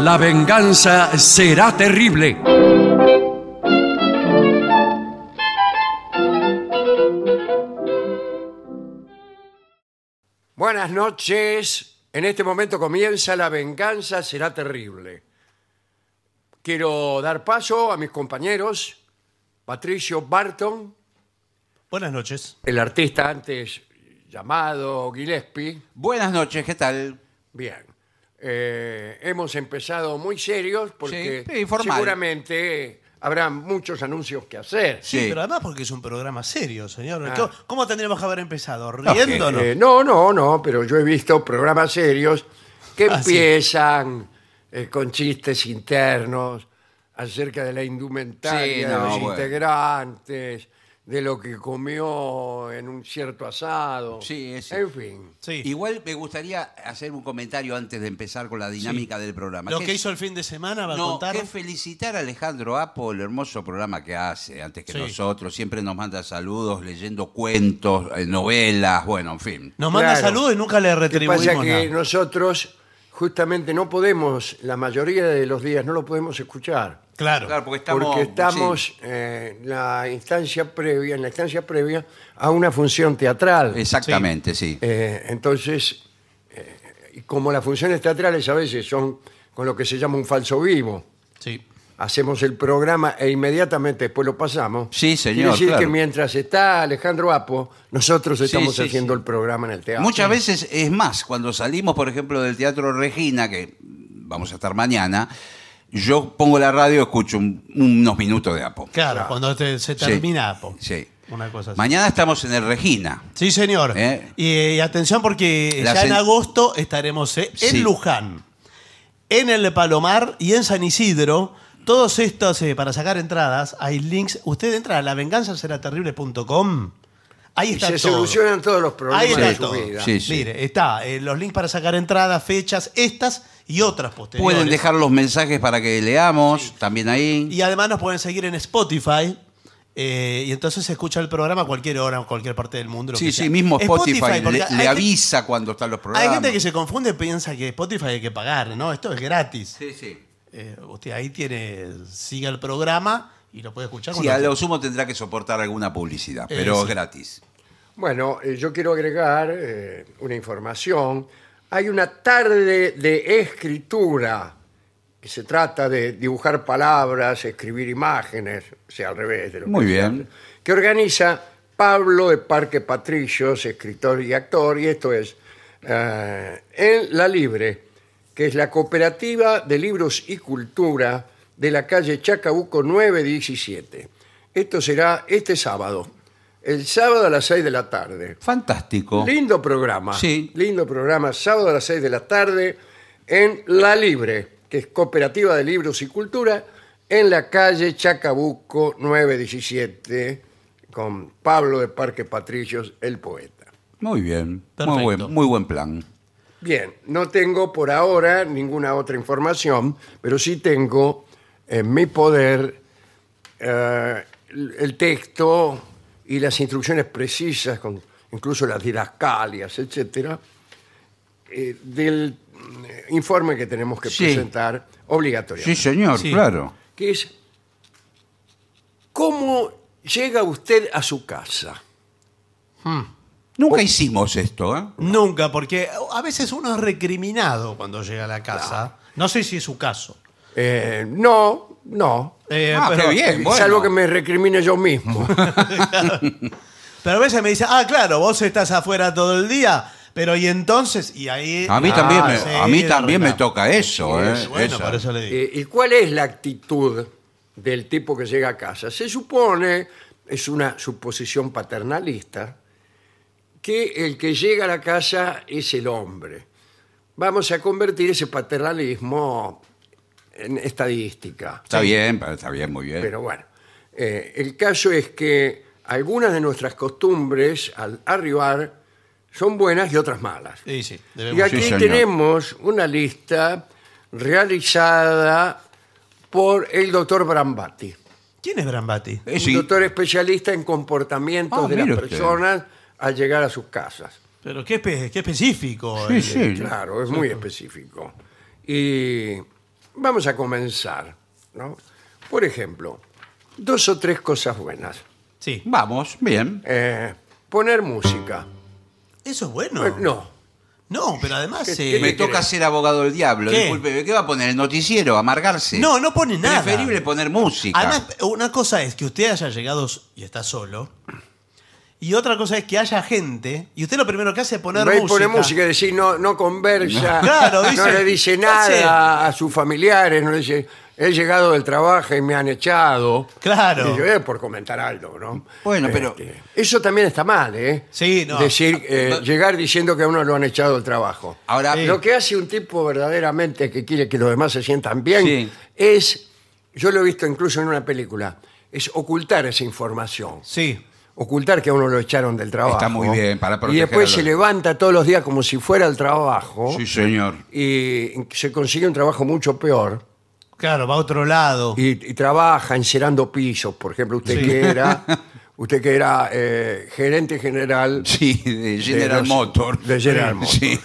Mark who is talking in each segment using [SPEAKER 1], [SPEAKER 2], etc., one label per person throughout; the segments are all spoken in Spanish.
[SPEAKER 1] La venganza será terrible. Buenas noches. En este momento comienza La venganza será terrible. Quiero dar paso a mis compañeros, Patricio Barton,
[SPEAKER 2] Buenas noches.
[SPEAKER 1] el artista antes llamado Gillespie.
[SPEAKER 3] Buenas noches, ¿qué tal?
[SPEAKER 1] Bien. Eh, hemos empezado muy serios porque
[SPEAKER 3] Sí, sí, formal.
[SPEAKER 1] seguramente habrá muchos anuncios que hacer.
[SPEAKER 2] Sí,
[SPEAKER 3] Sí.
[SPEAKER 2] pero además porque es un programa serio, señor.
[SPEAKER 1] Ah.
[SPEAKER 2] ¿Cómo, cómo tendríamos que haber empezado? ¿Riéndonos?
[SPEAKER 1] Eh, no, no, no, pero yo he visto programas serios que
[SPEAKER 2] Ah, sí.
[SPEAKER 1] empiezan eh, con chistes internos acerca de la indumentaria
[SPEAKER 3] Sí,
[SPEAKER 1] de
[SPEAKER 3] no,
[SPEAKER 1] los
[SPEAKER 3] bueno.
[SPEAKER 1] integrantes, de lo que comió en un cierto asado.
[SPEAKER 3] Sí, ese.
[SPEAKER 1] En fin.
[SPEAKER 2] sí.
[SPEAKER 3] Igual me gustaría hacer un comentario antes de empezar con la dinámica del programa.
[SPEAKER 2] Lo
[SPEAKER 3] ¿Qué-
[SPEAKER 2] que hizo el fin de semana va a
[SPEAKER 3] No,
[SPEAKER 2] contar.
[SPEAKER 3] que felicitar a Alejandro Apo, el hermoso programa que hace antes que
[SPEAKER 2] Sí.
[SPEAKER 3] nosotros. Siempre nos manda saludos leyendo cuentos, eh, novelas, bueno, en fin.
[SPEAKER 2] Nos manda
[SPEAKER 1] Claro.
[SPEAKER 2] saludos y nunca le
[SPEAKER 1] Lo que pasa
[SPEAKER 2] retribuimos
[SPEAKER 1] que
[SPEAKER 2] nada.
[SPEAKER 1] nosotros justamente no podemos, la mayoría de los días no lo podemos escuchar.
[SPEAKER 2] Claro.
[SPEAKER 3] Claro, porque Pues estamos.
[SPEAKER 1] porque
[SPEAKER 3] sí,
[SPEAKER 1] estamos eh, en la instancia previa, en la instancia previa a una función teatral.
[SPEAKER 3] exactamente, sí.
[SPEAKER 1] Eh, entonces, eh, y como las funciones teatrales a veces son con lo que se llama un falso vivo,
[SPEAKER 2] Sí.
[SPEAKER 1] hacemos el programa e inmediatamente después lo pasamos.
[SPEAKER 3] Sí, señor,
[SPEAKER 1] Quiere decir
[SPEAKER 3] claro.
[SPEAKER 1] que mientras está Alejandro Apo, nosotros estamos
[SPEAKER 3] sí,
[SPEAKER 1] haciendo
[SPEAKER 3] sí.
[SPEAKER 1] el programa en el teatro.
[SPEAKER 3] Muchas veces es más, cuando salimos, por ejemplo, del Teatro Regina, que vamos a estar mañana, yo pongo la radio, escucho un- unos minutos de Apo.
[SPEAKER 2] Claro, cuando te- se
[SPEAKER 3] Sí.
[SPEAKER 2] termina Apo.
[SPEAKER 3] Sí.
[SPEAKER 2] Una cosa así.
[SPEAKER 3] Mañana estamos en el Regina.
[SPEAKER 2] Sí, señor.
[SPEAKER 3] Eh.
[SPEAKER 2] Y, eh, y atención porque
[SPEAKER 3] La
[SPEAKER 2] ya en
[SPEAKER 3] sen-
[SPEAKER 2] agosto estaremos eh, en
[SPEAKER 3] Sí.
[SPEAKER 2] Luján, en el Palomar y en San Isidro. Todos estos, eh, para sacar entradas, hay links. Usted entra a lavenganzaseraterrible.com. Ahí
[SPEAKER 1] Y
[SPEAKER 2] está
[SPEAKER 1] se
[SPEAKER 2] todo.
[SPEAKER 1] solucionan todos los problemas
[SPEAKER 2] Ahí está
[SPEAKER 1] de su
[SPEAKER 2] todo.
[SPEAKER 1] vida.
[SPEAKER 3] Sí, sí.
[SPEAKER 2] Mire, está eh, los links para sacar entradas, fechas, estas y otras posteriores.
[SPEAKER 3] Pueden dejar los mensajes para que leamos, también ahí.
[SPEAKER 2] Y además nos pueden seguir en Spotify. eh, y entonces se escucha el programa a cualquier hora, en cualquier parte del mundo. lo
[SPEAKER 3] Sí,
[SPEAKER 2] que
[SPEAKER 3] sí,
[SPEAKER 2] sea.
[SPEAKER 3] mismo Spotify,
[SPEAKER 2] porque
[SPEAKER 3] le,
[SPEAKER 2] hay
[SPEAKER 3] le
[SPEAKER 2] gente-
[SPEAKER 3] avisa cuando están los programas.
[SPEAKER 2] Hay gente que se confunde y piensa que Spotify hay que pagar, ¿no? Esto es gratis.
[SPEAKER 3] Sí, sí.
[SPEAKER 2] Eh, usted ahí tiene, siga el programa y lo puede escuchar.
[SPEAKER 3] Sí,
[SPEAKER 2] cuando
[SPEAKER 3] a
[SPEAKER 2] quiera.
[SPEAKER 3] lo sumo tendrá que soportar alguna publicidad,
[SPEAKER 2] Eh,
[SPEAKER 3] pero
[SPEAKER 2] sí.
[SPEAKER 3] es gratis.
[SPEAKER 1] Bueno, eh, yo quiero agregar eh, una información. Hay una tarde de escritura, que se trata de dibujar palabras, escribir imágenes, o sea, al revés de lo que
[SPEAKER 3] Muy
[SPEAKER 1] se
[SPEAKER 3] bien.
[SPEAKER 1] hace, que organiza Pablo de Parque Patricios, escritor y actor, y esto es eh, en La Libre, que es la cooperativa de libros y cultura de la calle Chacabuco 917. Esto será este sábado, el sábado a las 6 de la tarde.
[SPEAKER 3] Fantástico.
[SPEAKER 1] Lindo programa.
[SPEAKER 3] Sí.
[SPEAKER 1] Lindo programa, sábado a las 6 de la tarde en La Libre, que es Cooperativa de Libros y Cultura, en la calle Chacabuco 917, con Pablo de Parque Patricios, el poeta.
[SPEAKER 3] Muy bien. Muy
[SPEAKER 2] Perfecto.
[SPEAKER 3] buen, muy buen plan.
[SPEAKER 1] Bien, no tengo por ahora ninguna otra información, pero sí tengo en mi poder eh, el el texto y las instrucciones precisas, con incluso las didascalias, etcétera, eh, del eh, informe que tenemos que
[SPEAKER 3] Sí.
[SPEAKER 1] presentar
[SPEAKER 3] Sí,
[SPEAKER 1] obligatoriamente,
[SPEAKER 3] señor,
[SPEAKER 2] Sí.
[SPEAKER 3] claro.
[SPEAKER 1] que es cómo llega usted a su casa.
[SPEAKER 2] Oh.
[SPEAKER 3] Nunca hicimos esto, ¿eh?
[SPEAKER 2] Nunca, porque a veces uno es recriminado cuando llega a la casa. No sé si es su caso.
[SPEAKER 1] Eh, no, no.
[SPEAKER 2] Eh,
[SPEAKER 3] Ah,
[SPEAKER 2] pero,
[SPEAKER 3] qué bien. bueno.
[SPEAKER 1] Salvo que me recrimine yo mismo.
[SPEAKER 2] pero a veces me dice, ah, claro, vos estás afuera todo el día, pero y entonces, y ahí...
[SPEAKER 3] A mí
[SPEAKER 2] Ah,
[SPEAKER 3] también, me,
[SPEAKER 2] sí,
[SPEAKER 3] a mí
[SPEAKER 2] la
[SPEAKER 3] también me
[SPEAKER 2] arruinamos.
[SPEAKER 3] toca eso, ¿eh?
[SPEAKER 2] Bueno,
[SPEAKER 3] Esa.
[SPEAKER 2] por eso le digo.
[SPEAKER 1] Eh, ¿Y cuál es la actitud del tipo que llega a casa? Se supone, es una suposición paternalista, que el que llega a la casa es el hombre. Vamos a convertir ese paternalismo en estadística.
[SPEAKER 3] Está bien, pero está bien, muy bien.
[SPEAKER 1] Pero bueno, eh, el caso es que algunas de nuestras costumbres al arribar son buenas y otras malas.
[SPEAKER 2] Sí, sí,
[SPEAKER 1] Y
[SPEAKER 2] debemos-
[SPEAKER 1] aquí
[SPEAKER 3] señor.
[SPEAKER 1] tenemos una lista realizada por el doctor Brambati,
[SPEAKER 2] ¿Quién es Brambati?
[SPEAKER 3] Eh,
[SPEAKER 1] un
[SPEAKER 3] sí.
[SPEAKER 1] doctor especialista en comportamientos
[SPEAKER 3] Ah,
[SPEAKER 1] de las
[SPEAKER 3] mire usted.
[SPEAKER 1] personas al llegar a sus casas.
[SPEAKER 2] Pero qué, espe- qué específico. eh,
[SPEAKER 3] Sí,
[SPEAKER 2] el-
[SPEAKER 3] sí.
[SPEAKER 1] Claro, es muy específico. Y Vamos a comenzar, ¿no? Por ejemplo, dos o tres cosas buenas.
[SPEAKER 2] Sí.
[SPEAKER 3] Vamos, bien.
[SPEAKER 1] Eh, poner música.
[SPEAKER 2] Eso es bueno.
[SPEAKER 1] Bueno, no.
[SPEAKER 2] No, pero además.
[SPEAKER 1] ¿Qué-
[SPEAKER 2] eh,
[SPEAKER 3] Me
[SPEAKER 1] qué-
[SPEAKER 3] toca ser abogado del diablo,
[SPEAKER 2] ¿Qué?
[SPEAKER 3] disculpe. ¿Qué va a poner? ¿El noticiero? ¿Amargarse?
[SPEAKER 2] No, no pone nada.
[SPEAKER 3] Preferible poner música.
[SPEAKER 2] Además, una cosa es que usted haya llegado s- y está solo. Y otra cosa es que haya gente. Y usted lo primero que hace es poner
[SPEAKER 1] Ve y
[SPEAKER 2] música.
[SPEAKER 1] pone música, es decir, no, no conversa,
[SPEAKER 2] Claro, dice-
[SPEAKER 1] no le dice
[SPEAKER 2] no
[SPEAKER 1] nada
[SPEAKER 2] sé.
[SPEAKER 1] a sus familiares, no le dice, he llegado del trabajo y me han echado.
[SPEAKER 2] Claro.
[SPEAKER 1] Y yo, eh, por comentar algo, ¿no?
[SPEAKER 3] Bueno, pero-
[SPEAKER 1] Este, Eso también está mal, ¿eh?
[SPEAKER 2] Sí, no.
[SPEAKER 1] Decir, eh,
[SPEAKER 3] No.
[SPEAKER 1] llegar diciendo que a uno lo han echado del trabajo.
[SPEAKER 3] Ahora,
[SPEAKER 2] Sí.
[SPEAKER 1] Lo que hace un tipo verdaderamente que quiere que los demás se sientan bien
[SPEAKER 3] Sí.
[SPEAKER 1] es, yo lo he visto incluso en una película, es ocultar esa información
[SPEAKER 2] Sí.
[SPEAKER 1] ocultar que a uno lo echaron del trabajo.
[SPEAKER 3] Está muy bien, para
[SPEAKER 1] Y
[SPEAKER 3] proteger
[SPEAKER 1] después
[SPEAKER 3] a los-
[SPEAKER 1] se levanta todos los días como si fuera el trabajo
[SPEAKER 3] sí, señor.
[SPEAKER 1] y se consigue un trabajo mucho peor
[SPEAKER 2] Claro, va a otro lado.
[SPEAKER 1] y, y trabaja encerando pisos, por ejemplo, usted
[SPEAKER 2] Sí.
[SPEAKER 1] que era, usted que era eh, gerente general.
[SPEAKER 3] Sí, de General
[SPEAKER 1] los-
[SPEAKER 3] Motors.
[SPEAKER 1] de General Motors.
[SPEAKER 3] Sí.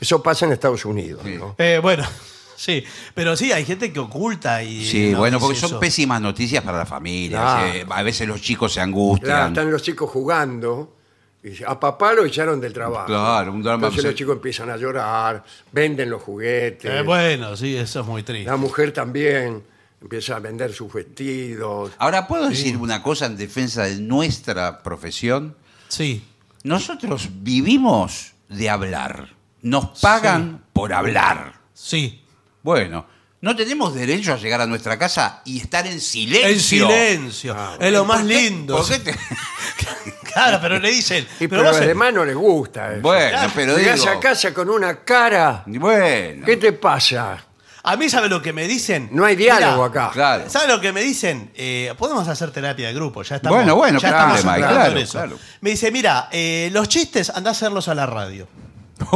[SPEAKER 1] Eso pasa en Estados Unidos. ¿no?
[SPEAKER 2] Eh, bueno, sí. Pero sí, hay gente que oculta y.
[SPEAKER 3] Sí,
[SPEAKER 2] no
[SPEAKER 3] bueno, porque
[SPEAKER 2] dice
[SPEAKER 3] son
[SPEAKER 2] eso.
[SPEAKER 3] pésimas noticias para la familia.
[SPEAKER 1] Claro.
[SPEAKER 3] Sí, a veces los chicos se
[SPEAKER 1] Claro,
[SPEAKER 3] angustian.
[SPEAKER 1] están los chicos jugando. Y dice, a papá lo echaron del trabajo.
[SPEAKER 3] Claro, un drama
[SPEAKER 1] Entonces los
[SPEAKER 3] absoluto.
[SPEAKER 1] chicos empiezan a llorar, venden los juguetes.
[SPEAKER 2] Eh, bueno, sí, eso es muy triste.
[SPEAKER 1] La mujer también empieza a vender sus vestidos.
[SPEAKER 3] Ahora, ¿puedo decir una cosa en defensa de nuestra profesión?
[SPEAKER 2] Sí.
[SPEAKER 3] Nosotros vivimos de hablar. Nos pagan por hablar.
[SPEAKER 2] Sí.
[SPEAKER 3] Bueno, no tenemos derecho a llegar a nuestra casa y estar en silencio.
[SPEAKER 2] En silencio.
[SPEAKER 1] Ah,
[SPEAKER 2] es lo
[SPEAKER 3] ¿Por
[SPEAKER 2] más
[SPEAKER 3] qué-
[SPEAKER 2] lindo.
[SPEAKER 3] por qué te-
[SPEAKER 2] Claro, pero le dicen.
[SPEAKER 1] Y
[SPEAKER 2] pero
[SPEAKER 1] pero,
[SPEAKER 2] vos-
[SPEAKER 1] además no les gusta eso.
[SPEAKER 3] Bueno, pero
[SPEAKER 1] Llegás
[SPEAKER 3] digo...
[SPEAKER 1] a casa con una cara.
[SPEAKER 3] Bueno,
[SPEAKER 1] ¿Qué te pasa?
[SPEAKER 2] A mí, ¿sabe lo que me dicen?
[SPEAKER 1] No hay diálogo
[SPEAKER 2] Mirá,
[SPEAKER 1] acá.
[SPEAKER 3] claro.
[SPEAKER 2] ¿Sabe lo que me dicen? Eh, podemos hacer terapia de grupo, ya estamos.
[SPEAKER 3] Bueno, bueno,
[SPEAKER 2] ya
[SPEAKER 3] claro,
[SPEAKER 2] estamos
[SPEAKER 3] Mike,
[SPEAKER 2] entrando
[SPEAKER 3] claro,
[SPEAKER 2] en eso.
[SPEAKER 3] claro.
[SPEAKER 2] Me dice, mira, eh, los chistes andá a hacerlos a la radio.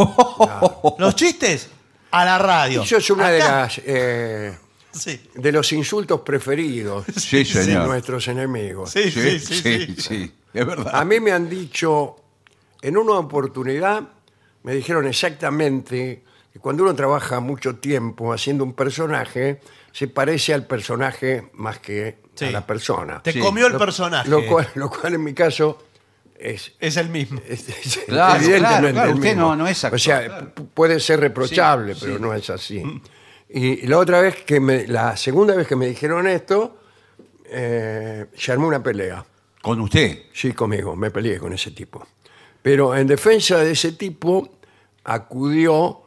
[SPEAKER 2] Los chistes a la radio.
[SPEAKER 1] Eso es una de
[SPEAKER 2] Acá-
[SPEAKER 1] las eh,
[SPEAKER 2] Sí,
[SPEAKER 1] de los insultos preferidos
[SPEAKER 3] Sí,
[SPEAKER 1] de
[SPEAKER 3] señor.
[SPEAKER 1] nuestros enemigos.
[SPEAKER 2] sí, sí, sí. sí.
[SPEAKER 3] sí, sí. Es verdad. Ah,
[SPEAKER 1] A mí me han dicho, en una oportunidad, me dijeron exactamente que cuando uno trabaja mucho tiempo haciendo un personaje, se parece al personaje más que a
[SPEAKER 2] Sí.
[SPEAKER 1] la persona.
[SPEAKER 2] Te
[SPEAKER 3] Sí.
[SPEAKER 2] comió el
[SPEAKER 1] Lo-
[SPEAKER 2] personaje.
[SPEAKER 1] Lo cual, lo cual en mi caso es,
[SPEAKER 2] es el mismo.
[SPEAKER 1] es- es
[SPEAKER 3] Claro,
[SPEAKER 1] evidentemente
[SPEAKER 3] claro, claro,
[SPEAKER 1] el
[SPEAKER 3] usted
[SPEAKER 1] mismo.
[SPEAKER 3] no- no es actor,
[SPEAKER 1] O sea,
[SPEAKER 3] claro.
[SPEAKER 1] pu- puede ser reprochable,
[SPEAKER 3] Sí,
[SPEAKER 1] pero
[SPEAKER 3] sí. Mm.
[SPEAKER 1] no es así. Y la otra vez que me, la segunda vez que me dijeron esto, eh, se armó una pelea.
[SPEAKER 3] Con usted.
[SPEAKER 1] Sí, conmigo, me peleé con ese tipo. Pero en defensa de ese tipo acudió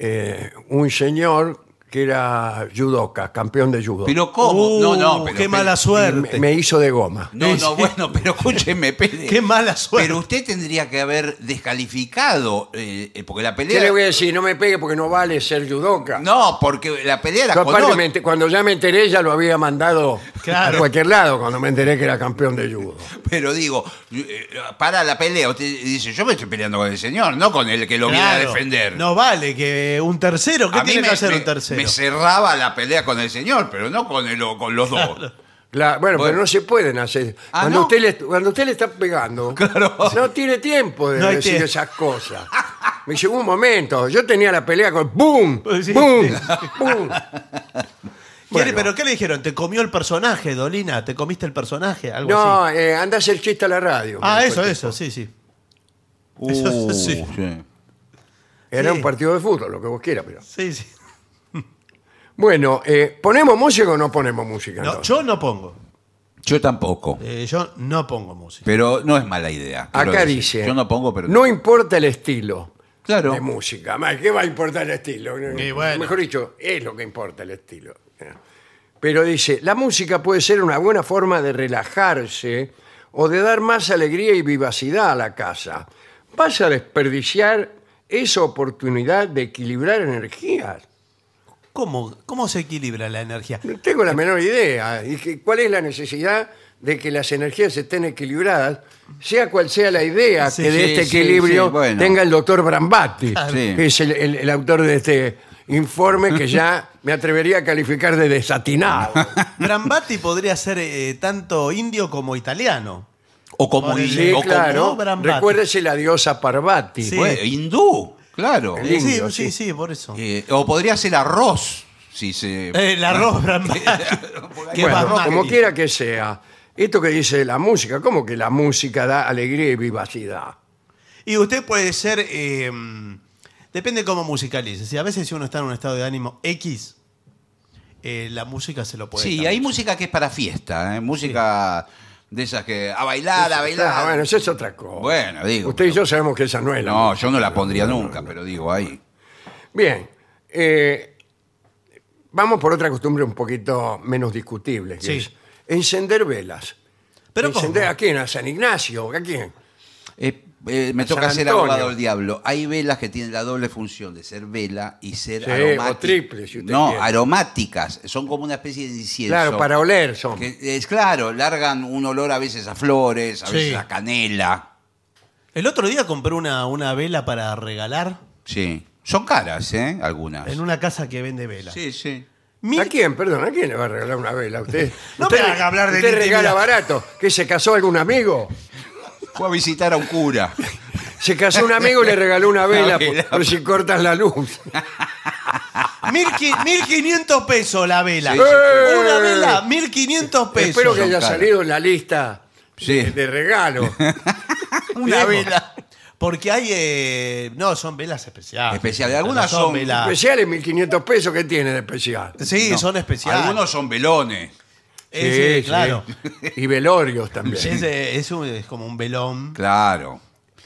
[SPEAKER 1] eh, un señor que era judoka, campeón de judo.
[SPEAKER 3] Pero ¿cómo? no, no,
[SPEAKER 2] Uh,
[SPEAKER 3] pero...
[SPEAKER 2] qué
[SPEAKER 3] pero-
[SPEAKER 2] mala
[SPEAKER 1] me,
[SPEAKER 2] suerte.
[SPEAKER 1] me hizo de goma.
[SPEAKER 3] No, no, bueno, pero escúcheme, Pérez.
[SPEAKER 2] Qué mala suerte.
[SPEAKER 3] Pero usted tendría que haber descalificado, eh, eh, porque la
[SPEAKER 1] ¿Qué
[SPEAKER 3] pelea...
[SPEAKER 1] le voy a decir? No me pegue porque no vale ser judoka.
[SPEAKER 3] No, porque la pelea era
[SPEAKER 1] Yo,
[SPEAKER 3] con
[SPEAKER 1] aparte,
[SPEAKER 3] otro.
[SPEAKER 1] me ente- cuando ya me enteré, ya lo había mandado
[SPEAKER 2] Claro.
[SPEAKER 1] a cualquier lado cuando me enteré que era campeón de judo.
[SPEAKER 3] Pero digo, eh, para la pelea, usted dice, yo me estoy peleando con el señor, no con el que lo viene a
[SPEAKER 2] Claro.
[SPEAKER 3] defender.
[SPEAKER 2] No vale que un tercero. ¿Qué
[SPEAKER 3] A mí
[SPEAKER 2] tiene
[SPEAKER 3] me,
[SPEAKER 2] que hacer
[SPEAKER 3] me-
[SPEAKER 2] un tercero?
[SPEAKER 3] me cerraba la pelea con el señor, pero no con, el, con los dos.
[SPEAKER 1] La- bueno,
[SPEAKER 3] Bueno.
[SPEAKER 1] pero no se pueden hacer.
[SPEAKER 3] Ah,
[SPEAKER 1] cuando,
[SPEAKER 3] ¿no?
[SPEAKER 1] usted le, cuando usted le está pegando, no tiene tiempo de
[SPEAKER 2] No hay
[SPEAKER 1] decir
[SPEAKER 2] tiempo.
[SPEAKER 1] esas cosas. Me llegó un momento, yo tenía la pelea con ¡boom!
[SPEAKER 2] Pues sí. Pues
[SPEAKER 1] ¡boom! ¡boom!
[SPEAKER 2] ¿Qué le-
[SPEAKER 1] Bueno.
[SPEAKER 2] ¿Pero qué le dijeron? ¿Te comió el personaje, Dolina? ¿Te comiste el personaje? Algo así.
[SPEAKER 1] No, eh, andás el chiste a la radio.
[SPEAKER 2] Ah,
[SPEAKER 1] me
[SPEAKER 2] eso,
[SPEAKER 1] dijo.
[SPEAKER 2] eso, sí, sí.
[SPEAKER 3] Uh,
[SPEAKER 2] Sí.
[SPEAKER 1] Era
[SPEAKER 2] sí.
[SPEAKER 1] un partido de fútbol, lo que vos quieras. Pero.
[SPEAKER 2] Sí, sí.
[SPEAKER 1] Bueno, eh, ¿ponemos música o no ponemos música?
[SPEAKER 2] No,
[SPEAKER 1] entonces?
[SPEAKER 2] yo no pongo.
[SPEAKER 3] Yo tampoco,
[SPEAKER 2] Eh, yo no pongo música.
[SPEAKER 3] pero no es mala idea. quiero
[SPEAKER 1] Acá
[SPEAKER 3] decir.
[SPEAKER 1] dice,
[SPEAKER 3] Yo no pongo, pero...
[SPEAKER 1] no importa el estilo
[SPEAKER 3] claro.
[SPEAKER 1] de música. Más, ¿Qué va a importar el estilo? Eh,
[SPEAKER 2] Y bueno.
[SPEAKER 1] Mejor dicho, es lo que importa el estilo. Eh. Pero dice, la música puede ser una buena forma de relajarse o de dar más alegría y vivacidad a la casa. Vas a desperdiciar esa oportunidad de equilibrar energías.
[SPEAKER 2] ¿Cómo, ¿Cómo se equilibra la energía?
[SPEAKER 1] No tengo la menor idea. ¿Y que- cuál es la necesidad de que las energías estén equilibradas? Sea cual sea la idea
[SPEAKER 2] Sí,
[SPEAKER 1] que de
[SPEAKER 3] sí,
[SPEAKER 1] este
[SPEAKER 3] sí,
[SPEAKER 1] equilibrio
[SPEAKER 3] sí, bueno. Ah,
[SPEAKER 1] tenga el doctor Brambati,
[SPEAKER 3] Sí.
[SPEAKER 1] que es el, el- el autor de este informe que ya me atrevería a calificar de desatinado.
[SPEAKER 2] Brambati podría ser eh, tanto indio como italiano.
[SPEAKER 3] O como
[SPEAKER 2] Por el-
[SPEAKER 3] hindú.
[SPEAKER 1] Sí,
[SPEAKER 2] como
[SPEAKER 1] claro.
[SPEAKER 2] Brambati.
[SPEAKER 1] Recuérdese la diosa Parvati.
[SPEAKER 2] Sí.
[SPEAKER 3] Bueno, hindú, claro.
[SPEAKER 1] El
[SPEAKER 2] Eh,
[SPEAKER 1] indio,
[SPEAKER 2] sí, sí,
[SPEAKER 1] sí.
[SPEAKER 2] sí, por eso.
[SPEAKER 3] Eh, o podría ser arroz. si se...
[SPEAKER 2] El arroz Brambaki. que es
[SPEAKER 1] Bueno,
[SPEAKER 2] más
[SPEAKER 1] como
[SPEAKER 2] mágico.
[SPEAKER 1] quiera que sea. Esto que dice la música, ¿cómo que la música da alegría y vivacidad?
[SPEAKER 2] Y usted puede ser. eh, depende cómo musicalice. Si a veces si uno está en un estado de ánimo X, eh, la música se lo puede.
[SPEAKER 3] Sí,
[SPEAKER 2] dar
[SPEAKER 3] hay
[SPEAKER 2] mucho.
[SPEAKER 3] música que es para fiesta, ¿eh? música de esas que... A bailar, a
[SPEAKER 1] Ah,
[SPEAKER 3] bailar.
[SPEAKER 1] bueno, esa es otra cosa.
[SPEAKER 3] Bueno, digo.
[SPEAKER 1] Usted y yo sabemos que esa no es la
[SPEAKER 3] No,
[SPEAKER 1] música.
[SPEAKER 3] yo no la pondría nunca, pero digo ahí.
[SPEAKER 1] Bien, eh, vamos por otra costumbre un poquito menos discutible, que
[SPEAKER 2] Sí.
[SPEAKER 1] es encender velas.
[SPEAKER 2] Pero ¿cómo?
[SPEAKER 1] encender a quién, a San Ignacio, a quién.
[SPEAKER 3] Eh, eh, me
[SPEAKER 1] San
[SPEAKER 3] toca ser
[SPEAKER 1] Antonio.
[SPEAKER 3] abogado del diablo. Hay velas que tienen la doble función de ser vela y ser
[SPEAKER 1] Sí,
[SPEAKER 3] aromática-
[SPEAKER 1] o triple, si usted
[SPEAKER 3] no,
[SPEAKER 1] quiere.
[SPEAKER 3] aromáticas. Son como una especie de incienso.
[SPEAKER 1] Claro, para oler son.
[SPEAKER 3] Que es claro, largan un olor a veces a flores, a
[SPEAKER 2] Sí.
[SPEAKER 3] veces a canela.
[SPEAKER 2] El otro día compré una, una vela para regalar
[SPEAKER 3] Sí. Son caras, ¿eh? Algunas.
[SPEAKER 2] en una casa que vende velas.
[SPEAKER 3] Sí, sí.
[SPEAKER 2] Mil-
[SPEAKER 1] ¿A quién, perdón? ¿A quién le va a regalar una vela? Usted,
[SPEAKER 2] No
[SPEAKER 1] usted,
[SPEAKER 2] me haga hablar de
[SPEAKER 1] usted
[SPEAKER 2] mi
[SPEAKER 1] regala
[SPEAKER 2] intimidad.
[SPEAKER 1] barato. ¿Que se casó algún amigo?
[SPEAKER 3] Fue a visitar a un cura.
[SPEAKER 1] Se casó un amigo y le regaló una vela
[SPEAKER 3] Una vela.
[SPEAKER 1] por, por si cortas la luz.
[SPEAKER 2] mil qui- 1500 pesos la vela.
[SPEAKER 3] Sí, sí,
[SPEAKER 1] claro.
[SPEAKER 2] Una vela, 1500 pesos.
[SPEAKER 1] Espero que
[SPEAKER 3] son
[SPEAKER 1] haya
[SPEAKER 3] caras.
[SPEAKER 1] salido en la lista
[SPEAKER 3] Sí. Ah.
[SPEAKER 1] de, de regalo.
[SPEAKER 2] Una vela. Porque hay. eh, no, son velas especiales.
[SPEAKER 3] Especiales. Algunas
[SPEAKER 2] No
[SPEAKER 3] son
[SPEAKER 2] velas.
[SPEAKER 1] Especiales 1.500 pesos, ¿qué tiene de especial?
[SPEAKER 2] Sí,
[SPEAKER 3] No.
[SPEAKER 2] son especiales.
[SPEAKER 3] Algunos son velones.
[SPEAKER 2] Eh, sí, claro.
[SPEAKER 1] Y velorios también.
[SPEAKER 2] Es, eh, es un- es como un velón.
[SPEAKER 3] Claro.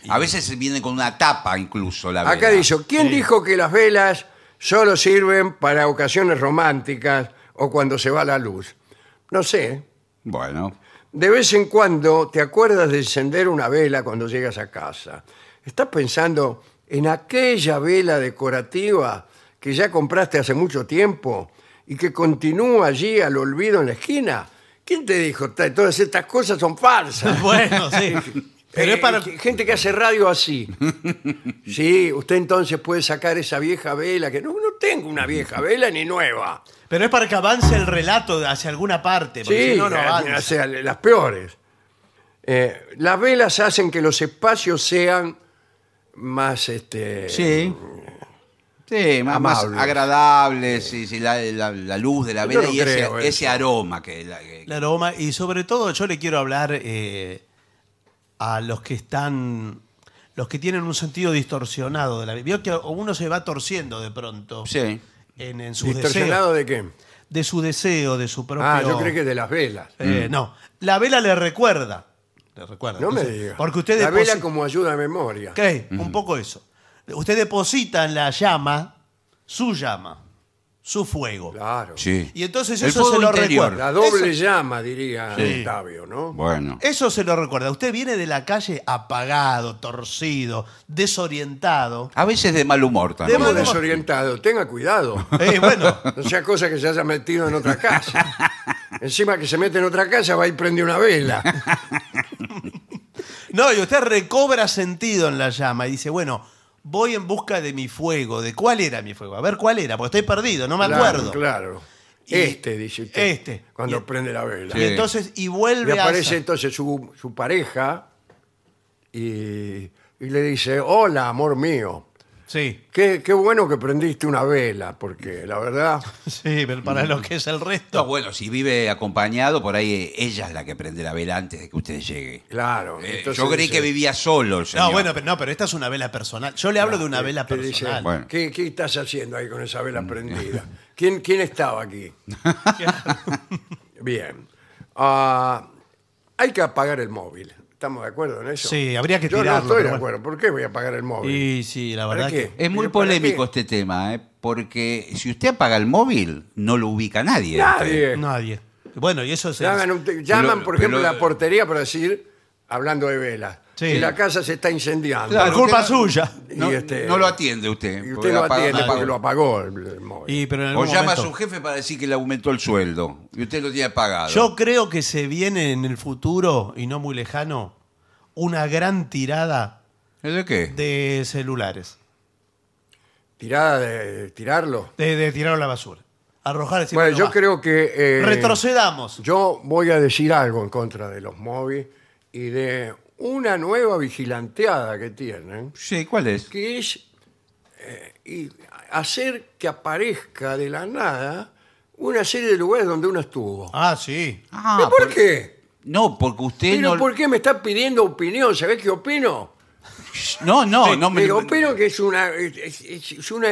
[SPEAKER 3] A veces vienen con una tapa incluso la vela.
[SPEAKER 1] Acá dice, ¿quién dijo que las velas solo sirven para ocasiones románticas o cuando se va la luz? No sé.
[SPEAKER 3] Bueno.
[SPEAKER 1] De vez en cuando te acuerdas de encender una vela cuando llegas a casa. Estás pensando en aquella vela decorativa que ya compraste hace mucho tiempo y que continúa allí al olvido en la esquina. ¿Quién te dijo? Ta- Todas estas cosas son falsas.
[SPEAKER 2] Bueno, sí. Pero
[SPEAKER 1] Eh,
[SPEAKER 2] es para.
[SPEAKER 1] eh, Gente que hace radio así. Sí, usted entonces puede sacar esa vieja vela, que no, no tengo una vieja vela ni nueva.
[SPEAKER 2] Pero es para que avance el relato hacia alguna parte, porque
[SPEAKER 1] Sí,
[SPEAKER 2] si no, no
[SPEAKER 1] eh,
[SPEAKER 2] avanza.
[SPEAKER 1] o sea, las peores. Eh, las velas hacen que los espacios sean más este
[SPEAKER 3] Sí. Sí, más, más
[SPEAKER 1] Amables.
[SPEAKER 3] agradables, sí, sí, la, la- la luz de la
[SPEAKER 1] Yo
[SPEAKER 3] vela
[SPEAKER 1] no
[SPEAKER 3] y ese,
[SPEAKER 1] creo
[SPEAKER 3] ese
[SPEAKER 1] eso.
[SPEAKER 3] aroma que... la- que-
[SPEAKER 2] El aroma. Y sobre todo, yo le quiero hablar eh, a los que están. Los que tienen un sentido distorsionado de la vida. Vio que uno se va torciendo de pronto.
[SPEAKER 3] Sí.
[SPEAKER 2] En, en sus deseos.
[SPEAKER 1] distorsionado de qué?
[SPEAKER 2] De su deseo, de su propio.
[SPEAKER 1] Ah, yo creo que de las velas.
[SPEAKER 2] Eh, No. La vela le recuerda. Le recuerda.
[SPEAKER 1] No me
[SPEAKER 2] Entonces,
[SPEAKER 1] digas.
[SPEAKER 2] Porque ustedes
[SPEAKER 1] la vela como ayuda a memoria.
[SPEAKER 2] Ok, un poco eso. Usted deposita en la llama su llama, su fuego.
[SPEAKER 1] Claro.
[SPEAKER 3] Sí.
[SPEAKER 2] Y entonces
[SPEAKER 3] El
[SPEAKER 2] eso se
[SPEAKER 3] fuego
[SPEAKER 2] lo
[SPEAKER 3] interior.
[SPEAKER 2] recuerda.
[SPEAKER 1] La doble
[SPEAKER 2] Eso-
[SPEAKER 1] llama, diría
[SPEAKER 3] Sí.
[SPEAKER 1] Octavio, ¿no?
[SPEAKER 3] Bueno.
[SPEAKER 2] Eso se lo recuerda. Usted viene de la calle apagado, torcido, desorientado.
[SPEAKER 3] A veces de mal humor también.
[SPEAKER 1] Como
[SPEAKER 2] mal humor.
[SPEAKER 1] desorientado, tenga cuidado.
[SPEAKER 2] Eh, bueno,
[SPEAKER 1] No sea cosa que se haya metido en otra casa. Encima que se mete en otra casa, va y prende una vela.
[SPEAKER 2] no, y usted recobra sentido en la llama y dice, bueno, voy en busca de mi fuego. ¿De cuál era mi fuego? A ver, ¿cuál era? Porque estoy perdido, no me
[SPEAKER 1] Claro,
[SPEAKER 2] acuerdo.
[SPEAKER 1] Claro.
[SPEAKER 2] Y-
[SPEAKER 1] este, dice usted.
[SPEAKER 2] este.
[SPEAKER 1] Cuando
[SPEAKER 2] Y-
[SPEAKER 1] prende la vela.
[SPEAKER 3] Sí.
[SPEAKER 2] Y entonces, y vuelve
[SPEAKER 1] Le aparece
[SPEAKER 2] a...
[SPEAKER 1] entonces su, su pareja y, y le dice, hola, amor mío.
[SPEAKER 2] Sí,
[SPEAKER 1] Qué, qué bueno que prendiste una vela, porque la verdad...
[SPEAKER 2] sí, pero
[SPEAKER 3] Mm.
[SPEAKER 2] para lo que es el
[SPEAKER 3] No,
[SPEAKER 2] resto.
[SPEAKER 3] bueno, si vive acompañado, por ahí eh, ella es la que prende la vela antes de que usted llegue.
[SPEAKER 1] Claro.
[SPEAKER 3] Eh,
[SPEAKER 1] entonces
[SPEAKER 3] yo creí
[SPEAKER 1] dice-
[SPEAKER 3] que vivía solo el señor.
[SPEAKER 2] No, bueno, pero, no, pero esta es una vela personal. Yo le hablo de una
[SPEAKER 1] que-
[SPEAKER 2] vela
[SPEAKER 1] que eh, dice,
[SPEAKER 2] personal.
[SPEAKER 3] Bueno.
[SPEAKER 1] ¿Qué, qué estás haciendo ahí con esa
[SPEAKER 2] Mm.
[SPEAKER 1] vela prendida? ¿Quién, quién estaba aquí? Bien. Ah, hay que apagar el móvil. ¿Estamos de acuerdo en eso?
[SPEAKER 2] Sí, habría que
[SPEAKER 1] Yo
[SPEAKER 2] tirarlo,
[SPEAKER 1] no estoy
[SPEAKER 2] pero
[SPEAKER 1] de
[SPEAKER 2] bueno.
[SPEAKER 1] acuerdo. ¿Por qué voy a apagar el móvil?
[SPEAKER 2] Y sí, la
[SPEAKER 1] ¿Para
[SPEAKER 2] verdad
[SPEAKER 1] qué?
[SPEAKER 2] que.
[SPEAKER 3] Es muy
[SPEAKER 1] ¿Pero para
[SPEAKER 3] polémico
[SPEAKER 1] qué?
[SPEAKER 3] este tema, ¿eh? porque si usted apaga el móvil, no lo ubica nadie.
[SPEAKER 1] Nadie.
[SPEAKER 2] Nadie. Bueno, y eso se.
[SPEAKER 1] Llaman, un te- llaman,
[SPEAKER 3] Pero-
[SPEAKER 1] por ejemplo,
[SPEAKER 3] pero-
[SPEAKER 1] a la portería para decir, hablando de velas,
[SPEAKER 2] Sí.
[SPEAKER 1] que la casa se está incendiando.
[SPEAKER 2] Por
[SPEAKER 3] Claro.
[SPEAKER 2] culpa
[SPEAKER 3] usted-
[SPEAKER 2] suya.
[SPEAKER 1] Y
[SPEAKER 3] No,
[SPEAKER 1] este-
[SPEAKER 3] no lo atiende usted.
[SPEAKER 1] Y
[SPEAKER 3] porque
[SPEAKER 1] usted lo
[SPEAKER 3] apaga-
[SPEAKER 1] atiende
[SPEAKER 3] apaga-
[SPEAKER 1] porque lo apagó el, el móvil.
[SPEAKER 2] Y, pero en
[SPEAKER 3] O
[SPEAKER 2] algún
[SPEAKER 3] llama a
[SPEAKER 2] momento-
[SPEAKER 3] su jefe para decir que le aumentó el sueldo y usted lo tiene pagado.
[SPEAKER 2] Yo creo que se viene en el futuro, y no muy lejano, una gran tirada
[SPEAKER 3] ¿De qué?
[SPEAKER 2] de celulares.
[SPEAKER 1] Tirada de tirarlo.
[SPEAKER 2] De, de tirar a la basura. Arrojar decir,
[SPEAKER 1] bueno, yo
[SPEAKER 2] va.
[SPEAKER 1] creo que... eh,
[SPEAKER 2] Retrocedamos.
[SPEAKER 1] Yo voy a decir algo en contra de los móviles y de una nueva vigilanteada que tienen,
[SPEAKER 3] Sí, ¿cuál es?
[SPEAKER 1] que es eh, y hacer que aparezca de la nada una serie de lugares donde uno estuvo.
[SPEAKER 2] Ah, sí.
[SPEAKER 3] Ah,
[SPEAKER 1] ¿Y por
[SPEAKER 3] pero-
[SPEAKER 1] qué?
[SPEAKER 3] No, porque usted
[SPEAKER 1] Pero
[SPEAKER 3] no.
[SPEAKER 1] ¿por qué me está pidiendo opinión? ¿Sabés qué opino?
[SPEAKER 3] No, no, no me.
[SPEAKER 1] Pero opino que es una, es, es- es una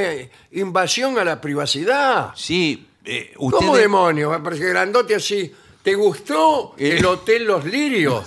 [SPEAKER 1] invasión a la privacidad.
[SPEAKER 3] Sí, eh, usted.
[SPEAKER 1] ¿Cómo demonios? Va a parecer grandote así. ¿Te gustó
[SPEAKER 3] Eh.
[SPEAKER 1] el Hotel Los Lirios?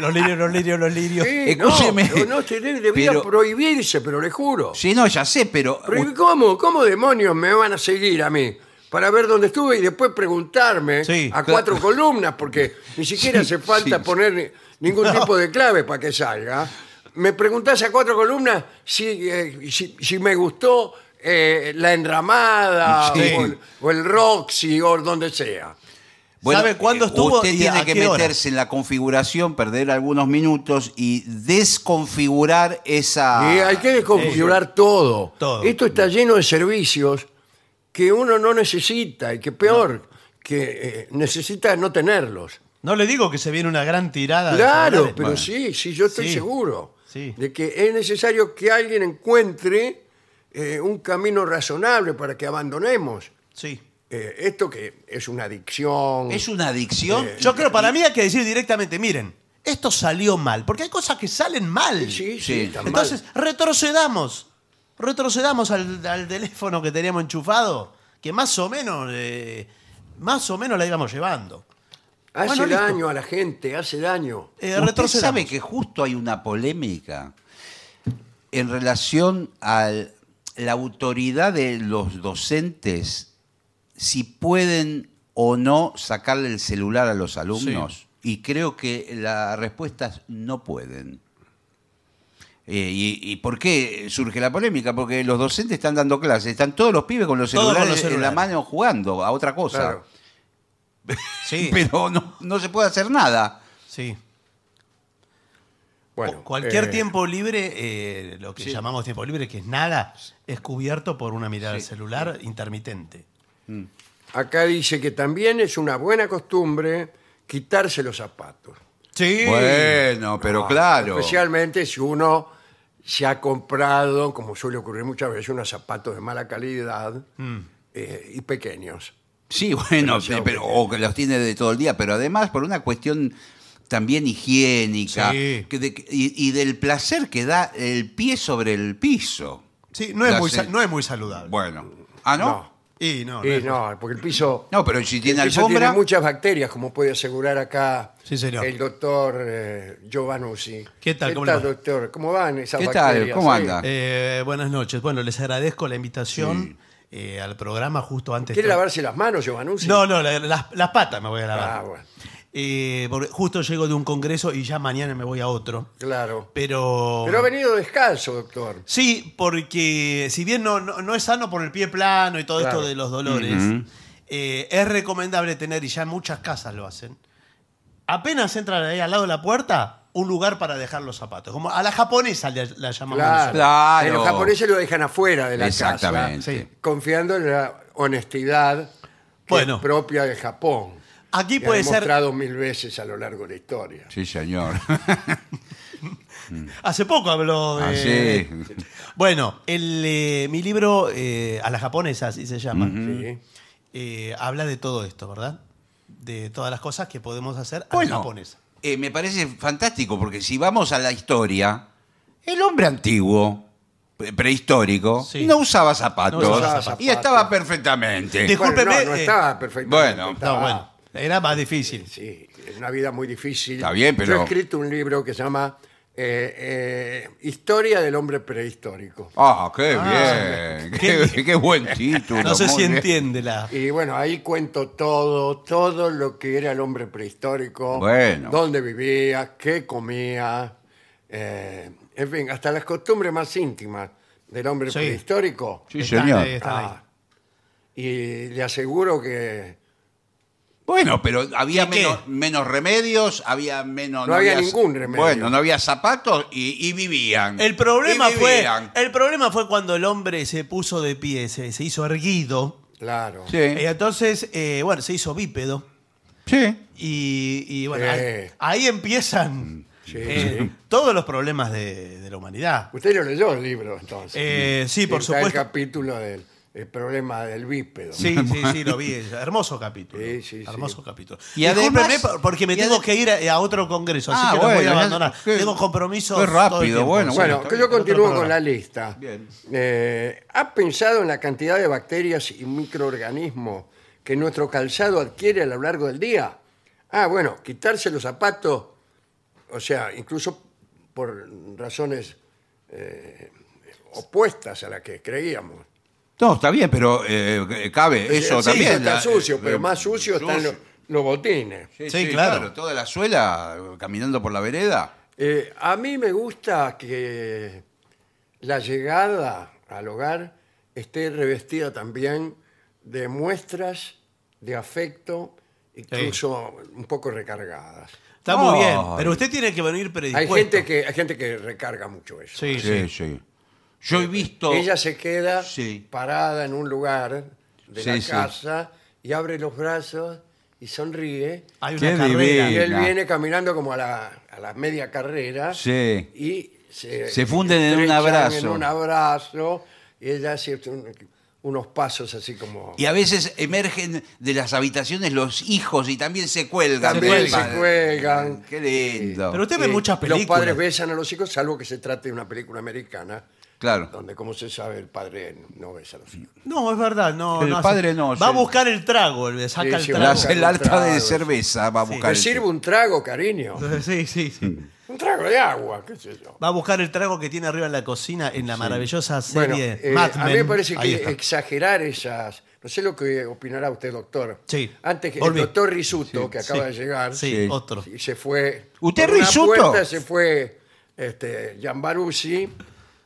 [SPEAKER 2] Los lirios, los lirios, los lirios.
[SPEAKER 1] Sí,
[SPEAKER 3] Escúcheme.
[SPEAKER 1] No, no, no, se debe- debía
[SPEAKER 3] Pero-
[SPEAKER 1] prohibirse, pero le juro.
[SPEAKER 3] Sí, no, ya sé, pero.
[SPEAKER 1] Pero, ¿y ¿Cómo? ¿Cómo demonios me van a seguir a mí? Para ver dónde estuve y después preguntarme
[SPEAKER 2] Sí,
[SPEAKER 1] a
[SPEAKER 2] claro.
[SPEAKER 1] cuatro columnas, porque ni siquiera
[SPEAKER 3] Sí,
[SPEAKER 1] hace falta
[SPEAKER 3] sí, sí.
[SPEAKER 1] poner ni- ningún tipo de clave para que salga. Me preguntás a cuatro columnas si, eh, si, si me gustó eh, la enramada
[SPEAKER 3] Sí.
[SPEAKER 1] o, el, o el Roxy o donde sea.
[SPEAKER 2] ¿Sabe cuándo estuvo
[SPEAKER 3] eh, Usted
[SPEAKER 2] y
[SPEAKER 3] tiene
[SPEAKER 2] a
[SPEAKER 3] que
[SPEAKER 2] qué hora?
[SPEAKER 3] meterse en la configuración, perder algunos minutos y desconfigurar esa.
[SPEAKER 1] Y hay que desconfigurar todo.
[SPEAKER 2] Todo.
[SPEAKER 1] Esto está lleno de servicios que uno no necesita y que peor, que eh, necesita no tenerlos.
[SPEAKER 2] No le digo que se viene una gran tirada. de
[SPEAKER 1] Claro,
[SPEAKER 2] celulares.
[SPEAKER 1] pero
[SPEAKER 3] Bueno.
[SPEAKER 1] sí, sí, yo estoy
[SPEAKER 2] Sí.
[SPEAKER 1] seguro
[SPEAKER 2] Sí.
[SPEAKER 1] de que es necesario que alguien encuentre eh, un camino razonable para que abandonemos
[SPEAKER 2] Sí.
[SPEAKER 1] eh, esto que es una adicción.
[SPEAKER 3] ¿Es una adicción?
[SPEAKER 2] Yo creo, para mí hay que decir directamente, miren, esto salió mal, porque hay cosas que salen mal.
[SPEAKER 1] Sí, sí,
[SPEAKER 3] Sí.
[SPEAKER 1] está mal.
[SPEAKER 2] Entonces, retrocedamos. Retrocedamos al, al teléfono que teníamos enchufado, que más o menos, eh, más o menos la íbamos llevando.
[SPEAKER 1] hace
[SPEAKER 2] bueno, listo.
[SPEAKER 1] daño a la gente, hace daño.
[SPEAKER 2] Eh,
[SPEAKER 3] Usted
[SPEAKER 2] retrocedamos.
[SPEAKER 3] sabe que justo hay una polémica en relación a la autoridad de los docentes si pueden o no sacarle el celular a los alumnos. Y creo que la respuesta es no pueden. Eh, y, y por qué surge la polémica? Porque los docentes están dando clases, están todos los pibes con los
[SPEAKER 2] Todos con
[SPEAKER 3] celulares,
[SPEAKER 2] los
[SPEAKER 3] en
[SPEAKER 2] celulares.
[SPEAKER 3] la mano jugando a otra cosa.
[SPEAKER 1] Claro.
[SPEAKER 2] Sí,
[SPEAKER 3] Pero no, no se puede hacer nada.
[SPEAKER 2] sí.
[SPEAKER 1] Bueno,
[SPEAKER 2] Cualquier
[SPEAKER 1] eh,
[SPEAKER 2] tiempo libre, eh, lo que llamamos tiempo libre, que es nada, es cubierto por una mirada al celular intermitente.
[SPEAKER 1] Acá dice que también es una buena costumbre quitarse los zapatos.
[SPEAKER 2] Sí. Ah,
[SPEAKER 3] Bueno, pero claro.
[SPEAKER 1] Especialmente si uno se ha comprado, como suele ocurrir muchas veces, unos zapatos de mala calidad eh, y pequeños.
[SPEAKER 3] Sí, bueno,
[SPEAKER 1] Demasiado
[SPEAKER 3] pero, o que los tiene de todo el día, pero además por una cuestión también higiénica
[SPEAKER 2] Sí.
[SPEAKER 3] que de- y, y del placer que da el pie sobre el piso.
[SPEAKER 2] Sí, no es,
[SPEAKER 3] La
[SPEAKER 2] muy,
[SPEAKER 3] se-
[SPEAKER 2] sa- no es muy saludable.
[SPEAKER 3] Bueno. Ah, ¿no?
[SPEAKER 2] Y no, no
[SPEAKER 1] Y
[SPEAKER 2] es-
[SPEAKER 1] no, porque el piso,
[SPEAKER 3] No, pero si tiene
[SPEAKER 1] el piso tiene
[SPEAKER 3] alfombra...
[SPEAKER 1] muchas bacterias, como puede asegurar acá
[SPEAKER 2] Sí, señor.
[SPEAKER 1] el doctor eh, Giovanucci.
[SPEAKER 2] ¿Qué tal?
[SPEAKER 1] ¿Cómo
[SPEAKER 2] ¿Cómo le va?
[SPEAKER 1] doctor? ¿Cómo van esas
[SPEAKER 3] ¿Qué tal?
[SPEAKER 1] bacterias?
[SPEAKER 3] ¿Cómo
[SPEAKER 1] Sí.
[SPEAKER 3] anda?
[SPEAKER 2] Eh, buenas noches. Bueno, les agradezco la invitación eh, al programa justo antes.
[SPEAKER 1] ¿Quiere
[SPEAKER 2] que-
[SPEAKER 1] lavarse las manos, Giovanucci?
[SPEAKER 2] No, no, la- las, las patas me voy a lavar.
[SPEAKER 1] Ah, bueno,
[SPEAKER 2] Eh, porque justo llego de un congreso y ya mañana me voy a otro.
[SPEAKER 1] claro.
[SPEAKER 2] Pero.
[SPEAKER 1] Pero ha venido descalzo, doctor.
[SPEAKER 2] Sí, porque si bien no, no, no es sano por el pie plano y todo
[SPEAKER 1] Claro.
[SPEAKER 2] esto de los dolores, eh, es recomendable tener, y ya muchas casas lo hacen, apenas entran ahí al lado de la puerta, un lugar para dejar los zapatos. Como a la japonesa le- la llamamos.
[SPEAKER 1] Claro.
[SPEAKER 2] nosotros.
[SPEAKER 3] Claro.
[SPEAKER 1] Eh, Los japoneses lo dejan afuera de la
[SPEAKER 3] Exactamente.
[SPEAKER 1] casa. Confiando en la honestidad que
[SPEAKER 2] Bueno.
[SPEAKER 1] es propia de Japón.
[SPEAKER 2] Aquí
[SPEAKER 1] que
[SPEAKER 2] puede
[SPEAKER 1] ha
[SPEAKER 2] ser.
[SPEAKER 1] demostrado mil veces a lo largo de la historia.
[SPEAKER 3] Sí, señor.
[SPEAKER 2] Hace poco habló de.
[SPEAKER 3] Ah, sí.
[SPEAKER 2] Bueno, el, eh, mi libro eh, A la japonesa, así se llama,
[SPEAKER 3] Mm.
[SPEAKER 1] Sí.
[SPEAKER 2] eh, habla de todo esto, ¿verdad? De todas las cosas que podemos hacer a la
[SPEAKER 3] Bueno,
[SPEAKER 2] japonesa.
[SPEAKER 3] eh, me parece fantástico porque si vamos a la historia, el hombre antiguo, pre- prehistórico,
[SPEAKER 2] Sí.
[SPEAKER 3] no usaba zapatos
[SPEAKER 2] No usaba
[SPEAKER 3] y
[SPEAKER 1] zapatos.
[SPEAKER 3] estaba perfectamente.
[SPEAKER 2] Dijo- Discúlpeme,
[SPEAKER 1] Bueno, no, no
[SPEAKER 2] eh,
[SPEAKER 1] estaba perfectamente.
[SPEAKER 3] bueno,
[SPEAKER 1] estaba-
[SPEAKER 2] No, bueno, era más difícil.
[SPEAKER 1] Ah. Sí, es una vida muy difícil.
[SPEAKER 3] Está bien, pero-
[SPEAKER 1] Yo he escrito un libro que se llama eh, eh, Historia del hombre prehistórico.
[SPEAKER 3] Ah, qué
[SPEAKER 2] Ah,
[SPEAKER 3] bien.
[SPEAKER 2] qué
[SPEAKER 3] Qué, qué buen título.
[SPEAKER 2] No sé
[SPEAKER 3] muy
[SPEAKER 2] si
[SPEAKER 3] bien.
[SPEAKER 2] entiende la.
[SPEAKER 1] Y bueno, ahí cuento todo, todo lo que era el hombre prehistórico,
[SPEAKER 3] Bueno.
[SPEAKER 1] dónde vivía, qué comía, eh, en fin, hasta las costumbres más íntimas del hombre
[SPEAKER 2] Sí.
[SPEAKER 1] prehistórico.
[SPEAKER 3] Sí,
[SPEAKER 2] Están
[SPEAKER 3] señor.
[SPEAKER 2] ahí, están ahí.
[SPEAKER 1] Ah, y le aseguro que
[SPEAKER 3] Bueno, pero
[SPEAKER 2] ¿Y
[SPEAKER 3] había
[SPEAKER 2] qué?
[SPEAKER 3] menos, menos remedios, había menos.
[SPEAKER 1] No había ningún remedio.
[SPEAKER 3] Bueno, no había zapatos y, y vivían.
[SPEAKER 2] El problema
[SPEAKER 3] Y
[SPEAKER 2] fue.
[SPEAKER 3] vivían.
[SPEAKER 2] El problema fue cuando el hombre se puso de pie, se, se hizo erguido.
[SPEAKER 1] Claro.
[SPEAKER 3] Sí.
[SPEAKER 2] Y entonces, eh, bueno, se hizo bípedo.
[SPEAKER 3] Sí.
[SPEAKER 2] Y, y bueno,
[SPEAKER 1] Sí.
[SPEAKER 2] ahí, ahí empiezan
[SPEAKER 1] Sí,
[SPEAKER 2] Eh,
[SPEAKER 1] sí.
[SPEAKER 2] Todos los problemas de, de la humanidad.
[SPEAKER 1] Usted lo leyó el libro, entonces.
[SPEAKER 2] Eh, sí, por
[SPEAKER 1] Está
[SPEAKER 2] supuesto.
[SPEAKER 1] el capítulo del el problema del bípedo.
[SPEAKER 2] Sí, sí, sí, lo vi. Hermoso capítulo.
[SPEAKER 1] Sí, sí, sí.
[SPEAKER 2] hermoso capítulo.
[SPEAKER 3] Y además-
[SPEAKER 2] Discúlpeme por- porque me
[SPEAKER 3] y
[SPEAKER 2] tengo
[SPEAKER 3] ade-
[SPEAKER 2] que ir a, a otro congreso, así
[SPEAKER 3] Ah,
[SPEAKER 2] que lo voy
[SPEAKER 3] bueno,
[SPEAKER 2] a
[SPEAKER 3] ya-
[SPEAKER 2] abandonar.
[SPEAKER 3] qué-
[SPEAKER 2] Tengo compromisos.
[SPEAKER 3] qué
[SPEAKER 2] todo el
[SPEAKER 3] rápido,
[SPEAKER 2] tiempo.
[SPEAKER 3] bueno,
[SPEAKER 1] Bueno,
[SPEAKER 3] está
[SPEAKER 1] que
[SPEAKER 3] bien,
[SPEAKER 1] yo
[SPEAKER 2] otro
[SPEAKER 1] continúo con
[SPEAKER 2] programa.
[SPEAKER 1] la lista.
[SPEAKER 3] Bien.
[SPEAKER 1] Eh, ¿Ha pensado en la cantidad de bacterias y microorganismos que nuestro calzado adquiere a lo largo del día? Ah, bueno, quitarse los zapatos, o sea, incluso por razones eh, opuestas a las que creíamos.
[SPEAKER 3] No, está bien, pero eh, cabe eso
[SPEAKER 1] Sí,
[SPEAKER 3] también.
[SPEAKER 1] está
[SPEAKER 3] la-
[SPEAKER 1] sucio,
[SPEAKER 3] eh,
[SPEAKER 1] pero más sucio, están los, los botines.
[SPEAKER 3] Sí,
[SPEAKER 2] Sí,
[SPEAKER 3] sí,
[SPEAKER 2] claro.
[SPEAKER 3] claro. Toda la suela eh, caminando por la vereda.
[SPEAKER 1] Eh, a mí me gusta que la llegada al hogar esté revestida también de muestras de afecto, incluso un poco recargadas.
[SPEAKER 2] Está muy bien,
[SPEAKER 3] Ay.
[SPEAKER 2] pero usted tiene que venir predispuesto.
[SPEAKER 1] Hay gente, que, hay gente que recarga mucho eso.
[SPEAKER 2] Sí,
[SPEAKER 3] Sí,
[SPEAKER 2] sí. Eh,
[SPEAKER 3] sí. Yo he visto.
[SPEAKER 1] Ella se queda
[SPEAKER 3] Sí.
[SPEAKER 1] parada en un lugar de
[SPEAKER 3] Sí,
[SPEAKER 1] la
[SPEAKER 3] sí.
[SPEAKER 1] casa y abre los brazos y sonríe.
[SPEAKER 2] Hay
[SPEAKER 3] Qué
[SPEAKER 2] una carrera.
[SPEAKER 1] Y
[SPEAKER 3] divino.
[SPEAKER 1] él
[SPEAKER 3] Mira.
[SPEAKER 1] viene caminando como a la, a la media carrera.
[SPEAKER 3] Sí.
[SPEAKER 1] Y se,
[SPEAKER 3] Se funden en un
[SPEAKER 1] estrechan
[SPEAKER 3] abrazo.
[SPEAKER 1] En un abrazo. Y ella hace un- unos pasos así como.
[SPEAKER 3] Y a veces emergen de las habitaciones los hijos y también se cuelgan.
[SPEAKER 1] también
[SPEAKER 3] del
[SPEAKER 1] se
[SPEAKER 3] padre.
[SPEAKER 1] cuelgan.
[SPEAKER 3] Qué lindo.
[SPEAKER 2] Pero usted ve
[SPEAKER 1] Eh,
[SPEAKER 2] muchas
[SPEAKER 1] Los padres
[SPEAKER 2] películas.
[SPEAKER 1] besan a los hijos, salvo que se trate de una película americana,
[SPEAKER 3] Claro.
[SPEAKER 1] donde, como se sabe, el padre no besa a los hijos.
[SPEAKER 2] No, es verdad, no.
[SPEAKER 3] El
[SPEAKER 2] no hace-
[SPEAKER 3] padre no,
[SPEAKER 2] Va a
[SPEAKER 3] sí.
[SPEAKER 2] buscar el trago, le saca
[SPEAKER 1] Sí,
[SPEAKER 2] el
[SPEAKER 1] sí,
[SPEAKER 2] trago.
[SPEAKER 3] La-
[SPEAKER 1] busca
[SPEAKER 3] el alta
[SPEAKER 1] encontrado.
[SPEAKER 3] de cerveza va a buscar.
[SPEAKER 1] Te sirve un trago, cariño.
[SPEAKER 2] Sí, sí, sí.
[SPEAKER 1] Un trago de agua, qué sé yo.
[SPEAKER 2] Va a buscar el trago que tiene arriba en la cocina en la maravillosa serie
[SPEAKER 1] Bueno, eh,
[SPEAKER 2] Mad
[SPEAKER 1] a mí
[SPEAKER 2] Men.
[SPEAKER 1] me parece
[SPEAKER 2] Ahí
[SPEAKER 1] que
[SPEAKER 2] está.
[SPEAKER 1] exagerar esas. No sé lo que opinará usted, doctor.
[SPEAKER 2] Sí.
[SPEAKER 1] Antes que
[SPEAKER 2] Volví.
[SPEAKER 1] el doctor Risuto, que acaba de llegar,
[SPEAKER 2] Sí,
[SPEAKER 3] Sí.
[SPEAKER 2] otro.
[SPEAKER 1] y se fue.
[SPEAKER 3] ¿Usted
[SPEAKER 1] por una
[SPEAKER 3] Risuto?
[SPEAKER 1] puerta se fue este, Giambaruzzi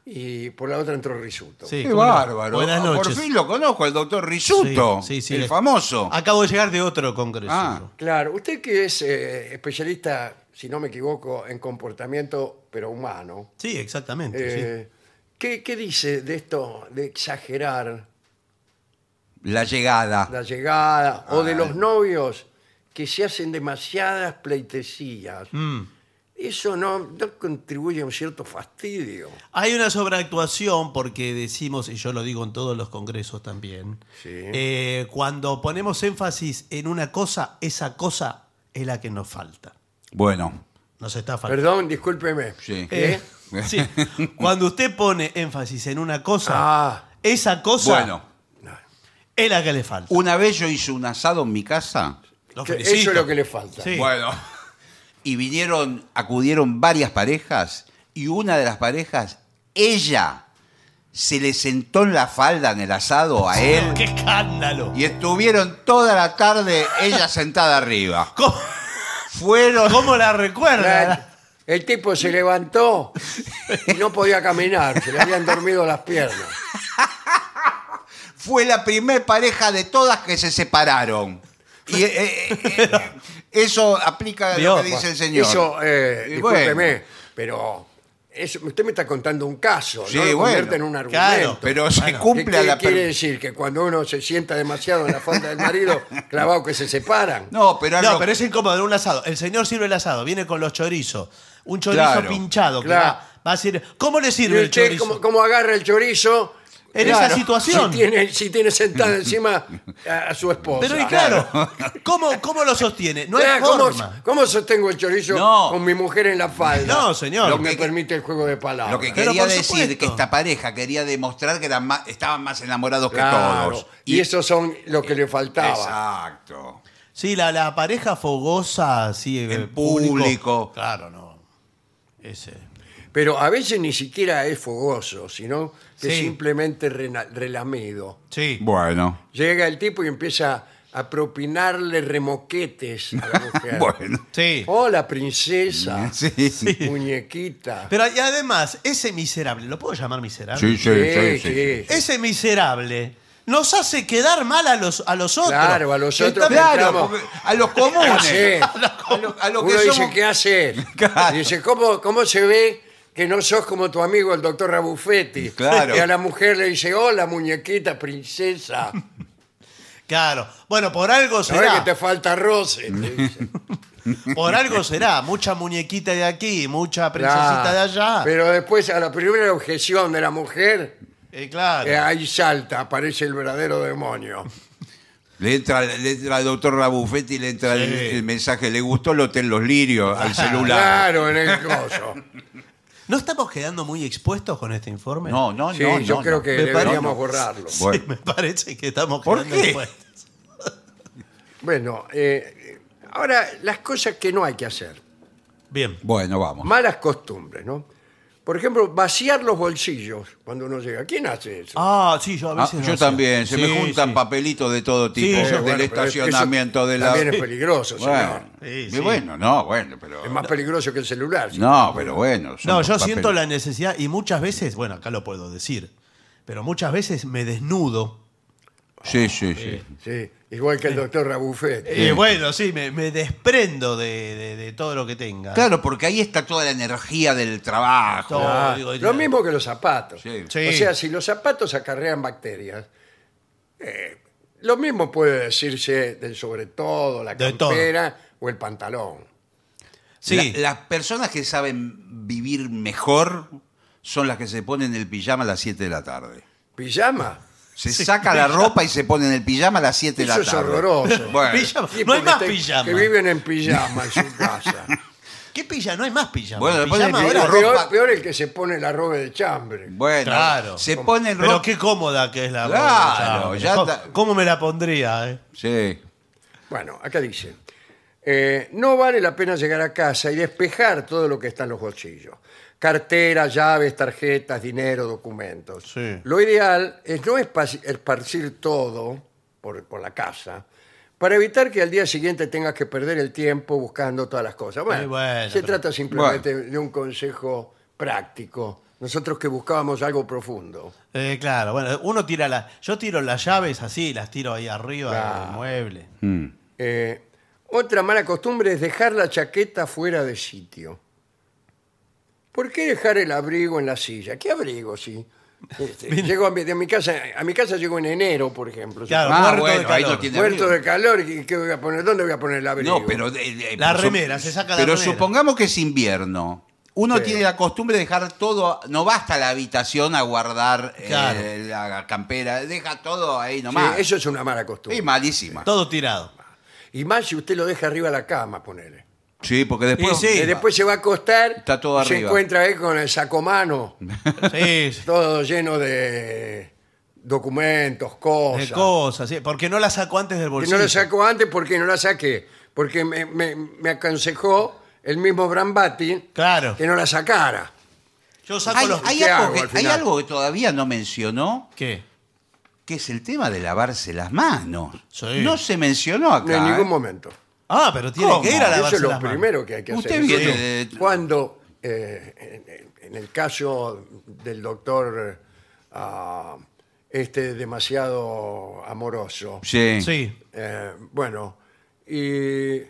[SPEAKER 1] y por la otra entró Risuto.
[SPEAKER 2] Sí,
[SPEAKER 3] Qué
[SPEAKER 2] cómo no.
[SPEAKER 3] bárbaro.
[SPEAKER 2] Buenas
[SPEAKER 3] Por
[SPEAKER 2] noches.
[SPEAKER 3] fin lo conozco, el doctor Risuto.
[SPEAKER 2] Sí, sí, sí, Ah.
[SPEAKER 3] el
[SPEAKER 2] es-
[SPEAKER 3] famoso.
[SPEAKER 2] Acabo de llegar de otro congreso.
[SPEAKER 3] Ah.
[SPEAKER 1] Claro, usted que es eh, especialista, si no me equivoco, en comportamiento, pero humano,
[SPEAKER 2] Sí, exactamente. sí.
[SPEAKER 1] eh, ¿qué, qué dice de esto de exagerar
[SPEAKER 3] La llegada.
[SPEAKER 1] la llegada o de
[SPEAKER 3] Ah.
[SPEAKER 1] los novios que se hacen demasiadas pleitesías?
[SPEAKER 2] Mm.
[SPEAKER 1] Eso no, no contribuye a un cierto fastidio.
[SPEAKER 2] Hay una sobreactuación porque decimos, y yo lo digo en todos los congresos también,
[SPEAKER 1] Sí.
[SPEAKER 2] eh, cuando ponemos énfasis en una cosa, esa cosa es la que nos falta.
[SPEAKER 3] Bueno.
[SPEAKER 2] Nos está faltando.
[SPEAKER 1] Perdón, discúlpeme.
[SPEAKER 3] Sí.
[SPEAKER 1] ¿Qué?
[SPEAKER 2] Eh, sí. Cuando usted pone énfasis en una cosa,
[SPEAKER 1] Ah.
[SPEAKER 2] esa cosa
[SPEAKER 3] Bueno.
[SPEAKER 2] es la que le falta.
[SPEAKER 3] Una vez yo hice un asado en mi casa.
[SPEAKER 2] Lo
[SPEAKER 1] Que
[SPEAKER 2] felicito.
[SPEAKER 1] Eso es lo que le falta.
[SPEAKER 2] Sí.
[SPEAKER 3] Bueno. Y vinieron, acudieron varias parejas y una de las parejas, ella, se le sentó en la falda en el asado a él
[SPEAKER 2] ¡Qué escándalo!
[SPEAKER 3] y estuvieron toda la tarde ella sentada arriba.
[SPEAKER 2] ¿Cómo,
[SPEAKER 3] Fueron...
[SPEAKER 2] cómo la recuerda?
[SPEAKER 1] La- el tipo se levantó y no podía caminar, se le habían dormido las piernas.
[SPEAKER 3] fue la primer pareja de todas que se separaron. Y eh, eh, eh, eso aplica a
[SPEAKER 2] Dios,
[SPEAKER 3] lo que dice el señor.
[SPEAKER 1] Eso, eh,
[SPEAKER 3] Y
[SPEAKER 1] discúlpeme,
[SPEAKER 3] bueno.
[SPEAKER 1] pero eso- usted me está contando un caso,
[SPEAKER 3] Sí,
[SPEAKER 1] no lo
[SPEAKER 3] bueno.
[SPEAKER 1] convierte en un argumento.
[SPEAKER 2] Claro,
[SPEAKER 3] Pero se
[SPEAKER 2] Bueno.
[SPEAKER 1] ¿Qué
[SPEAKER 3] cumple a
[SPEAKER 1] quiere-
[SPEAKER 3] la per-
[SPEAKER 1] quiere decir? Que cuando uno se sienta demasiado en la falda del marido, clavado que se separan.
[SPEAKER 3] No, pero, a
[SPEAKER 2] No,
[SPEAKER 3] lo-
[SPEAKER 2] pero es incómodo en un asado. El señor sirve el asado, viene con los chorizos. Un chorizo
[SPEAKER 3] Claro.
[SPEAKER 2] pinchado que
[SPEAKER 1] Claro.
[SPEAKER 2] va, va a decir, ¿cómo le
[SPEAKER 1] Y
[SPEAKER 2] sirve el
[SPEAKER 1] usted,
[SPEAKER 2] chorizo?
[SPEAKER 1] como, como agarra el chorizo,
[SPEAKER 2] En
[SPEAKER 1] claro,
[SPEAKER 2] esa situación.
[SPEAKER 1] si tiene, si tiene sentada encima a, a su esposa.
[SPEAKER 2] pero y claro, ¿cómo, cómo lo sostiene? No
[SPEAKER 1] Ah,
[SPEAKER 2] hay
[SPEAKER 1] ¿cómo,
[SPEAKER 2] forma.
[SPEAKER 1] cómo sostengo el chorizo
[SPEAKER 3] No.
[SPEAKER 1] con mi mujer en la falda?
[SPEAKER 2] No, señor.
[SPEAKER 1] No
[SPEAKER 2] Lo
[SPEAKER 1] me
[SPEAKER 3] que-
[SPEAKER 1] permite el juego de palabras.
[SPEAKER 3] lo que
[SPEAKER 2] Pero
[SPEAKER 3] quería
[SPEAKER 2] por
[SPEAKER 3] decir
[SPEAKER 2] supuesto.
[SPEAKER 3] que esta pareja quería demostrar que eran más- estaban más enamorados
[SPEAKER 1] Claro,
[SPEAKER 3] que todos.
[SPEAKER 1] Y, esos son lo que le faltaba.
[SPEAKER 3] Exacto.
[SPEAKER 2] Sí, la, la pareja fogosa, así. eh,
[SPEAKER 3] En público.
[SPEAKER 2] Claro, no. Ese.
[SPEAKER 1] Pero a veces ni siquiera es fogoso, sino que
[SPEAKER 2] Sí.
[SPEAKER 1] simplemente rena- relamido.
[SPEAKER 2] Sí.
[SPEAKER 3] Bueno.
[SPEAKER 1] Llega el tipo y empieza a propinarle remoquetes a la mujer.
[SPEAKER 3] Bueno.
[SPEAKER 2] Sí.
[SPEAKER 1] Hola, princesa,
[SPEAKER 3] Sí. Sí,
[SPEAKER 1] muñequita.
[SPEAKER 2] Pero y además, ese miserable, ¿lo puedo llamar miserable?
[SPEAKER 3] sí, sí.
[SPEAKER 1] Sí,
[SPEAKER 3] sí.
[SPEAKER 1] sí.
[SPEAKER 2] Ese miserable nos hace quedar mal a los, a los otros.
[SPEAKER 1] Claro, a los
[SPEAKER 2] Que
[SPEAKER 1] otros.
[SPEAKER 2] estamos-
[SPEAKER 1] Entramos.
[SPEAKER 3] Claro, porque a los comunes.
[SPEAKER 1] Sí.
[SPEAKER 3] A lo, a lo que
[SPEAKER 1] Uno dice,
[SPEAKER 3] somos-
[SPEAKER 1] ¿qué haces?
[SPEAKER 3] Claro.
[SPEAKER 1] Dice, ¿cómo, ¿cómo se ve que no sos como tu amigo el doctor Rabuffetti?
[SPEAKER 3] Claro.
[SPEAKER 1] Y a la mujer le dice, hola, muñequita, princesa.
[SPEAKER 2] Claro. Bueno, por algo
[SPEAKER 1] Sabes
[SPEAKER 2] será.
[SPEAKER 1] que te falta roce. le dice.
[SPEAKER 2] Por algo será, mucha muñequita de aquí, mucha princesita
[SPEAKER 1] Claro.
[SPEAKER 2] de allá.
[SPEAKER 1] Pero después, a la primera objeción de la mujer,
[SPEAKER 2] Eh, claro.
[SPEAKER 1] eh, ahí salta, aparece el verdadero demonio.
[SPEAKER 3] Le entra, le entra el doctor Rabufetti y le entra el,
[SPEAKER 2] Sí.
[SPEAKER 3] el mensaje, le gustó el hotel Los Lirios al celular.
[SPEAKER 1] Ah, Claro, en el coso.
[SPEAKER 2] ¿No estamos quedando muy expuestos con este informe?
[SPEAKER 3] No, no,
[SPEAKER 1] Sí,
[SPEAKER 3] no.
[SPEAKER 1] yo
[SPEAKER 3] no,
[SPEAKER 1] creo
[SPEAKER 3] no.
[SPEAKER 1] que
[SPEAKER 2] Me parece-
[SPEAKER 1] deberíamos
[SPEAKER 2] no, no.
[SPEAKER 1] borrarlo.
[SPEAKER 2] Sí,
[SPEAKER 3] Bueno.
[SPEAKER 2] me parece que estamos
[SPEAKER 3] ¿Por
[SPEAKER 2] quedando
[SPEAKER 3] qué?
[SPEAKER 2] expuestos.
[SPEAKER 1] Bueno, eh, ahora las cosas que no hay que hacer.
[SPEAKER 2] Bien.
[SPEAKER 3] Bueno, vamos.
[SPEAKER 1] Malas costumbres, ¿no? Por ejemplo, vaciar los bolsillos cuando uno llega. ¿Quién hace eso?
[SPEAKER 2] Ah, sí, yo a
[SPEAKER 3] Ah,
[SPEAKER 2] veces.
[SPEAKER 3] yo
[SPEAKER 2] lo
[SPEAKER 3] también, se
[SPEAKER 2] hacía.
[SPEAKER 3] me
[SPEAKER 2] Sí,
[SPEAKER 3] juntan
[SPEAKER 2] sí.
[SPEAKER 3] papelitos de todo tipo,
[SPEAKER 2] Sí,
[SPEAKER 1] Eh,
[SPEAKER 2] yo-
[SPEAKER 3] del
[SPEAKER 1] bueno, pero
[SPEAKER 3] estacionamiento
[SPEAKER 1] eso
[SPEAKER 3] de la...
[SPEAKER 1] También es peligroso, señor.
[SPEAKER 3] bueno,
[SPEAKER 2] Sí,
[SPEAKER 3] Y
[SPEAKER 2] sí.
[SPEAKER 3] bueno, no, bueno, pero...
[SPEAKER 1] Es más peligroso que el celular. sí.
[SPEAKER 3] No, pero bueno. son
[SPEAKER 2] No,
[SPEAKER 3] los
[SPEAKER 2] yo
[SPEAKER 3] papeles.
[SPEAKER 2] siento la necesidad y muchas veces, bueno, acá lo puedo decir, pero muchas veces me desnudo.
[SPEAKER 3] Sí, sí, sí.
[SPEAKER 1] Sí, igual que el doctor Rabuffet.
[SPEAKER 2] Y bueno, sí, me, me desprendo de, de- de todo lo que tenga.
[SPEAKER 3] Claro, porque ahí está toda la energía del trabajo.
[SPEAKER 2] Todo.
[SPEAKER 1] Ah,
[SPEAKER 2] digo,
[SPEAKER 1] lo mismo que los zapatos.
[SPEAKER 3] Sí.
[SPEAKER 2] Sí.
[SPEAKER 1] O sea, si los zapatos acarrean bacterias, eh, lo mismo puede decirse del sobre todo, la
[SPEAKER 2] De todo.
[SPEAKER 1] campera o el pantalón.
[SPEAKER 2] Sí,
[SPEAKER 3] La- las personas que saben vivir mejor son las que se ponen el pijama a las 7 de la tarde.
[SPEAKER 1] ¿Pijama?
[SPEAKER 3] Se saca la ropa y se ponen el pijama a las 7 de la
[SPEAKER 1] Eso
[SPEAKER 3] tarde.
[SPEAKER 1] es horroroso.
[SPEAKER 3] Bueno,
[SPEAKER 2] Pijama.
[SPEAKER 1] Sí,
[SPEAKER 2] no hay
[SPEAKER 1] porque
[SPEAKER 2] más
[SPEAKER 1] te-
[SPEAKER 2] pijama.
[SPEAKER 1] Que viven en pijama en su casa.
[SPEAKER 2] ¿Qué pilla? No hay más pijama.
[SPEAKER 3] Bueno, después
[SPEAKER 2] Pijama
[SPEAKER 3] le
[SPEAKER 2] ahora-
[SPEAKER 3] La digo- ropa-
[SPEAKER 1] peor, peor el que se pone la ropa de chambre.
[SPEAKER 3] bueno,
[SPEAKER 2] Claro.
[SPEAKER 3] se ponen
[SPEAKER 2] Pero
[SPEAKER 3] ropa.
[SPEAKER 2] qué cómoda que es la
[SPEAKER 3] Claro,
[SPEAKER 2] ropa,
[SPEAKER 3] ya
[SPEAKER 2] ¿Cómo,
[SPEAKER 3] está-
[SPEAKER 2] cómo me la pondría? eh?
[SPEAKER 3] Sí.
[SPEAKER 1] Bueno, acá dice, eh, no vale la pena llegar a casa y despejar todo lo que está en los bolsillos. Carteras, llaves, tarjetas, dinero, documentos.
[SPEAKER 2] Sí.
[SPEAKER 1] Lo ideal es no espa- esparcir todo por, por la casa para evitar que al día siguiente tengas que perder el tiempo buscando todas las cosas. Bueno,
[SPEAKER 2] Eh, bueno,
[SPEAKER 1] se
[SPEAKER 2] pero-
[SPEAKER 1] trata simplemente de un consejo práctico. Nosotros que buscábamos algo profundo.
[SPEAKER 2] Eh, claro, bueno, uno tira la... Yo tiro las llaves así, las tiro ahí arriba
[SPEAKER 1] Claro.
[SPEAKER 2] del mueble.
[SPEAKER 1] Eh, otra mala costumbre es dejar la chaqueta fuera de sitio. ¿Por qué dejar el abrigo en la silla? ¿Qué abrigo, sí? Este, llego a mi, de mi casa, a mi casa llego en enero, por ejemplo.
[SPEAKER 2] Claro,
[SPEAKER 3] Ah,
[SPEAKER 2] muerto de
[SPEAKER 3] bueno, ahí
[SPEAKER 2] calor.
[SPEAKER 3] no tiene
[SPEAKER 1] Muerto
[SPEAKER 3] abrigo.
[SPEAKER 1] de calor, ¿y qué voy a poner? ¿Dónde voy a poner el abrigo?
[SPEAKER 3] No, pero. eh, eh,
[SPEAKER 2] La
[SPEAKER 3] su-
[SPEAKER 2] remera, se saca la
[SPEAKER 3] Pero
[SPEAKER 2] remera.
[SPEAKER 3] supongamos que es invierno. Uno
[SPEAKER 1] Sí.
[SPEAKER 3] tiene la costumbre de dejar todo. No basta la habitación a guardar eh,
[SPEAKER 2] Claro.
[SPEAKER 3] la campera. Deja todo ahí
[SPEAKER 1] Sí,
[SPEAKER 3] nomás.
[SPEAKER 1] eso es una mala costumbre.
[SPEAKER 3] es malísima.
[SPEAKER 2] Todo tirado.
[SPEAKER 1] Y más si usted lo deja arriba de la cama, ponele.
[SPEAKER 3] Sí, porque después.
[SPEAKER 2] Y sí.
[SPEAKER 1] Y después se va a acostar,
[SPEAKER 3] Está todo
[SPEAKER 1] y se
[SPEAKER 3] arriba.
[SPEAKER 1] encuentra ahí con el sacomano,
[SPEAKER 2] Sí, sí.
[SPEAKER 1] todo lleno de documentos, cosas.
[SPEAKER 2] De cosas, sí, porque no la saco antes del
[SPEAKER 1] Que
[SPEAKER 2] bolsillo.
[SPEAKER 1] no la saco antes porque no la saqué. Porque me, me- me aconsejó el mismo Brambati
[SPEAKER 2] Claro.
[SPEAKER 1] que no la sacara.
[SPEAKER 2] Yo saco
[SPEAKER 3] Hay,
[SPEAKER 2] los...
[SPEAKER 3] hay
[SPEAKER 1] ¿Qué hago al
[SPEAKER 3] algo que, hay
[SPEAKER 1] final?
[SPEAKER 3] algo que todavía no mencionó,
[SPEAKER 2] ¿Qué?
[SPEAKER 3] que es el tema de lavarse las manos.
[SPEAKER 2] Sí.
[SPEAKER 3] No se mencionó acá.
[SPEAKER 1] en ningún
[SPEAKER 3] ¿eh?
[SPEAKER 1] momento.
[SPEAKER 2] Ah, pero tiene
[SPEAKER 3] ¿Cómo?
[SPEAKER 2] que ir a
[SPEAKER 1] Eso
[SPEAKER 2] lavarse
[SPEAKER 1] es lo
[SPEAKER 2] las manos.
[SPEAKER 1] primero que hay que
[SPEAKER 3] Usted
[SPEAKER 1] hacer.
[SPEAKER 3] viene
[SPEAKER 1] Entonces,
[SPEAKER 3] de-
[SPEAKER 1] Cuando, eh, en, en el caso del doctor ah, este demasiado amoroso,
[SPEAKER 3] Sí.
[SPEAKER 2] Sí.
[SPEAKER 1] eh, bueno, y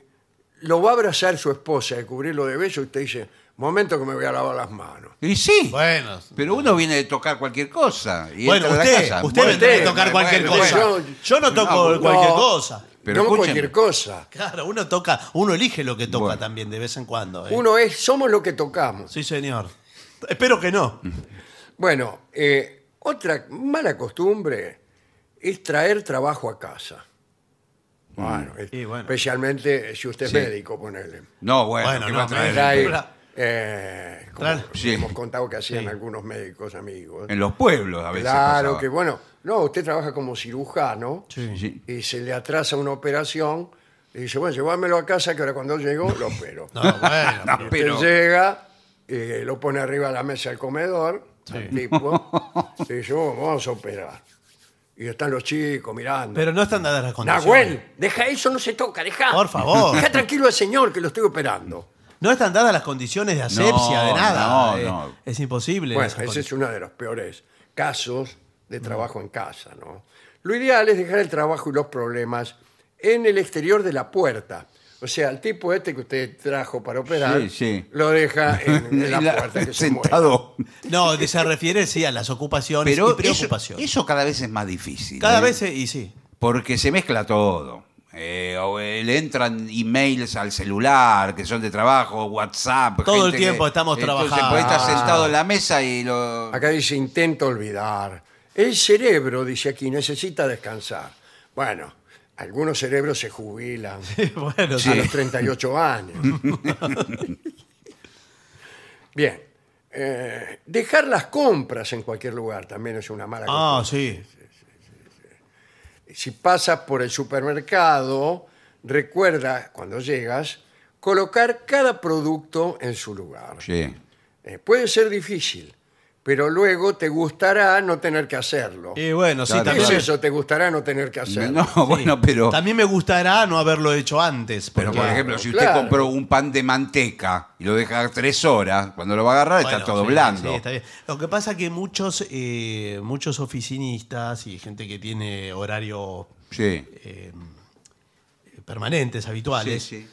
[SPEAKER 1] lo va a abrazar su esposa y cubrirlo de beso, usted dice, momento que me voy a lavar las manos.
[SPEAKER 3] Y sí.
[SPEAKER 2] Bueno.
[SPEAKER 3] Pero uno viene de tocar cualquier cosa. Y
[SPEAKER 2] Bueno,
[SPEAKER 3] entra a la
[SPEAKER 2] usted,
[SPEAKER 3] casa.
[SPEAKER 2] usted
[SPEAKER 1] Bueno,
[SPEAKER 2] vendrá a
[SPEAKER 1] usted,
[SPEAKER 2] tocar cualquier
[SPEAKER 1] bueno,
[SPEAKER 2] cosa.
[SPEAKER 1] bueno.
[SPEAKER 2] Yo no toco
[SPEAKER 1] No,
[SPEAKER 2] cualquier cosa.
[SPEAKER 1] no
[SPEAKER 3] Pero escúcheme.
[SPEAKER 1] cualquier cosa.
[SPEAKER 2] Claro, uno toca, uno elige lo que toca
[SPEAKER 3] Bueno.
[SPEAKER 2] también de vez en cuando. ¿eh?
[SPEAKER 1] Uno es, somos lo que tocamos.
[SPEAKER 2] Sí, señor. Espero que no.
[SPEAKER 1] Bueno, eh, otra mala costumbre es traer trabajo a casa. Bueno, es-
[SPEAKER 2] Y bueno.
[SPEAKER 1] especialmente si usted es médico, ponele.
[SPEAKER 3] No, bueno,
[SPEAKER 2] Bueno,
[SPEAKER 3] ¿qué
[SPEAKER 2] no,
[SPEAKER 3] va a traer?
[SPEAKER 2] me da-
[SPEAKER 1] Trae,
[SPEAKER 2] Tra-
[SPEAKER 1] eh, como
[SPEAKER 2] Tra-
[SPEAKER 3] Sí.
[SPEAKER 1] hemos contado que hacían
[SPEAKER 2] Sí.
[SPEAKER 1] algunos médicos amigos.
[SPEAKER 3] En los pueblos a veces.
[SPEAKER 1] Claro
[SPEAKER 3] pasaba.
[SPEAKER 1] que bueno, no, usted trabaja como cirujano
[SPEAKER 3] Sí, sí.
[SPEAKER 1] y se le atrasa una operación y dice, bueno, llevámelo a casa que ahora cuando llego lo opero.
[SPEAKER 2] No, bueno.
[SPEAKER 3] No,
[SPEAKER 2] pero-
[SPEAKER 1] Él
[SPEAKER 3] pero
[SPEAKER 1] llega, eh, lo pone arriba de la mesa del comedor, el tipo, y dice, "Oh, vamos a operar. Y están los chicos mirando.
[SPEAKER 2] Pero no están dadas las condiciones.
[SPEAKER 1] Nahuel, deja eso, no se toca, deja.
[SPEAKER 2] Por favor.
[SPEAKER 1] Deja tranquilo al señor que lo estoy operando.
[SPEAKER 2] No están dadas las condiciones de asepsia, de nada.
[SPEAKER 3] no,
[SPEAKER 2] eh.
[SPEAKER 3] no.
[SPEAKER 2] Es imposible.
[SPEAKER 1] Bueno,
[SPEAKER 2] esas
[SPEAKER 1] ese es
[SPEAKER 2] condiciones.
[SPEAKER 1] uno de los peores casos de trabajo en casa, ¿no? Lo ideal es dejar el trabajo y los problemas en el exterior de la puerta. O sea, el tipo este que usted trajo para operar,
[SPEAKER 3] Sí, sí.
[SPEAKER 1] lo deja en, en la
[SPEAKER 3] la-
[SPEAKER 1] puerta. que se muera.
[SPEAKER 3] sentado.
[SPEAKER 2] No, de- se refiere, sí, a las ocupaciones y
[SPEAKER 3] Pero eso,
[SPEAKER 2] preocupaciones.
[SPEAKER 3] eso cada vez es más difícil.
[SPEAKER 2] Cada
[SPEAKER 3] ¿eh?
[SPEAKER 2] vez, eh, y sí.
[SPEAKER 3] Porque se mezcla todo. ¿eh? Eh, o, eh, le entran emails al celular que son de trabajo, WhatsApp.
[SPEAKER 2] Todo el
[SPEAKER 3] gente
[SPEAKER 2] tiempo estamos
[SPEAKER 3] Entonces,
[SPEAKER 2] trabajando. Ah.
[SPEAKER 3] Puede estar sentado en la mesa y lo.
[SPEAKER 1] Acá dice, intento olvidar. El cerebro, dice aquí, necesita descansar. Bueno, algunos cerebros se jubilan
[SPEAKER 2] bueno,
[SPEAKER 1] a
[SPEAKER 2] sí.
[SPEAKER 1] los 38 años. Bien. Eh, dejar las compras en cualquier lugar también es una mala
[SPEAKER 2] Ah,
[SPEAKER 1] costumbre.
[SPEAKER 2] sí.
[SPEAKER 1] Si pasas por el supermercado, recuerda, cuando llegas, colocar cada producto en su lugar.
[SPEAKER 3] Sí.
[SPEAKER 1] Eh, puede ser difícil, pero luego te gustará no tener que hacerlo.
[SPEAKER 2] Y bueno, sí,
[SPEAKER 3] Claro.
[SPEAKER 1] ¿Qué es
[SPEAKER 2] también,
[SPEAKER 1] eso? Te gustará no tener que hacerlo.
[SPEAKER 3] No, bueno, pero.
[SPEAKER 2] también me gustará no haberlo hecho antes.
[SPEAKER 3] Pero, por
[SPEAKER 2] porque-
[SPEAKER 3] ejemplo, si usted
[SPEAKER 1] claro.
[SPEAKER 3] compró un pan de manteca y lo deja tres horas, cuando lo va a agarrar
[SPEAKER 2] Bueno,
[SPEAKER 3] está todo
[SPEAKER 2] sí,
[SPEAKER 3] blando.
[SPEAKER 2] sí, está bien. Lo que pasa es que muchos, eh, muchos oficinistas y gente que tiene horarios
[SPEAKER 3] Sí.
[SPEAKER 2] eh, permanentes, habituales,
[SPEAKER 3] Sí, sí.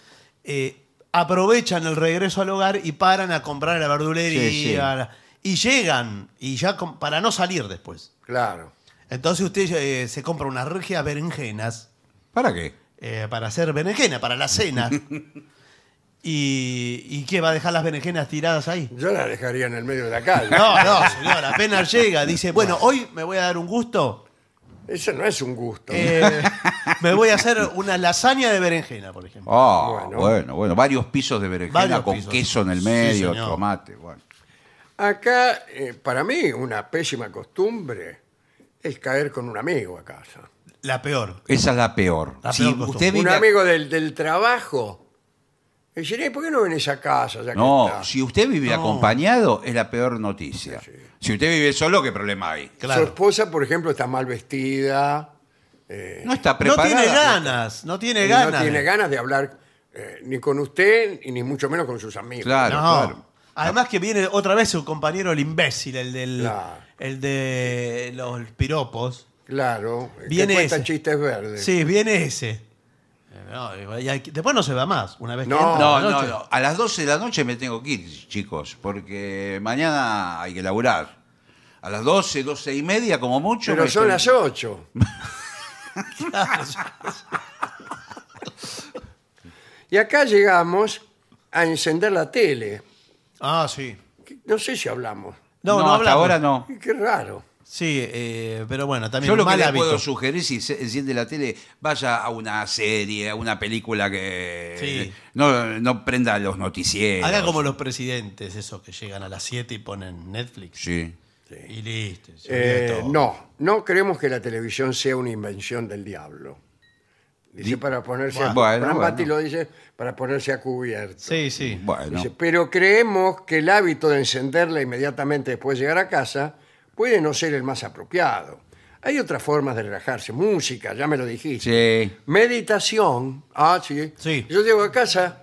[SPEAKER 2] eh, aprovechan el regreso al hogar y paran a comprar a la verdulería.
[SPEAKER 3] Sí, sí.
[SPEAKER 2] a la- Y llegan, y ya com- para no salir después.
[SPEAKER 1] Claro.
[SPEAKER 2] Entonces usted eh, se compra unas regias berenjenas
[SPEAKER 3] ¿Para qué?
[SPEAKER 2] eh, para hacer berenjena, para la cena. ¿Y, ¿Y qué? ¿Va a dejar las berenjenas tiradas ahí?
[SPEAKER 1] Yo la dejaría en el medio de la calle.
[SPEAKER 2] No, no, señor, apenas llega, dice, bueno, hoy me voy a dar un gusto,
[SPEAKER 1] Eso no es un gusto.
[SPEAKER 2] eh, me voy a hacer una lasaña de berenjena, por ejemplo.
[SPEAKER 3] Ah,
[SPEAKER 1] Bueno.
[SPEAKER 3] bueno. bueno, varios pisos de berenjena
[SPEAKER 2] Varios
[SPEAKER 3] con
[SPEAKER 2] pisos.
[SPEAKER 3] queso en el
[SPEAKER 2] Sí,
[SPEAKER 3] medio,
[SPEAKER 2] señor.
[SPEAKER 3] tomate, bueno.
[SPEAKER 1] Acá, eh, para mí, una pésima costumbre es caer con un amigo a casa.
[SPEAKER 2] La peor.
[SPEAKER 3] Esa es la peor.
[SPEAKER 2] La
[SPEAKER 3] si
[SPEAKER 2] peor costumbre.
[SPEAKER 3] usted
[SPEAKER 1] Un
[SPEAKER 3] vive-
[SPEAKER 1] amigo del, del trabajo. Y Decir, "Eh, ¿por qué no venís a casa? Ya que
[SPEAKER 3] No,
[SPEAKER 1] está?".
[SPEAKER 3] si usted vive
[SPEAKER 2] No.
[SPEAKER 3] acompañado es la peor noticia. Si usted vive solo, ¿qué problema hay?
[SPEAKER 1] Su
[SPEAKER 2] Claro.
[SPEAKER 1] esposa, por ejemplo, está mal vestida. eh,
[SPEAKER 3] No está
[SPEAKER 2] No
[SPEAKER 3] preparada.
[SPEAKER 2] tiene ganas, no tiene
[SPEAKER 1] y
[SPEAKER 2] ganas.
[SPEAKER 1] no tiene ganas de hablar eh, ni con usted, y ni mucho menos con sus amigos.
[SPEAKER 3] Claro,
[SPEAKER 2] No.
[SPEAKER 3] claro.
[SPEAKER 2] Además que viene otra vez su compañero el imbécil, el del
[SPEAKER 1] Claro.
[SPEAKER 2] el de los piropos.
[SPEAKER 1] Claro. eh,
[SPEAKER 2] Viene
[SPEAKER 1] que cuenta
[SPEAKER 2] ese.
[SPEAKER 1] chistes verdes.
[SPEAKER 2] Sí, viene ese. Eh, no, y hay que- después no se va más, una vez que
[SPEAKER 1] No.
[SPEAKER 2] entra
[SPEAKER 3] No,
[SPEAKER 2] a la
[SPEAKER 3] no,
[SPEAKER 2] noche.
[SPEAKER 3] no. A las 12 de la noche me tengo que ir, chicos, porque mañana hay que laburar. A las 12, 12 y media, como mucho.
[SPEAKER 1] Pero
[SPEAKER 3] me
[SPEAKER 1] son
[SPEAKER 3] estoy-
[SPEAKER 1] las ocho. y acá llegamos a encender la tele.
[SPEAKER 2] Ah, sí.
[SPEAKER 1] No sé si hablamos.
[SPEAKER 2] No, no,
[SPEAKER 3] hasta
[SPEAKER 2] hablamos.
[SPEAKER 3] ahora no.
[SPEAKER 1] Qué raro.
[SPEAKER 2] Sí, eh, pero bueno, también
[SPEAKER 3] Yo lo que
[SPEAKER 2] mal
[SPEAKER 3] le
[SPEAKER 2] hábito.
[SPEAKER 3] puedo sugerir, si se enciende la tele, vaya a una serie, a una película que
[SPEAKER 2] Sí.
[SPEAKER 3] no, no prenda los noticieros.
[SPEAKER 2] Haga como los presidentes, esos que llegan a las 7 y ponen Netflix.
[SPEAKER 3] Sí.
[SPEAKER 2] Y listo. se olvida de
[SPEAKER 1] Eh,
[SPEAKER 2] todo.
[SPEAKER 1] no, no creemos que la televisión sea una invención del diablo. Dice para ponerse a,
[SPEAKER 3] Bueno,
[SPEAKER 1] Fran
[SPEAKER 3] bueno.
[SPEAKER 1] Batti lo dice para ponerse a cubierto.
[SPEAKER 2] Sí, sí.
[SPEAKER 3] Bueno.
[SPEAKER 1] Dice, pero creemos que el hábito de encenderla inmediatamente después de llegar a casa puede no ser el más apropiado. Hay otras formas de relajarse, música, ya me lo dijiste.
[SPEAKER 3] Sí.
[SPEAKER 1] Meditación. Ah, sí.
[SPEAKER 2] Sí.
[SPEAKER 1] Yo llego a casa,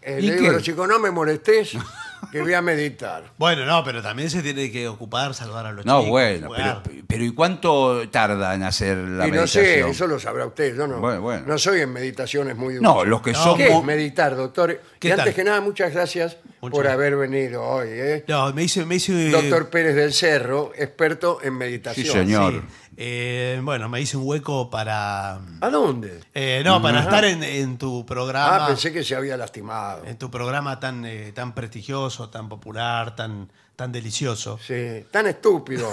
[SPEAKER 1] eh,
[SPEAKER 3] ¿Y
[SPEAKER 1] le digo a
[SPEAKER 3] qué?
[SPEAKER 1] los chicos, no me molestes, que voy a meditar.
[SPEAKER 2] Bueno, no, pero también se tiene que ocupar, salvar a los
[SPEAKER 3] No,
[SPEAKER 2] chicos.
[SPEAKER 3] bueno,
[SPEAKER 2] jugar.
[SPEAKER 3] pero, pero ¿y cuánto tarda en hacer la
[SPEAKER 1] y no
[SPEAKER 3] meditación?
[SPEAKER 1] sé, eso lo sabrá usted. Yo no,
[SPEAKER 3] Bueno, bueno.
[SPEAKER 1] no soy en meditaciones muy duras.
[SPEAKER 3] No, los que
[SPEAKER 2] No.
[SPEAKER 3] son...
[SPEAKER 1] ¿Qué es
[SPEAKER 3] mu-
[SPEAKER 1] meditar, doctor?
[SPEAKER 2] ¿Qué
[SPEAKER 1] y antes
[SPEAKER 2] tal?
[SPEAKER 1] que nada, muchas gracias
[SPEAKER 2] Muchas
[SPEAKER 1] por
[SPEAKER 2] gracias.
[SPEAKER 1] haber venido hoy. ¿eh?
[SPEAKER 2] No, me hice... Me hice
[SPEAKER 1] Doctor Pérez del Cerro, experto en meditación.
[SPEAKER 3] Sí, señor.
[SPEAKER 2] sí, eh, bueno, me hice un hueco para...
[SPEAKER 1] ¿A dónde?
[SPEAKER 2] eh, no, para estar en, en tu programa.
[SPEAKER 1] Ah, pensé que se había lastimado.
[SPEAKER 2] En tu programa tan, eh, tan prestigioso, tan popular, tan, tan delicioso.
[SPEAKER 1] Sí, tan estúpido.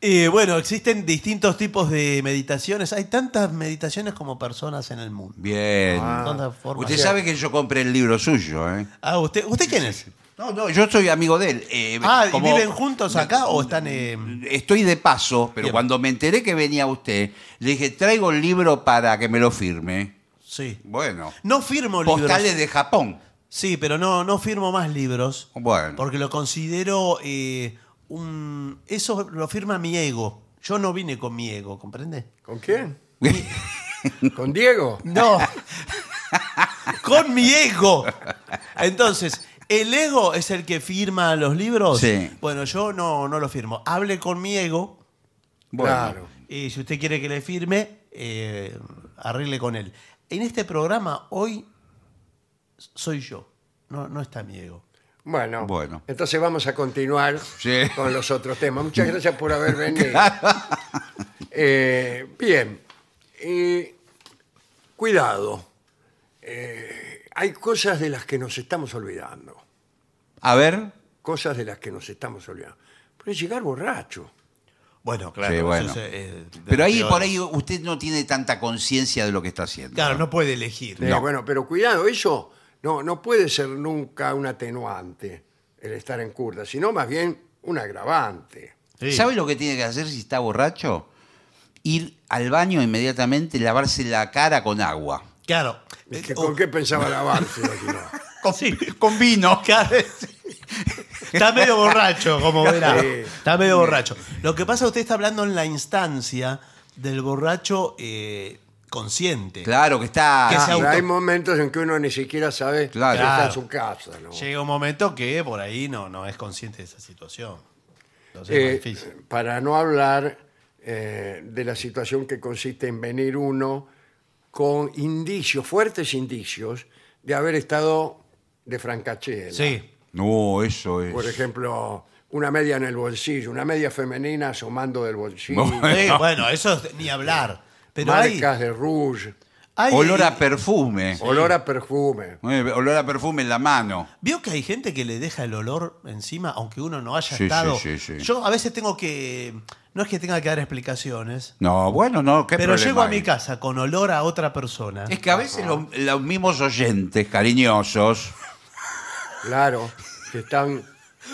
[SPEAKER 2] Eh, bueno, existen distintos tipos de meditaciones. Hay tantas meditaciones como personas en el mundo.
[SPEAKER 3] Bien.
[SPEAKER 2] Tantas formas.
[SPEAKER 3] Ah, Usted sabe que yo compré el libro suyo, ¿eh?
[SPEAKER 2] Ah, ¿usted, ¿usted quién es?
[SPEAKER 3] No, no, yo soy amigo de él. eh,
[SPEAKER 2] Ah, ¿y
[SPEAKER 3] como-
[SPEAKER 2] viven juntos acá o están... en...?
[SPEAKER 3] Estoy de paso, pero
[SPEAKER 2] Bien.
[SPEAKER 3] cuando me enteré que venía usted, le dije, traigo el libro para que me lo firme.
[SPEAKER 2] sí.
[SPEAKER 3] Bueno.
[SPEAKER 2] No firmo
[SPEAKER 3] Postales
[SPEAKER 2] libros.
[SPEAKER 3] de Japón.
[SPEAKER 2] Sí, pero no, no firmo más libros.
[SPEAKER 3] Bueno.
[SPEAKER 2] Porque lo considero eh, un... Eso lo firma mi ego. Yo no vine con mi ego, ¿comprende?
[SPEAKER 1] ¿Con quién? ¿Con Diego?
[SPEAKER 2] No. Con mi ego. Entonces, ¿el ego es el que firma los libros?
[SPEAKER 3] Sí.
[SPEAKER 2] Bueno, yo no, no lo firmo. Hable con mi ego
[SPEAKER 3] Bueno.
[SPEAKER 1] Claro.
[SPEAKER 2] y si usted quiere que le firme, eh, arregle con él. En este programa hoy soy yo. No, no está mi ego.
[SPEAKER 1] Bueno,
[SPEAKER 3] Bueno.
[SPEAKER 1] entonces vamos a continuar
[SPEAKER 3] Sí.
[SPEAKER 1] con los otros temas. Muchas gracias por haber venido. Eh, bien, Y cuidado, eh, hay cosas de las que nos estamos olvidando.
[SPEAKER 3] A ver,
[SPEAKER 1] Cosas de las que nos estamos olvidando. Puede llegar borracho.
[SPEAKER 2] Bueno, claro.
[SPEAKER 3] Sí,
[SPEAKER 2] eso
[SPEAKER 3] bueno.
[SPEAKER 2] es, eh, de
[SPEAKER 3] pero
[SPEAKER 2] los
[SPEAKER 3] ahí
[SPEAKER 2] peores.
[SPEAKER 3] por ahí usted no tiene tanta conciencia de lo que está haciendo.
[SPEAKER 2] Claro, no puede elegir.
[SPEAKER 1] Eh, bueno, pero cuidado, eso no, no puede ser nunca un atenuante el estar en curda, sino más bien un agravante.
[SPEAKER 2] Sí.
[SPEAKER 3] ¿Sabe lo que tiene que hacer si está borracho? Ir al baño inmediatamente, lavarse la cara con agua.
[SPEAKER 2] Claro.
[SPEAKER 1] ¿Y
[SPEAKER 2] Eh,
[SPEAKER 1] que-
[SPEAKER 2] o-
[SPEAKER 1] ¿Con qué pensaba lavarse? si no?
[SPEAKER 2] con- sí,
[SPEAKER 3] Con vino.
[SPEAKER 2] claro. Está medio borracho, como verá.
[SPEAKER 1] Sí.
[SPEAKER 2] Está medio borracho. Lo que pasa, usted está hablando en la instancia del borracho eh, consciente.
[SPEAKER 3] Claro que está.
[SPEAKER 2] Que se
[SPEAKER 1] Pero
[SPEAKER 2] auto-
[SPEAKER 1] Ah, hay momentos en que uno ni siquiera sabe
[SPEAKER 3] Claro.
[SPEAKER 1] si está en
[SPEAKER 2] Claro.
[SPEAKER 1] su casa. ¿no?
[SPEAKER 2] Llega un momento que por ahí no, no es consciente de esa situación. Entonces
[SPEAKER 1] Eh,
[SPEAKER 2] es más difícil.
[SPEAKER 1] para no hablar eh, de la situación que consiste en venir uno con indicios, fuertes indicios, de haber estado de francachela.
[SPEAKER 2] Sí.
[SPEAKER 3] No, eso es.
[SPEAKER 1] Por ejemplo, una media en el bolsillo, una media femenina asomando del bolsillo,
[SPEAKER 3] Bueno.
[SPEAKER 2] Sí, bueno, eso es ni hablar. eh, Pero hay,
[SPEAKER 1] marcas de rouge,
[SPEAKER 2] hay-
[SPEAKER 3] Olor a perfume.
[SPEAKER 1] olor a perfume.
[SPEAKER 3] Eh, Olor a perfume en la mano.
[SPEAKER 2] ¿Vio que hay gente que le deja el olor encima, aunque uno no haya
[SPEAKER 3] Sí, sí,
[SPEAKER 2] estado?
[SPEAKER 3] sí, sí.
[SPEAKER 2] Yo a veces tengo que. No es que tenga que dar explicaciones,
[SPEAKER 3] No, bueno, no, qué
[SPEAKER 2] pero
[SPEAKER 3] problema
[SPEAKER 2] llego a
[SPEAKER 3] hay?
[SPEAKER 2] mi casa con olor a otra persona.
[SPEAKER 3] Es que a veces lo- los mismos oyentes cariñosos
[SPEAKER 1] Claro, que están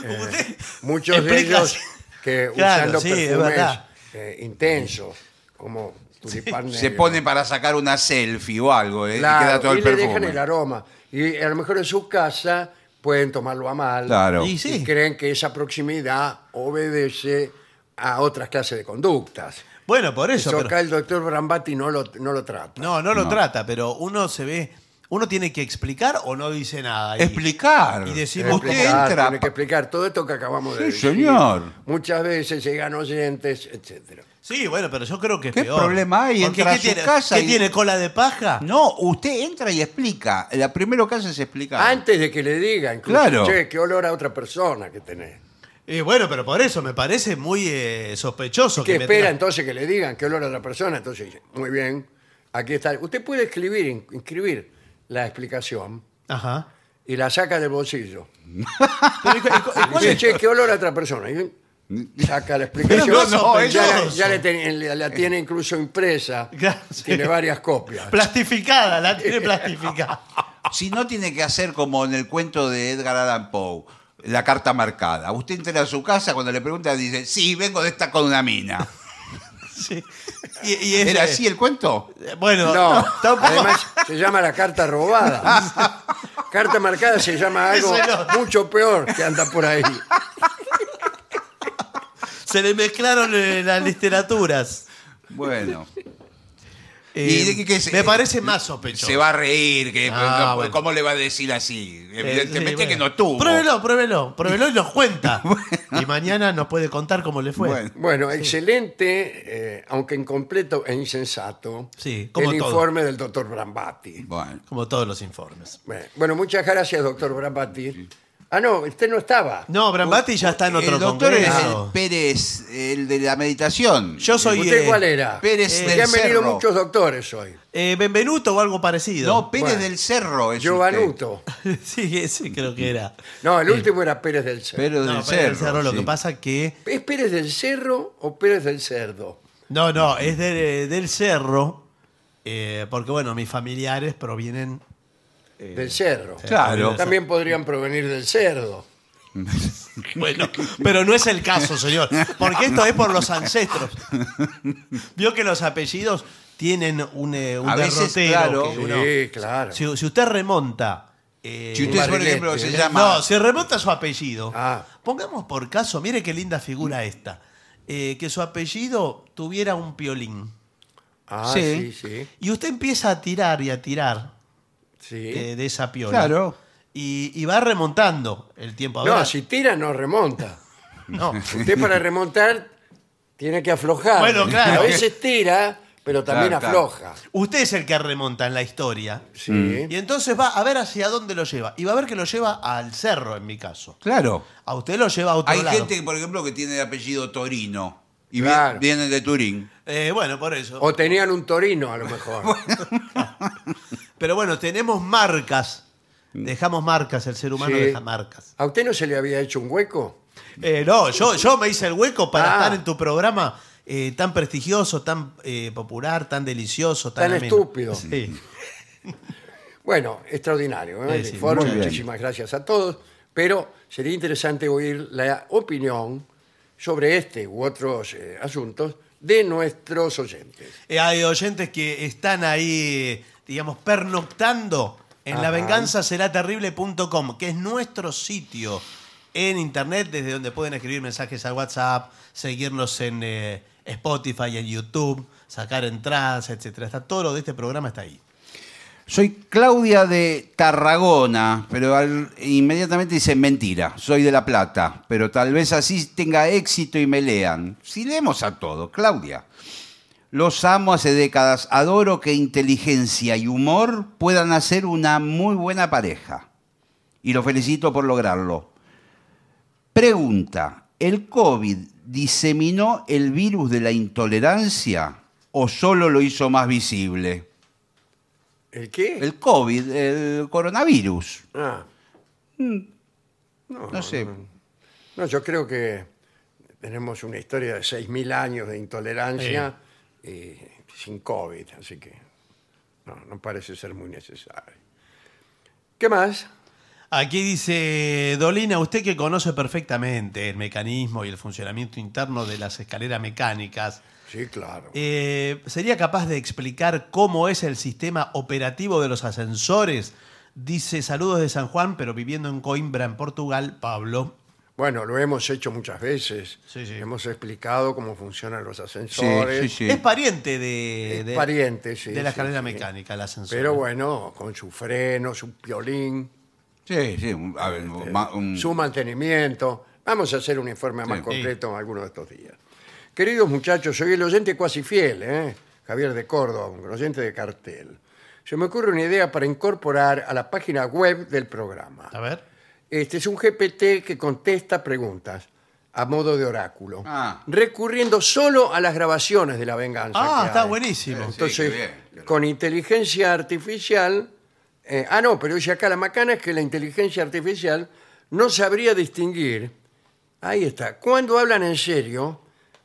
[SPEAKER 1] eh, muchos
[SPEAKER 2] explica-
[SPEAKER 1] de ellos que
[SPEAKER 2] Claro,
[SPEAKER 1] usando
[SPEAKER 2] sí, es
[SPEAKER 1] perfumes
[SPEAKER 2] verdad.
[SPEAKER 1] eh, intensos, como tulipán
[SPEAKER 3] se
[SPEAKER 1] negro.
[SPEAKER 3] ponen para sacar una selfie o algo eh,
[SPEAKER 1] Claro,
[SPEAKER 3] y queda todo
[SPEAKER 1] y
[SPEAKER 3] el
[SPEAKER 1] le
[SPEAKER 3] perfume.
[SPEAKER 1] dejan el aroma. Y a lo mejor en su casa pueden tomarlo a mal.
[SPEAKER 3] Claro.
[SPEAKER 2] Y
[SPEAKER 1] Y
[SPEAKER 2] sí.
[SPEAKER 1] creen que esa proximidad obedece a otras clases de conductas.
[SPEAKER 2] Bueno, por eso.
[SPEAKER 1] Eso
[SPEAKER 2] pero-
[SPEAKER 1] acá el doctor Brambati no lo, no lo trata.
[SPEAKER 2] no, no lo
[SPEAKER 3] No.
[SPEAKER 2] trata, pero uno se ve. Uno tiene que explicar o no dice nada. y-
[SPEAKER 3] Explicar.
[SPEAKER 2] Y
[SPEAKER 1] Tiene
[SPEAKER 2] decimos
[SPEAKER 1] que
[SPEAKER 3] usted
[SPEAKER 1] explicar,
[SPEAKER 3] entra.
[SPEAKER 1] tiene que explicar todo esto que acabamos de
[SPEAKER 3] Sí,
[SPEAKER 1] decir.
[SPEAKER 3] señor.
[SPEAKER 1] Muchas veces llegan oyentes, etcétera.
[SPEAKER 2] Sí, bueno, pero yo creo que es
[SPEAKER 3] ¿Qué
[SPEAKER 2] peor.
[SPEAKER 3] problema hay?
[SPEAKER 2] Porque
[SPEAKER 3] Entra
[SPEAKER 2] ¿qué
[SPEAKER 3] a su
[SPEAKER 2] tiene,
[SPEAKER 3] casa
[SPEAKER 2] ¿qué
[SPEAKER 3] y-
[SPEAKER 2] tiene cola de paja?
[SPEAKER 3] No, usted entra y explica. La primero que hace es explicar.
[SPEAKER 1] Antes de que le digan, incluso,
[SPEAKER 3] Claro.
[SPEAKER 1] che, qué olor a otra persona que tenés.
[SPEAKER 2] Y bueno, pero por eso me parece muy eh, sospechoso
[SPEAKER 1] que
[SPEAKER 2] me
[SPEAKER 1] espera
[SPEAKER 2] tenga-
[SPEAKER 1] entonces que le digan qué olor a la persona. Entonces, dice, muy bien, aquí está. Usted puede escribir, in- inscribir la explicación
[SPEAKER 2] Ajá.
[SPEAKER 1] y la saca del bolsillo.
[SPEAKER 2] Pero, ¿y cu- y cu- y Ah, cuál
[SPEAKER 1] Dice,
[SPEAKER 2] es-
[SPEAKER 1] che, qué olor a otra persona. Y saca la explicación.
[SPEAKER 2] Pero no, no,
[SPEAKER 1] ya la-
[SPEAKER 2] eso-
[SPEAKER 1] ya le ten- la, la tiene incluso impresa.
[SPEAKER 2] Claro, sí.
[SPEAKER 1] Tiene varias copias.
[SPEAKER 2] Plastificada, la tiene plastificada.
[SPEAKER 3] Si no tiene que hacer como en el cuento de Edgar Allan Poe, la carta marcada. Usted entra a su casa, cuando le pregunta, dice, sí, vengo de esta con una mina.
[SPEAKER 2] Sí. Y, y ese-
[SPEAKER 3] ¿Era así el cuento?
[SPEAKER 2] Bueno,
[SPEAKER 1] No,
[SPEAKER 2] tampoco.
[SPEAKER 1] además se llama la carta robada. Carta marcada se llama algo
[SPEAKER 2] Eso no.
[SPEAKER 1] mucho peor que anda por ahí.
[SPEAKER 2] se le mezclaron eh, las literaturas.
[SPEAKER 3] Bueno,
[SPEAKER 2] Eh,
[SPEAKER 3] de qué- qué se-
[SPEAKER 2] me parece más sospechoso.
[SPEAKER 3] se va a reír. Que,
[SPEAKER 2] Ah,
[SPEAKER 3] no,
[SPEAKER 2] bueno.
[SPEAKER 3] ¿Cómo le va a decir así?
[SPEAKER 2] Eh,
[SPEAKER 3] Evidentemente
[SPEAKER 2] sí, bueno.
[SPEAKER 3] que no tuvo.
[SPEAKER 2] Pruébelo, pruébelo, pruébelo y nos cuenta. Y mañana nos puede contar cómo le fue.
[SPEAKER 3] Bueno.
[SPEAKER 1] Bueno, excelente, eh, aunque incompleto e insensato,
[SPEAKER 2] Sí, como
[SPEAKER 1] el
[SPEAKER 2] todo.
[SPEAKER 1] informe del doctor Brambati.
[SPEAKER 3] Bueno.
[SPEAKER 2] Como todos los informes.
[SPEAKER 1] Bueno, muchas gracias, doctor Brambati. Ah, no, usted no estaba.
[SPEAKER 2] No, Brambati ya está en otro
[SPEAKER 3] Uh, el doctor es
[SPEAKER 2] congreso.
[SPEAKER 3] el Pérez, el de la meditación.
[SPEAKER 2] Yo soy
[SPEAKER 1] ¿Usted
[SPEAKER 2] eh,
[SPEAKER 1] cuál era?
[SPEAKER 3] Pérez
[SPEAKER 1] Porque
[SPEAKER 3] del
[SPEAKER 1] han venido
[SPEAKER 3] Cerro.
[SPEAKER 1] muchos doctores hoy.
[SPEAKER 2] eh, Benvenuto o algo parecido.
[SPEAKER 3] No, Pérez
[SPEAKER 1] Bueno.
[SPEAKER 3] del Cerro es usted.
[SPEAKER 1] Giovanuto.
[SPEAKER 2] sí, ese creo que era.
[SPEAKER 1] No, el último era Pérez del Cerro.
[SPEAKER 3] Pérez
[SPEAKER 2] No,
[SPEAKER 3] del
[SPEAKER 2] Pérez
[SPEAKER 3] Cerro.
[SPEAKER 2] del Cerro, lo
[SPEAKER 3] sí.
[SPEAKER 2] que pasa que
[SPEAKER 1] ¿Es Pérez del Cerro o Pérez del Cerdo?
[SPEAKER 2] No, no, es de- del cerro, eh, porque bueno, mis familiares provienen... eh,
[SPEAKER 1] del Cerro.
[SPEAKER 3] Claro.
[SPEAKER 1] También podrían provenir del cerdo.
[SPEAKER 2] Bueno, pero no es el caso, señor, porque esto es por los ancestros. Vio que los apellidos tienen un, eh, un
[SPEAKER 3] A veces,
[SPEAKER 2] derrotero
[SPEAKER 3] claro.
[SPEAKER 2] que
[SPEAKER 1] Sí,
[SPEAKER 2] uno-
[SPEAKER 1] claro.
[SPEAKER 2] si, si usted remonta... eh,
[SPEAKER 3] Si usted, por
[SPEAKER 1] Barrilete.
[SPEAKER 3] ejemplo, se
[SPEAKER 1] No,
[SPEAKER 3] llama.
[SPEAKER 2] no, si remonta su apellido.
[SPEAKER 1] Ah.
[SPEAKER 2] Pongamos por caso, mire qué linda figura esta, eh, que su apellido tuviera un piolín.
[SPEAKER 1] Ah, sí,
[SPEAKER 3] Sí.
[SPEAKER 1] sí.
[SPEAKER 2] Y usted empieza a tirar y a tirar
[SPEAKER 1] sí.
[SPEAKER 2] eh, de esa piola.
[SPEAKER 3] Claro.
[SPEAKER 2] Y, y va remontando el tiempo.
[SPEAKER 1] no,
[SPEAKER 2] Ahora,
[SPEAKER 1] si tira no remonta.
[SPEAKER 2] no.
[SPEAKER 1] Usted para remontar tiene que aflojar.
[SPEAKER 2] Bueno, claro.
[SPEAKER 1] A veces tira, pero también
[SPEAKER 3] Claro, claro.
[SPEAKER 1] afloja.
[SPEAKER 2] Usted es el que remonta en la historia.
[SPEAKER 1] Sí.
[SPEAKER 2] Y entonces va a ver hacia dónde lo lleva. Y va a ver que lo lleva al cerro, en mi caso.
[SPEAKER 3] Claro.
[SPEAKER 2] A usted lo lleva a otro
[SPEAKER 3] Hay
[SPEAKER 2] lado.
[SPEAKER 3] gente, por ejemplo, que tiene el apellido Torino. y vi-
[SPEAKER 1] Claro.
[SPEAKER 3] vienen de Turín.
[SPEAKER 2] Eh, bueno, por eso.
[SPEAKER 1] O tenían un torino, a lo mejor.
[SPEAKER 2] Pero bueno, tenemos marcas. Dejamos marcas, el ser humano
[SPEAKER 1] Mm. Sí.
[SPEAKER 2] deja marcas.
[SPEAKER 1] ¿A usted no se le había hecho un hueco?
[SPEAKER 2] Eh, no, yo, yo me hice el hueco para
[SPEAKER 1] Ah.
[SPEAKER 2] estar en tu programa eh, tan prestigioso, tan eh, popular, tan delicioso, tan,
[SPEAKER 1] Tan
[SPEAKER 2] ameno.
[SPEAKER 1] estúpido.
[SPEAKER 2] Sí.
[SPEAKER 1] Bueno, extraordinario. ¿eh?
[SPEAKER 2] Sí,
[SPEAKER 1] El
[SPEAKER 2] sí,
[SPEAKER 1] informe,
[SPEAKER 3] muy bien.
[SPEAKER 1] muchísimas gracias a todos. Pero sería interesante oír la opinión sobre este u otros eh, asuntos de nuestros oyentes.
[SPEAKER 2] Eh, hay oyentes que están ahí, digamos, pernoctando en
[SPEAKER 1] Ajá.
[SPEAKER 2] lavenganzaseraterrible.com, que es nuestro sitio en internet desde donde pueden escribir mensajes al WhatsApp, seguirnos en eh, Spotify, en YouTube, sacar entradas, etcétera. Está todo lo de este programa está ahí.
[SPEAKER 3] Soy Claudia de Tarragona, pero al- inmediatamente dicen mentira, soy de La Plata, pero tal vez así tenga éxito y me lean. Si leemos a todo, Claudia. Los amo hace décadas, adoro que inteligencia y humor puedan hacer una muy buena pareja. Y lo felicito por lograrlo. Pregunta, ¿el COVID diseminó el virus de la intolerancia o solo lo hizo más visible?
[SPEAKER 1] ¿El qué?
[SPEAKER 3] El COVID, el coronavirus.
[SPEAKER 1] Ah,
[SPEAKER 3] No, sé.
[SPEAKER 1] no, yo creo que tenemos una historia de 6.000 años de intolerancia y sin COVID, así que no, no parece ser muy necesario. ¿Qué más?
[SPEAKER 2] Aquí dice Dolina, usted que conoce perfectamente el mecanismo y el funcionamiento interno de las escaleras mecánicas,
[SPEAKER 1] Sí, claro.
[SPEAKER 2] Eh, ¿Sería capaz de explicar cómo es el sistema operativo de los ascensores? Dice saludos de San Juan, pero viviendo en Coimbra, en Portugal, Pablo.
[SPEAKER 1] Bueno, lo hemos hecho muchas veces.
[SPEAKER 2] Sí, sí.
[SPEAKER 1] Hemos explicado cómo funcionan los ascensores.
[SPEAKER 3] Sí.
[SPEAKER 2] Es pariente de,
[SPEAKER 1] Es
[SPEAKER 2] de-
[SPEAKER 1] pariente, sí,
[SPEAKER 2] de la
[SPEAKER 1] sí,
[SPEAKER 2] escalera
[SPEAKER 1] sí.
[SPEAKER 2] mecánica, el ascensor.
[SPEAKER 1] Pero bueno, con su freno, su piolín,
[SPEAKER 3] Sí, sí, un- a ver, ma- un-
[SPEAKER 1] Eh, su mantenimiento. Vamos a hacer un informe más
[SPEAKER 3] Sí.
[SPEAKER 1] completo en alguno de estos días. Queridos muchachos, soy el oyente cuasi fiel, ¿eh? Javier de Córdoba, un oyente de cartel. Se me ocurre una idea para incorporar a la página web del programa.
[SPEAKER 2] A ver.
[SPEAKER 1] Este es un GPT que contesta preguntas a modo de oráculo,
[SPEAKER 3] Ah.
[SPEAKER 1] recurriendo solo a las grabaciones de la venganza.
[SPEAKER 2] Ah,
[SPEAKER 1] que
[SPEAKER 2] está
[SPEAKER 1] hay.
[SPEAKER 2] buenísimo.
[SPEAKER 3] Sí.
[SPEAKER 1] Entonces,
[SPEAKER 3] qué bien.
[SPEAKER 1] con inteligencia artificial. eh, ah, no, pero dice acá la macana es que la inteligencia artificial no sabría distinguir. Ahí está. Cuando hablan en serio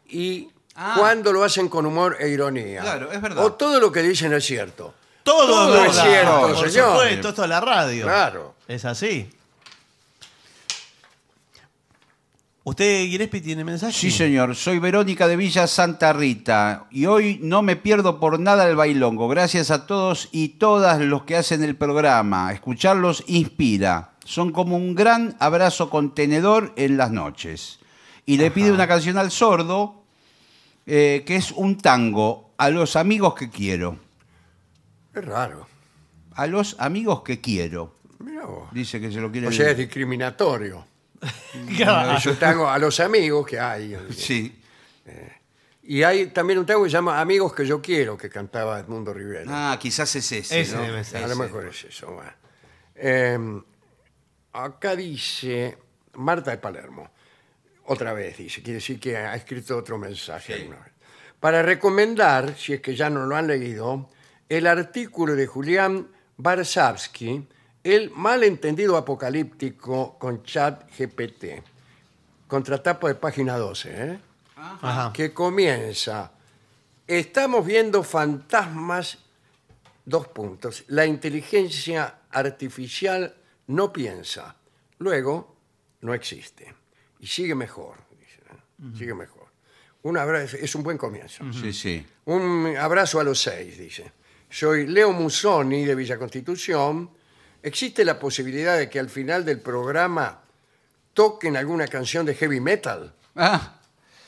[SPEAKER 1] y
[SPEAKER 3] Ah.
[SPEAKER 1] cuando lo hacen con humor e ironía.
[SPEAKER 3] Claro, es verdad.
[SPEAKER 1] O todo lo que dicen es cierto.
[SPEAKER 2] Todo,
[SPEAKER 1] Todo
[SPEAKER 2] es
[SPEAKER 1] es
[SPEAKER 2] verdad.
[SPEAKER 1] cierto,
[SPEAKER 2] Por
[SPEAKER 1] señor.
[SPEAKER 2] supuesto, esto es la radio.
[SPEAKER 1] Claro.
[SPEAKER 2] Es así. ¿Usted, Gillespie, tiene mensaje?
[SPEAKER 3] Sí, señor. Soy Verónica de Villa Santa Rita y hoy no me pierdo por nada el bailongo. Gracias a todos y todas los que hacen el programa. Escucharlos inspira. Son como un gran abrazo contenedor en las noches. Y le pide una canción al sordo eh, que es un tango a los amigos que quiero.
[SPEAKER 1] Es raro.
[SPEAKER 3] A los amigos que quiero.
[SPEAKER 1] Mirá vos.
[SPEAKER 3] Dice que se lo quiere.
[SPEAKER 1] O sea, es discriminatorio. Es un tango a los amigos que hay.
[SPEAKER 3] Sí.
[SPEAKER 1] Y hay también un tango que se llama Amigos que yo quiero, que cantaba Edmundo Rivera.
[SPEAKER 3] Ah, quizás es ese.
[SPEAKER 2] Ese
[SPEAKER 3] ¿no?
[SPEAKER 2] debe ser.
[SPEAKER 1] A lo
[SPEAKER 3] Ese.
[SPEAKER 1] mejor es eso. va. Eh, acá dice Marta de Palermo. Otra vez dice, quiere decir que ha escrito otro mensaje.
[SPEAKER 3] Sí.
[SPEAKER 1] alguna vez. Para recomendar, si es que ya no lo han leído, el artículo de Julián Barsavsky, El malentendido apocalíptico con chat GPT, contratapa de página 12. ¿eh?
[SPEAKER 2] Ajá.
[SPEAKER 1] que comienza. Estamos viendo fantasmas, dos puntos. La inteligencia artificial no piensa, luego no existe. Y sigue mejor, dice, ¿eh? sigue mejor. Un abrazo, es un buen comienzo.
[SPEAKER 3] Sí, sí.
[SPEAKER 1] Un abrazo a los seis, dice. Soy Leo Musoni de Villa Constitución. ¿Existe la posibilidad de que al final del programa toquen alguna canción de heavy metal?
[SPEAKER 3] Ah,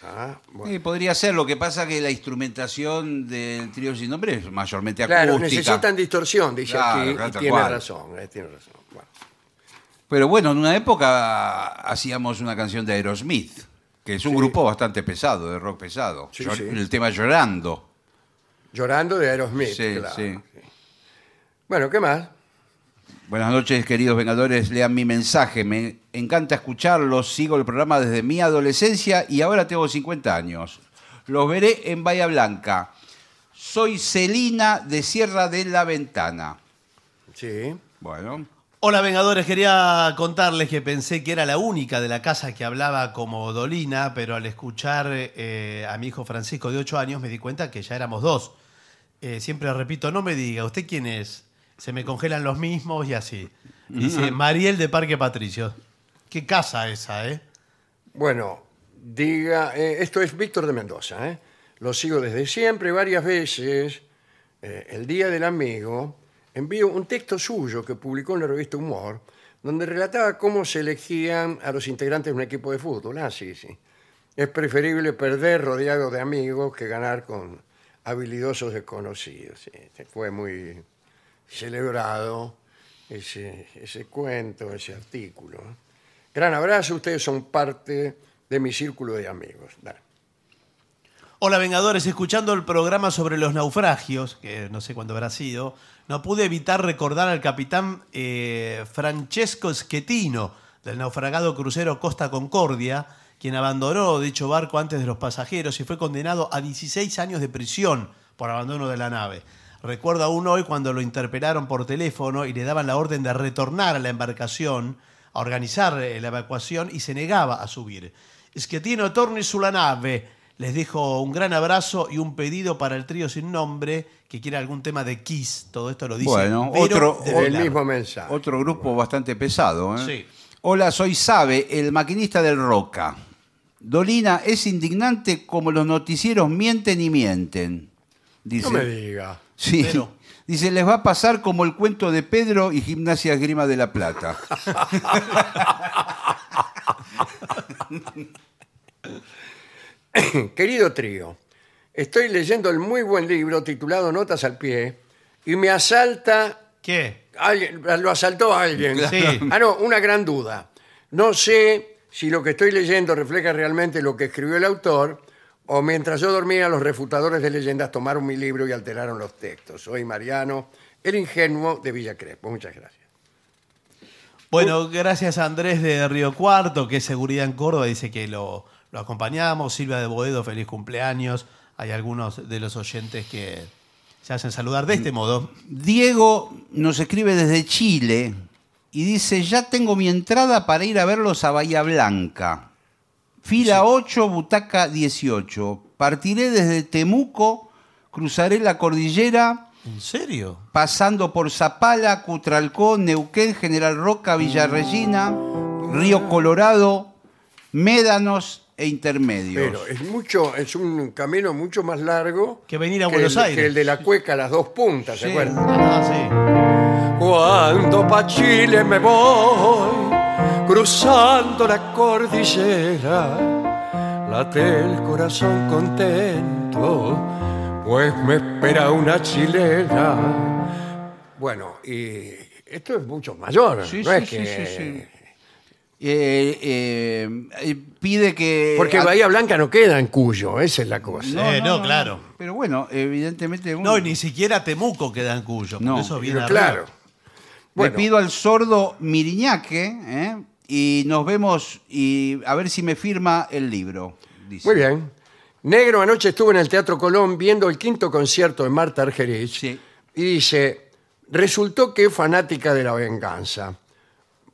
[SPEAKER 1] Ah, bueno.
[SPEAKER 3] sí, podría ser. Lo que pasa que la instrumentación del trío sin nombre es mayormente
[SPEAKER 1] Claro,
[SPEAKER 3] acústica.
[SPEAKER 1] necesitan distorsión, dice
[SPEAKER 3] Claro,
[SPEAKER 1] aquí,
[SPEAKER 3] claro,
[SPEAKER 1] y
[SPEAKER 3] tal
[SPEAKER 1] tiene
[SPEAKER 3] cual.
[SPEAKER 1] razón, eh, tiene razón. Bueno,
[SPEAKER 3] Pero bueno, en una época hacíamos una canción de Aerosmith, que es un grupo bastante pesado, de rock pesado.
[SPEAKER 1] Sí,
[SPEAKER 3] Llor-
[SPEAKER 1] sí.
[SPEAKER 3] El tema Llorando.
[SPEAKER 1] llorando de Aerosmith,
[SPEAKER 3] Sí,
[SPEAKER 1] claro.
[SPEAKER 3] sí.
[SPEAKER 1] Bueno, ¿qué más?
[SPEAKER 3] Buenas noches, queridos vengadores. Lean mi mensaje. Me encanta escucharlos. Sigo el programa desde mi adolescencia y ahora tengo 50 años. Los veré en Bahía Blanca. Soy Celina de Sierra de la Ventana.
[SPEAKER 1] Sí.
[SPEAKER 3] Bueno,
[SPEAKER 2] Hola Vengadores, quería contarles que pensé que era la única de la casa que hablaba como Dolina, pero al escuchar eh, a mi hijo Francisco de 8 años me di cuenta que ya éramos dos. Eh, siempre repito, no me diga, ¿usted quién es? Se me congelan los mismos y así. Dice Mariel de Parque Patricio. ¿Qué casa esa, eh?
[SPEAKER 1] Bueno, diga, eh, esto es Víctor de Mendoza, ¿eh? lo sigo desde siempre, varias veces, eh, el Día del Amigo, envío un texto suyo que publicó en la revista Humor, donde relataba cómo se elegían a los integrantes de un equipo de fútbol. Ah, sí, sí. Es preferible perder rodeado de amigos que ganar con habilidosos desconocidos. Sí, este fue muy celebrado ese, ese cuento, ese artículo. Gran abrazo, ustedes son parte de mi círculo de amigos. Dale.
[SPEAKER 2] Hola Vengadores, escuchando el programa sobre los naufragios, que no sé cuándo habrá sido, no pude evitar recordar al capitán eh, Francesco Schettino del naufragado crucero Costa Concordia, quien abandonó dicho barco antes de los pasajeros y fue condenado a 16 años de prisión por abandono de la nave. Recuerdo aún hoy cuando lo interpelaron por teléfono y le daban la orden de retornar a la embarcación, a organizar eh, la evacuación y se negaba a subir. Schettino, torni sulla nave. Les dejo un gran abrazo y un pedido para el trío sin nombre que quiera algún tema de Kiss. Todo esto lo dice.
[SPEAKER 3] Bueno,
[SPEAKER 2] Vero
[SPEAKER 3] otro-
[SPEAKER 2] de
[SPEAKER 1] El
[SPEAKER 2] Velar.
[SPEAKER 1] mismo mensaje.
[SPEAKER 3] otro grupo bastante pesado. ¿eh?
[SPEAKER 2] Sí.
[SPEAKER 3] Hola, soy Sabe, el maquinista del Roca. Dolina, es indignante como los noticieros mienten y mienten. Dice,
[SPEAKER 1] No me diga.
[SPEAKER 3] Sí.
[SPEAKER 2] Pero-
[SPEAKER 3] Dice, les va a pasar como el cuento de Pedro y Gimnasia Grima de la Plata.
[SPEAKER 1] Querido trío, estoy leyendo el muy buen libro titulado Notas al pie y me asalta
[SPEAKER 2] ¿Qué?
[SPEAKER 1] alguien, lo asaltó alguien.
[SPEAKER 2] Sí.
[SPEAKER 1] Ah, no, una gran duda. No sé si lo que estoy leyendo refleja realmente lo que escribió el autor o mientras yo dormía los refutadores de leyendas tomaron mi libro y alteraron los textos. Soy Mariano, el ingenuo de Villa Crespo. Muchas gracias.
[SPEAKER 2] Bueno, gracias a Andrés de Río Cuarto, que es Seguridad en Córdoba, dice que lo, lo acompañamos. Silvia de Boedo, feliz cumpleaños. Hay algunos de los oyentes que se hacen saludar de este modo.
[SPEAKER 3] Diego nos escribe desde Chile y dice, ya tengo mi entrada para ir a verlos a Bahía Blanca. Fila 8, butaca 18. Partiré desde Temuco, cruzaré la cordillera,
[SPEAKER 2] ¿En serio?
[SPEAKER 3] pasando por Zapala, Cutralcón, Neuquén, General Roca, Villarregina, Río Colorado, Médanos e Intermedios.
[SPEAKER 1] Pero es mucho, es un camino mucho más largo
[SPEAKER 2] Que venir a
[SPEAKER 1] el-
[SPEAKER 2] Buenos Aires.
[SPEAKER 1] que el de la cueca, las dos puntas, ¿se
[SPEAKER 3] Sí.
[SPEAKER 1] acuerdan?
[SPEAKER 2] Ah, sí.
[SPEAKER 1] Cuando pa' Chile me voy, cruzando la cordillera, late el corazón contento, pues me espera una chilena. Bueno, y esto es mucho mayor,
[SPEAKER 3] Sí,
[SPEAKER 1] ¿no
[SPEAKER 3] sí,
[SPEAKER 1] es
[SPEAKER 3] sí,
[SPEAKER 1] que-
[SPEAKER 3] sí, sí. Eh, eh, eh, pide que...
[SPEAKER 1] Porque
[SPEAKER 3] Eh, a-
[SPEAKER 1] Bahía Blanca no queda en Cuyo, esa es la cosa.
[SPEAKER 2] No, Eh, claro.
[SPEAKER 3] Pero bueno, evidentemente... uno-
[SPEAKER 2] No, y ni siquiera Temuco queda en Cuyo.
[SPEAKER 3] Mm. No.
[SPEAKER 2] por eso viene
[SPEAKER 1] Pero
[SPEAKER 2] arriba.
[SPEAKER 1] claro.
[SPEAKER 3] Le pido al sordo Miriñaque ¿eh? y nos vemos y a ver si me firma el libro. dice.
[SPEAKER 1] Muy bien. Negro anoche estuvo en el Teatro Colón viendo el quinto concierto de Marta Argerich
[SPEAKER 3] Sí.
[SPEAKER 1] y dice, resultó que es fanática de la venganza,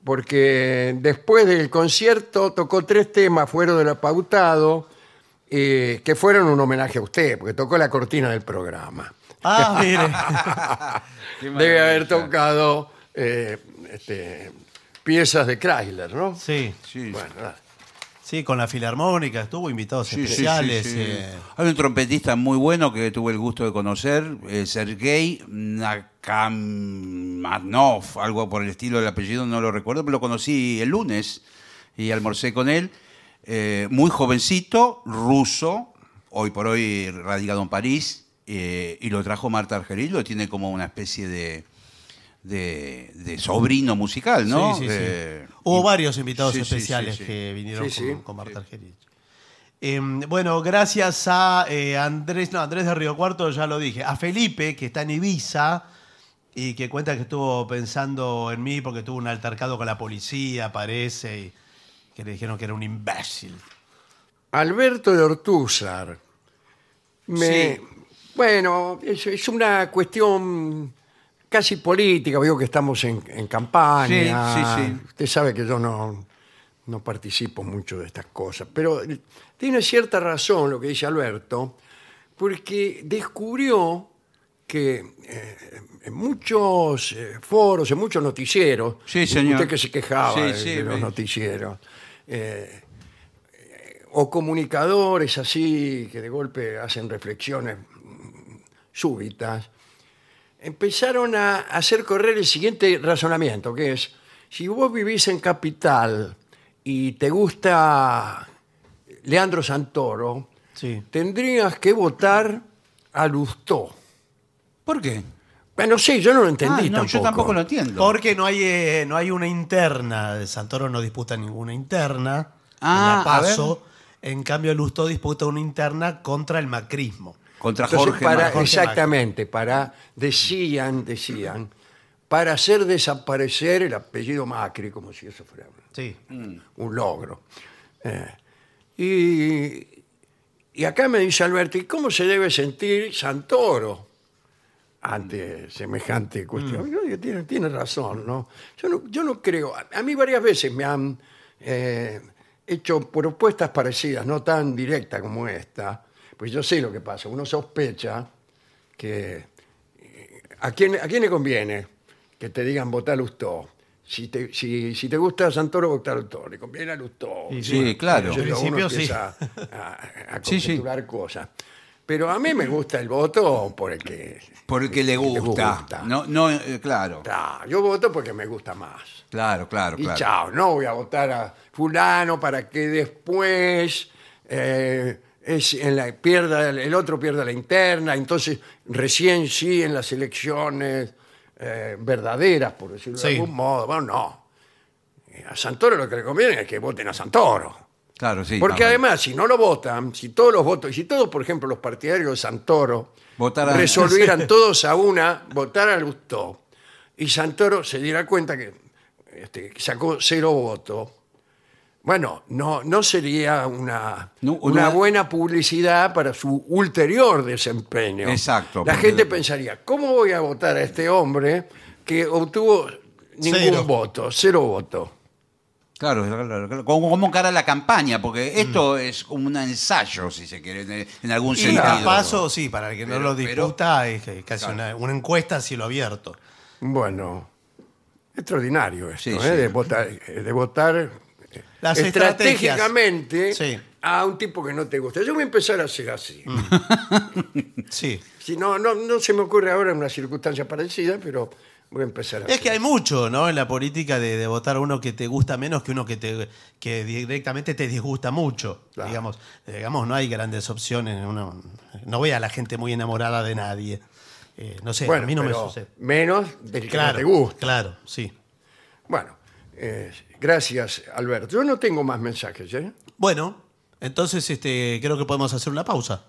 [SPEAKER 1] porque después del concierto tocó tres temas fuera de lo pautado, eh, que fueron un homenaje a usted, porque tocó la cortina del programa.
[SPEAKER 2] Ah, mire.
[SPEAKER 1] Debe haber tocado eh, este, piezas de Chrysler, ¿no?
[SPEAKER 2] Sí,
[SPEAKER 3] Sí,
[SPEAKER 1] Bueno, nada.
[SPEAKER 2] sí, con la Filarmónica estuvo invitados
[SPEAKER 3] sí, sí,
[SPEAKER 2] especiales.
[SPEAKER 3] sí, sí.
[SPEAKER 2] eh,
[SPEAKER 3] Hay un trompetista muy bueno que tuve el gusto de conocer, eh, Sergei Nakamanov, algo por el estilo del apellido, no lo recuerdo, pero lo conocí el lunes y almorcé con él. Eh, muy jovencito, ruso, hoy por hoy radicado en París, eh, y lo trajo Marta Argerich, lo tiene como una especie de, de- de sobrino musical, ¿no?
[SPEAKER 2] Sí, sí, sí.
[SPEAKER 3] Eh,
[SPEAKER 2] Hubo
[SPEAKER 3] y-
[SPEAKER 2] varios invitados
[SPEAKER 3] sí, sí, sí,
[SPEAKER 2] especiales
[SPEAKER 3] sí.
[SPEAKER 2] que vinieron
[SPEAKER 1] Sí,
[SPEAKER 2] con,
[SPEAKER 1] sí.
[SPEAKER 2] con Marta Argerich. Eh, bueno, gracias a eh, Andrés, no, Andrés de Río Cuarto, ya lo dije, a Felipe, que está en Ibiza y que cuenta que estuvo pensando en mí porque tuvo un altercado con la policía, parece, y que le dijeron que era un imbécil.
[SPEAKER 1] Alberto de Ortúzar Me-
[SPEAKER 3] Sí.
[SPEAKER 1] Bueno, es, es una cuestión casi política. Veo que estamos en, en campaña.
[SPEAKER 3] Sí, sí, sí.
[SPEAKER 1] Usted sabe que yo no, no participo mucho de estas cosas. Pero tiene cierta razón lo que dice Alberto, porque descubrió que eh, en muchos eh, foros, en muchos noticieros,
[SPEAKER 3] Sí, señor.
[SPEAKER 1] usted que se quejaba
[SPEAKER 3] Sí,
[SPEAKER 1] de-
[SPEAKER 3] sí,
[SPEAKER 1] de los
[SPEAKER 3] me-
[SPEAKER 1] noticieros, eh, o comunicadores así que de golpe hacen reflexiones mm, súbitas, empezaron a hacer correr el siguiente razonamiento, que es, si vos vivís en Capital y te gusta Leandro Santoro,
[SPEAKER 2] Sí.
[SPEAKER 1] tendrías que votar a Lustó.
[SPEAKER 3] ¿Por qué?
[SPEAKER 1] Bueno, sí, yo no lo entendí
[SPEAKER 3] Ah, no,
[SPEAKER 1] tampoco.
[SPEAKER 3] yo tampoco lo entiendo.
[SPEAKER 2] Porque no hay, eh, no hay una interna. Santoro no disputa ninguna interna.
[SPEAKER 3] Ah,
[SPEAKER 2] en la
[SPEAKER 3] a ver.
[SPEAKER 2] PASO. En cambio, Lustó disputa una interna contra el macrismo.
[SPEAKER 3] Contra
[SPEAKER 1] Entonces,
[SPEAKER 3] Jorge
[SPEAKER 1] para-
[SPEAKER 3] Macri.
[SPEAKER 2] Jorge
[SPEAKER 1] exactamente, para, decían, decían, para hacer desaparecer el apellido Macri, como si eso fuera un-
[SPEAKER 2] Sí.
[SPEAKER 3] Mm.
[SPEAKER 1] un logro. Eh, y, y acá me dice Alberto, ¿y cómo se debe sentir Santoro ante semejante
[SPEAKER 2] Mm.
[SPEAKER 1] cuestión? Yo digo, tiene, tiene razón, ¿no? Yo no, yo no creo, a, a mí varias veces me han eh, hecho propuestas parecidas, no tan directas como esta, pues yo sé lo que pasa, uno sospecha que... eh, ¿A quién, ¿A quién le conviene que te digan votar Lustó? Si te, si, si te gusta Santoro, votar Lustó. Le conviene a Lustó.
[SPEAKER 2] Sí,
[SPEAKER 3] Sí, claro.
[SPEAKER 1] Entonces
[SPEAKER 2] En
[SPEAKER 1] uno
[SPEAKER 2] principio, sí.
[SPEAKER 1] empieza a, a
[SPEAKER 3] Sí, sí.
[SPEAKER 1] conjeturar cosas. Pero a mí me gusta el voto porque...
[SPEAKER 3] Porque le
[SPEAKER 1] porque
[SPEAKER 3] gusta. No, no, eh, claro.
[SPEAKER 1] Claro, yo voto porque me gusta más.
[SPEAKER 3] Claro, claro,
[SPEAKER 1] Y
[SPEAKER 3] claro.
[SPEAKER 1] chao, no voy a votar a fulano para que después eh, es en la, pierda, el otro pierda la interna, entonces recién sí en las elecciones eh, verdaderas, por decirlo de
[SPEAKER 2] Sí.
[SPEAKER 1] algún modo. Bueno, no. Eh, A Santoro lo que le conviene es que voten a Santoro.
[SPEAKER 3] Claro, sí.
[SPEAKER 1] Porque
[SPEAKER 3] más
[SPEAKER 1] además, si no lo votan, si todos los votos, si todos, por ejemplo, los partidarios de Santoro
[SPEAKER 3] Votaran-
[SPEAKER 1] resolvieran todos a una votar a Lustó y Santoro se diera cuenta que este, sacó cero votos, bueno, no, no sería una,
[SPEAKER 3] No,
[SPEAKER 1] una
[SPEAKER 3] una-
[SPEAKER 1] buena publicidad para su ulterior desempeño.
[SPEAKER 3] Exacto,
[SPEAKER 1] La
[SPEAKER 3] porque-
[SPEAKER 1] gente pensaría, ¿cómo voy a votar a este hombre que obtuvo ningún
[SPEAKER 2] Cero.
[SPEAKER 1] voto, cero voto?
[SPEAKER 3] Claro, claro, claro. Como, como cara a la campaña,
[SPEAKER 1] Mm.
[SPEAKER 3] porque esto es como un ensayo, si se quiere, en, en algún
[SPEAKER 2] Y
[SPEAKER 3] sentido.
[SPEAKER 2] a paso, sí, para el que no
[SPEAKER 3] Pero-
[SPEAKER 2] lo
[SPEAKER 3] pero-
[SPEAKER 2] disputa, es que casi una, una encuesta a cielo abierto.
[SPEAKER 1] Bueno, extraordinario esto,
[SPEAKER 3] Sí,
[SPEAKER 1] ¿eh?
[SPEAKER 3] sí.
[SPEAKER 1] De votar, eh, de votar eh,
[SPEAKER 2] Las estrategias.
[SPEAKER 1] estratégicamente
[SPEAKER 2] Sí. Mm.
[SPEAKER 1] a un tipo que no te gusta. Yo voy a empezar a hacer así.
[SPEAKER 2] Sí.
[SPEAKER 1] Si no, no, no se me ocurre ahora una circunstancia parecida, pero voy a empezar a
[SPEAKER 2] Es
[SPEAKER 1] hacer
[SPEAKER 2] que hay mucho, ¿no? En la política de, de votar uno que te gusta menos que uno que te que directamente te disgusta mucho.
[SPEAKER 1] Claro.
[SPEAKER 2] Digamos, digamos, no hay grandes opciones. Uno, no ve a la gente muy enamorada de nadie. Eh, no sé,
[SPEAKER 1] Bueno,
[SPEAKER 2] a mí no me
[SPEAKER 1] pero
[SPEAKER 2] sucede.
[SPEAKER 1] menos del que
[SPEAKER 2] Claro,
[SPEAKER 1] no te gusta.
[SPEAKER 2] claro, sí.
[SPEAKER 1] Bueno, eh, gracias, Alberto. Yo no tengo más mensajes, ¿eh?
[SPEAKER 2] Bueno, entonces este, creo que podemos hacer una pausa.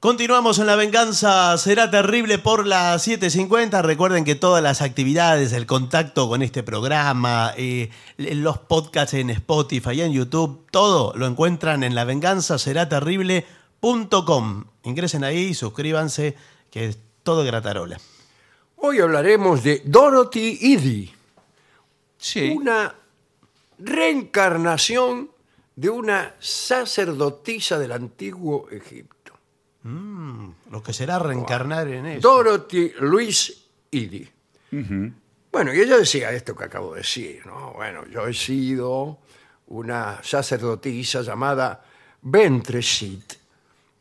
[SPEAKER 2] Continuamos en La Venganza Será Terrible por las 7.50. Recuerden que todas las actividades, el contacto con este programa, eh, los podcasts en Spotify, en YouTube, todo lo encuentran en lavenganzaseraterrible.com. Ingresen ahí, suscríbanse, que es todo gratarola.
[SPEAKER 1] Hoy hablaremos de Dorothy Eddy.
[SPEAKER 3] Sí.
[SPEAKER 1] una reencarnación de una sacerdotisa del antiguo Egipto.
[SPEAKER 2] Lo que será reencarnar en eso.
[SPEAKER 1] Dorothy Louise Eddy. Bueno, y ella decía esto que acabo de decir, ¿no? Bueno, yo he sido una sacerdotisa llamada Ventresit,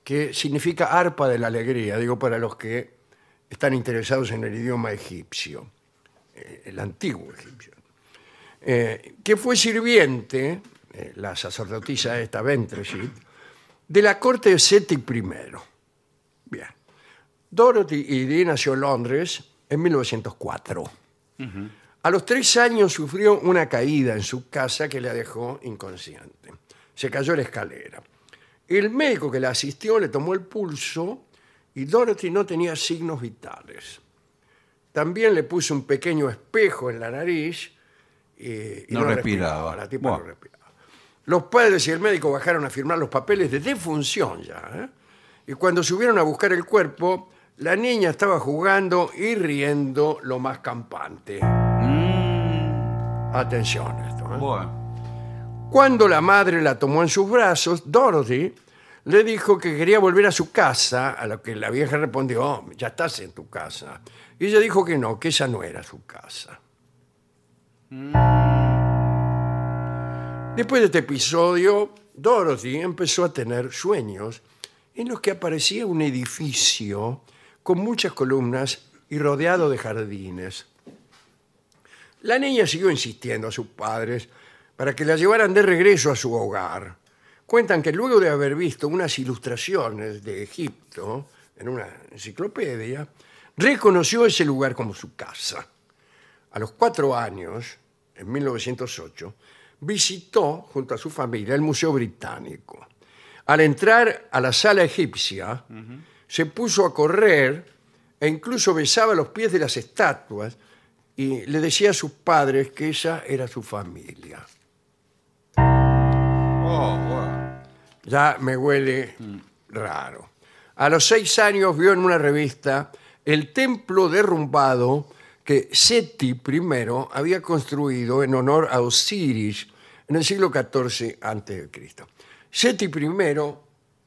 [SPEAKER 1] que significa arpa de la alegría, digo, para los que están interesados en el idioma egipcio, eh, el antiguo egipcio. Eh, que fue sirviente, eh, la sacerdotisa esta Ventresit, de la corte de Seti I. Bien. Dorothy Eddy nació en Londres en 1904. A los tres años sufrió una caída en su casa que la dejó inconsciente. Se cayó la escalera. El médico que la asistió le tomó el pulso y Dorothy no tenía signos vitales. También le puso un pequeño espejo en la nariz eh, y, y
[SPEAKER 3] No respiraba.
[SPEAKER 1] La tipa no
[SPEAKER 3] Buah.
[SPEAKER 1] respiraba. Los padres y el médico bajaron a firmar los papeles de defunción ya. ¿eh? Y cuando subieron a buscar el cuerpo, la niña estaba jugando y riendo lo más campante. Atención a esto. ¿eh?
[SPEAKER 3] Bueno.
[SPEAKER 1] Cuando la madre la tomó en sus brazos, Dorothy le dijo que quería volver a su casa, a lo que la vieja respondió, "Oh, ya estás en tu casa. Y ella dijo que no, que esa no era su casa. Después de este episodio, Dorothy empezó a tener sueños en los que aparecía un edificio con muchas columnas y rodeado de jardines. La niña siguió insistiendo a sus padres para que la llevaran de regreso a su hogar. Cuentan que luego de haber visto unas ilustraciones de Egipto en una enciclopedia, reconoció ese lugar como su casa. A los cuatro años, en 1908, visitó junto a su familia el Museo Británico. Al entrar a la sala egipcia, se puso a correr e incluso besaba los pies de las estatuas y le decía a sus padres que esa era su familia.
[SPEAKER 3] Oh, bueno.
[SPEAKER 1] ya me huele raro. A los seis años vio en una revista el templo derrumbado que Seti I había construido en honor a Osiris en el siglo XIV a.C. Seti I,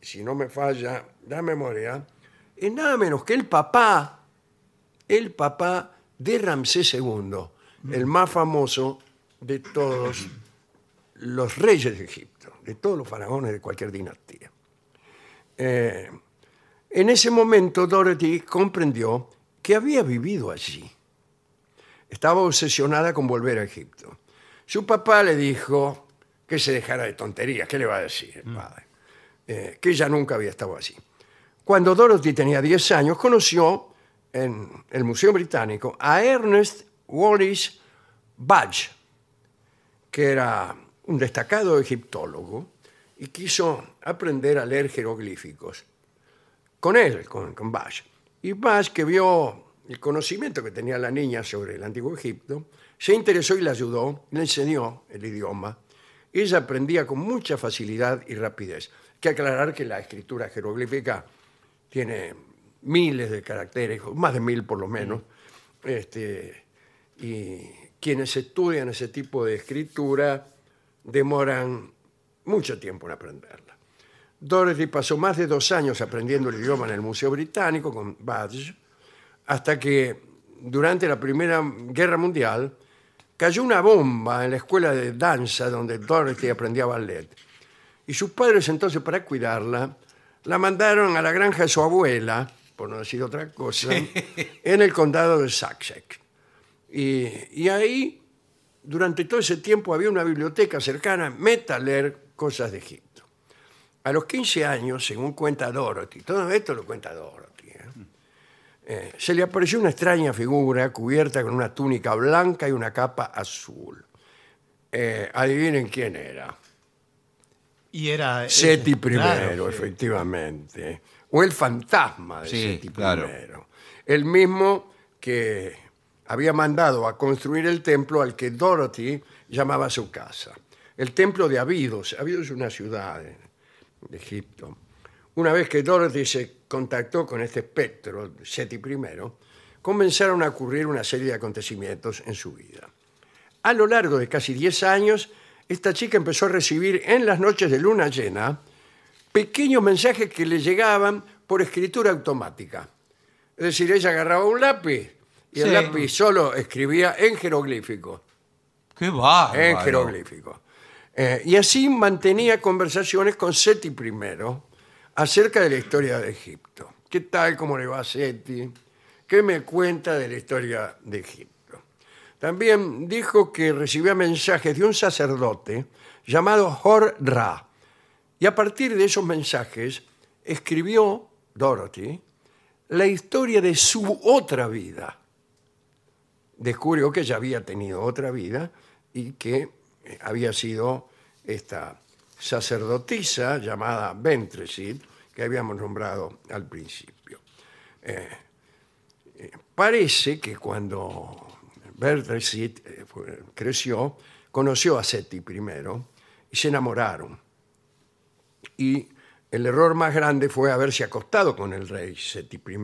[SPEAKER 1] si no me falla la memoria, es nada menos que el papá, el papá de Ramsés II, el más famoso de todos los reyes de Egipto, de todos los faraones de cualquier dinastía. Eh, en ese momento Dorothy comprendió que había vivido allí. Estaba obsesionada con volver a Egipto. Su papá le dijo que se dejara de tonterías, ¿qué le va a decir el padre? Eh, que ella nunca había estado allí. Cuando Dorothy tenía 10 años, conoció en el Museo Británico a Ernest Wallis Budge, que era un destacado egiptólogo y quiso aprender a leer jeroglíficos. Con él, con, con Bash. Y Bash, que vio el conocimiento que tenía la niña sobre el antiguo Egipto, se interesó y la ayudó, le enseñó el idioma. Ella aprendía con mucha facilidad y rapidez. Hay que aclarar que la escritura jeroglífica tiene miles de caracteres, más de mil por lo menos. Este, y quienes estudian ese tipo de escritura demoran mucho tiempo en aprenderla. Dorothy pasó más de dos años aprendiendo el idioma en el Museo Británico con Budge, hasta que durante la Primera Guerra Mundial cayó una bomba en la escuela de danza donde Dorothy aprendía ballet. Y sus padres entonces, para cuidarla, la mandaron a la granja de su abuela, por no decir otra cosa, en el condado de Sussex. Y, y ahí, durante todo ese tiempo, había una biblioteca cercana, meta a leer cosas de Egipto. A los 15 años, según cuenta Dorothy, todo esto lo cuenta Dorothy, ¿eh? Eh, se le apareció una extraña figura cubierta con una túnica blanca y una capa azul. Eh, adivinen quién era.
[SPEAKER 2] Y era.
[SPEAKER 1] Seti I,
[SPEAKER 2] Claro.
[SPEAKER 1] efectivamente. O el fantasma de
[SPEAKER 3] Sí,
[SPEAKER 1] Seti I.
[SPEAKER 3] claro.
[SPEAKER 1] El mismo que había mandado a construir el templo al que Dorothy llamaba su casa. El templo de Abidos. Abidos es una ciudad de, de Egipto. Una vez que Dorothy se contactó con este espectro, Seti I, comenzaron a ocurrir una serie de acontecimientos en su vida. A lo largo de casi 10 años, esta chica empezó a recibir en las noches de luna llena pequeños mensajes que le llegaban por escritura automática. Es decir, ella agarraba un lápiz y el
[SPEAKER 3] Sí.
[SPEAKER 1] lápiz solo escribía en jeroglífico.
[SPEAKER 3] Qué bárbaro.
[SPEAKER 1] En Eh, jeroglífico. Eh, y así mantenía conversaciones con Seti I acerca de la historia de Egipto. ¿Qué tal? ¿Cómo le va a Seti? ¿Qué me cuenta de la historia de Egipto? También dijo que recibía mensajes de un sacerdote llamado Hor Ra. Y a partir de esos mensajes escribió Dorothy la historia de su otra vida descubrió que ya había tenido otra vida y que eh, había sido esta sacerdotisa llamada Ventresid, que habíamos nombrado al principio. Eh, eh, parece que cuando Ventresid eh, fue- creció, conoció a Seti primero y se enamoraron. Y el error más grande fue haberse acostado con el rey Seti I,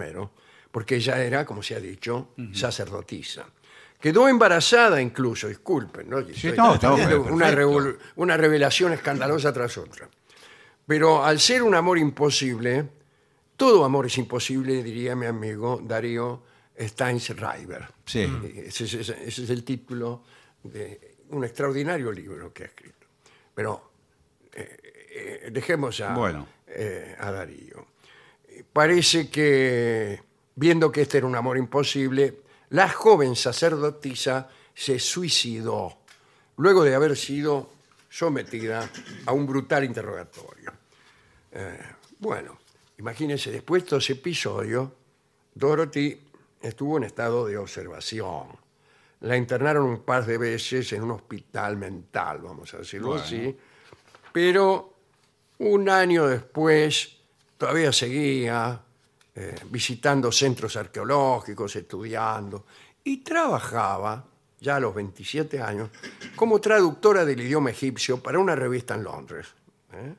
[SPEAKER 1] porque ella era, como se ha dicho, sacerdotisa. Quedó embarazada incluso, disculpen, ¿no? Estoy
[SPEAKER 3] no, está
[SPEAKER 1] haciendo
[SPEAKER 3] bien,
[SPEAKER 1] una,
[SPEAKER 3] perfecto.
[SPEAKER 1] revol- una revelación escandalosa tras otra. Pero al ser un amor imposible, todo amor es imposible, diría mi amigo Darío Steinschreiber.
[SPEAKER 3] Sí.
[SPEAKER 1] Eh, Ese, es- ese- ese es el título de un extraordinario libro que ha escrito. Pero eh, eh, dejemos a,
[SPEAKER 3] Bueno.
[SPEAKER 1] eh, a Darío. Eh, Parece que, viendo que este era un amor imposible, la joven sacerdotisa se suicidó luego de haber sido sometida a un brutal interrogatorio. Bueno, imagínense, después de estos episodios, Dorothy estuvo en estado de observación. La internaron un par de veces en un hospital mental, vamos a decirlo
[SPEAKER 3] Bueno.
[SPEAKER 1] así, pero un año después todavía seguía eh, visitando centros arqueológicos, estudiando, y trabajaba, ya a los 27 años, como traductora del idioma egipcio para una revista en Londres. ¿eh?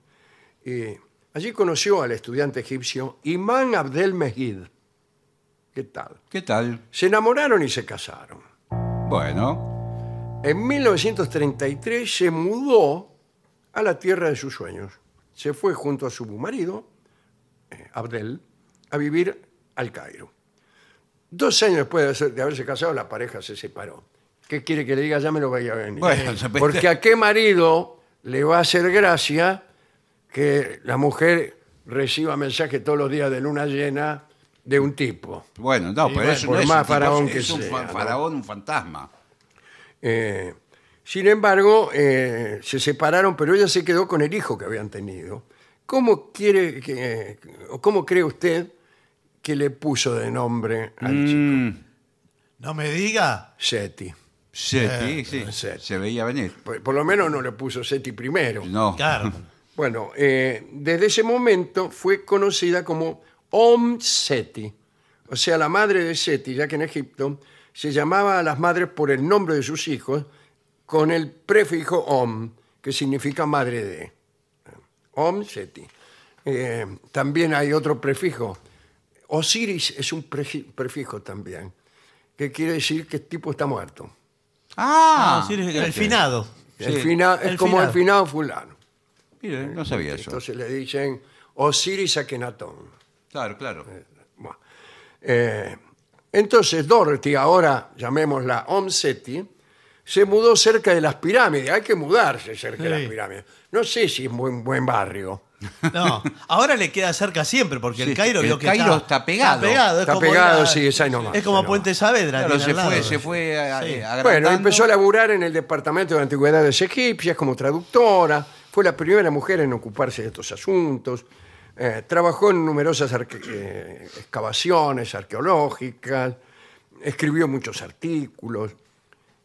[SPEAKER 1] Y Eh, allí conoció al estudiante egipcio Imán Abdel Mejid. ¿Qué tal?
[SPEAKER 3] ¿Qué tal?
[SPEAKER 1] Se enamoraron y se casaron.
[SPEAKER 3] Bueno,
[SPEAKER 1] En 1933 se mudó a la tierra de sus sueños. Se fue junto a su marido, eh, Abdel, a vivir al Cairo. Dos años después de hacer- de haberse casado, la pareja se separó. ¿Qué quiere que le diga? Ya me lo vaya a venir.
[SPEAKER 3] Bueno, ya-
[SPEAKER 1] Porque a qué marido le va a hacer gracia que la mujer reciba mensajes todos los días de luna llena de un tipo.
[SPEAKER 3] bueno, no,
[SPEAKER 2] Y
[SPEAKER 3] pero
[SPEAKER 2] bueno,
[SPEAKER 3] eso
[SPEAKER 1] por
[SPEAKER 3] no es
[SPEAKER 1] más
[SPEAKER 3] un tipo,
[SPEAKER 1] faraón
[SPEAKER 3] es
[SPEAKER 1] que
[SPEAKER 3] un
[SPEAKER 1] sea,
[SPEAKER 3] fa-
[SPEAKER 1] ¿no?
[SPEAKER 3] faraón, un fantasma.
[SPEAKER 1] Eh, sin embargo, eh, se separaron, pero ella se quedó con el hijo que habían tenido. ¿Cómo quiere que, o cómo cree usted que le puso de nombre al chico?
[SPEAKER 3] Mm,
[SPEAKER 2] No me diga.
[SPEAKER 1] Seti?
[SPEAKER 3] sí,
[SPEAKER 1] Eh,
[SPEAKER 3] sí, sí,
[SPEAKER 1] sí.
[SPEAKER 3] se veía venir.
[SPEAKER 1] Por, por lo menos no le puso Seti primero.
[SPEAKER 3] No.
[SPEAKER 2] Claro.
[SPEAKER 1] Bueno, eh, desde ese momento fue conocida como Om Seti, o sea, la madre de Seti, ya que en Egipto se llamaba a las madres por el nombre de sus hijos con el prefijo Om, que significa madre de. Om Seti. Eh, también hay otro prefijo. Osiris es un preji- prefijo también, que quiere decir que el tipo está muerto.
[SPEAKER 3] Ah,
[SPEAKER 2] No, sí,
[SPEAKER 3] mire,
[SPEAKER 2] el finado.
[SPEAKER 1] El fina- es
[SPEAKER 2] el
[SPEAKER 1] como el finado
[SPEAKER 2] finado.
[SPEAKER 1] fulano.
[SPEAKER 3] Mire, no sabía eso.
[SPEAKER 1] Entonces le dicen Osiris Akenatón.
[SPEAKER 3] Claro, claro.
[SPEAKER 1] Bueno, eh, entonces Dorothy, ahora llamémosla Omseti, se mudó cerca de las pirámides. Hay que mudarse cerca de las
[SPEAKER 2] Sí.
[SPEAKER 1] pirámides. No sé si es buen, buen barrio.
[SPEAKER 2] No, ahora le queda cerca siempre, porque
[SPEAKER 3] Sí,
[SPEAKER 2] el Cairo
[SPEAKER 3] el
[SPEAKER 2] vio que
[SPEAKER 3] Cairo
[SPEAKER 2] está,
[SPEAKER 3] está pegado.
[SPEAKER 2] Está pegado, es
[SPEAKER 1] Está
[SPEAKER 2] como
[SPEAKER 1] pegado, sí, es ahí nomás,
[SPEAKER 2] Es como
[SPEAKER 1] ahí nomás.
[SPEAKER 2] Puente Saavedra.
[SPEAKER 3] Claro,
[SPEAKER 2] tiene
[SPEAKER 3] se
[SPEAKER 2] al lado.
[SPEAKER 3] fue, se fue a- a-
[SPEAKER 2] Sí.
[SPEAKER 3] agrandando.
[SPEAKER 1] Bueno, empezó a laburar en el Departamento de Antigüedades Egipcias como traductora. Fue la primera mujer en ocuparse de estos asuntos. Eh, trabajó en numerosas arque- eh, excavaciones arqueológicas. Escribió muchos artículos.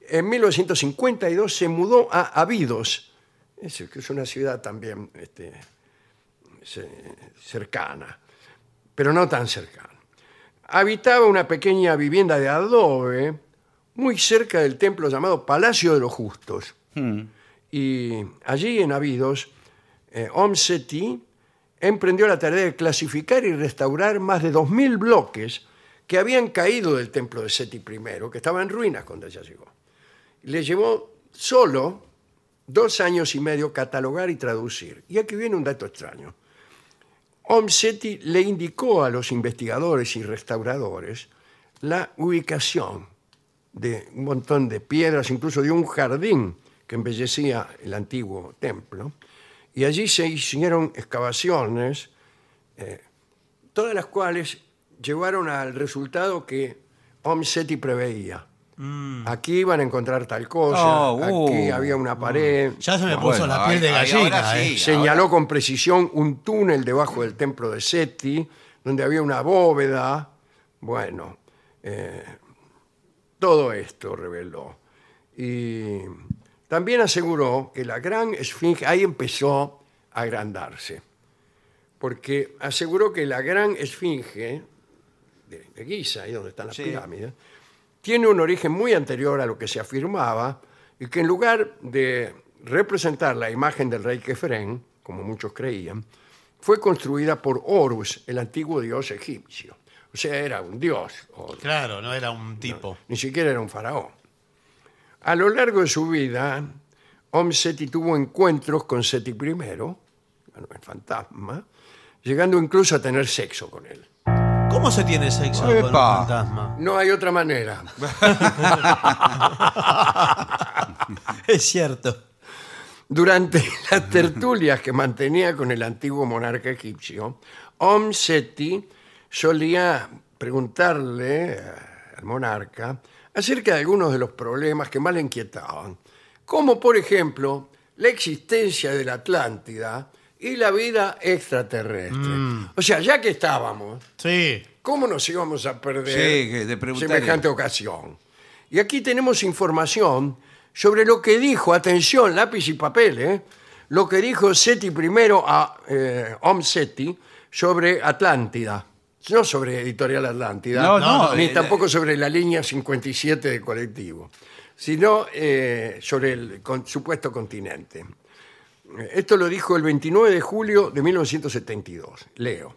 [SPEAKER 1] En 1952 se mudó a Abidos, es decir, que es una ciudad también este, ce- cercana, pero no tan cercana. Habitaba una pequeña vivienda de adobe muy cerca del templo llamado Palacio de los Justos. Y allí en Abidos, eh, Om Seti emprendió la tarea de clasificar y restaurar más de 2.000 bloques que habían caído del templo de Seti I, que estaba en ruinas cuando ella llegó. Le llevó solo dos años y medio catalogar y traducir. Y aquí viene un dato extraño. Omseti le indicó a los investigadores y restauradores la ubicación de un montón de piedras, incluso de un jardín que embellecía el antiguo templo. Y allí se hicieron excavaciones, eh, todas las cuales llevaron al resultado que Omseti preveía. Aquí iban a encontrar tal cosa,
[SPEAKER 3] Oh, uh.
[SPEAKER 1] aquí había una pared.
[SPEAKER 2] Ya se me
[SPEAKER 3] Bueno,
[SPEAKER 2] puso la piel de
[SPEAKER 3] ahí- ahí ahora
[SPEAKER 2] gallina.
[SPEAKER 3] sí.
[SPEAKER 2] eh.
[SPEAKER 1] Señaló con precisión un túnel debajo del templo de Seti, donde había una bóveda. Bueno, eh, todo esto reveló. Y también aseguró que la gran esfinge, ahí empezó a agrandarse, porque aseguró que la gran esfinge de, de Giza, ahí donde están las
[SPEAKER 3] Sí.
[SPEAKER 1] pirámides, tiene un origen muy anterior a lo que se afirmaba y que en lugar de representar la imagen del rey Kefren, como muchos creían, fue construida por Horus, el antiguo dios egipcio. O sea, era un dios, Horus.
[SPEAKER 2] Claro, no era un tipo.
[SPEAKER 1] ni siquiera era un faraón. A lo largo de su vida, Omseti tuvo encuentros con Seti I, bueno, el fantasma, llegando incluso a tener sexo con él.
[SPEAKER 2] ¿Cómo se tiene sexo con un
[SPEAKER 3] Epa.
[SPEAKER 2] fantasma?
[SPEAKER 1] No hay otra manera.
[SPEAKER 2] Es cierto.
[SPEAKER 1] Durante las tertulias que mantenía con el antiguo monarca egipcio, Omseti solía preguntarle eh, al monarca acerca de algunos de los problemas que más le inquietaban, como por ejemplo la existencia de la Atlántida y la vida extraterrestre. O sea, ya que estábamos,
[SPEAKER 2] Sí.
[SPEAKER 1] ¿Cómo nos íbamos a perder
[SPEAKER 3] Sí, que de preguntar-
[SPEAKER 1] semejante ocasión? Y aquí tenemos información sobre lo que dijo, atención, lápiz y papel, ¿eh? lo que dijo Seti primero a eh, Om Seti sobre Atlántida. No sobre Editorial Atlántida,
[SPEAKER 3] No, no,
[SPEAKER 1] ni
[SPEAKER 3] eh,
[SPEAKER 1] tampoco sobre la línea 57 del colectivo, sino eh, sobre el con- supuesto continente. Esto lo dijo el 29 de julio de 1972. Leo.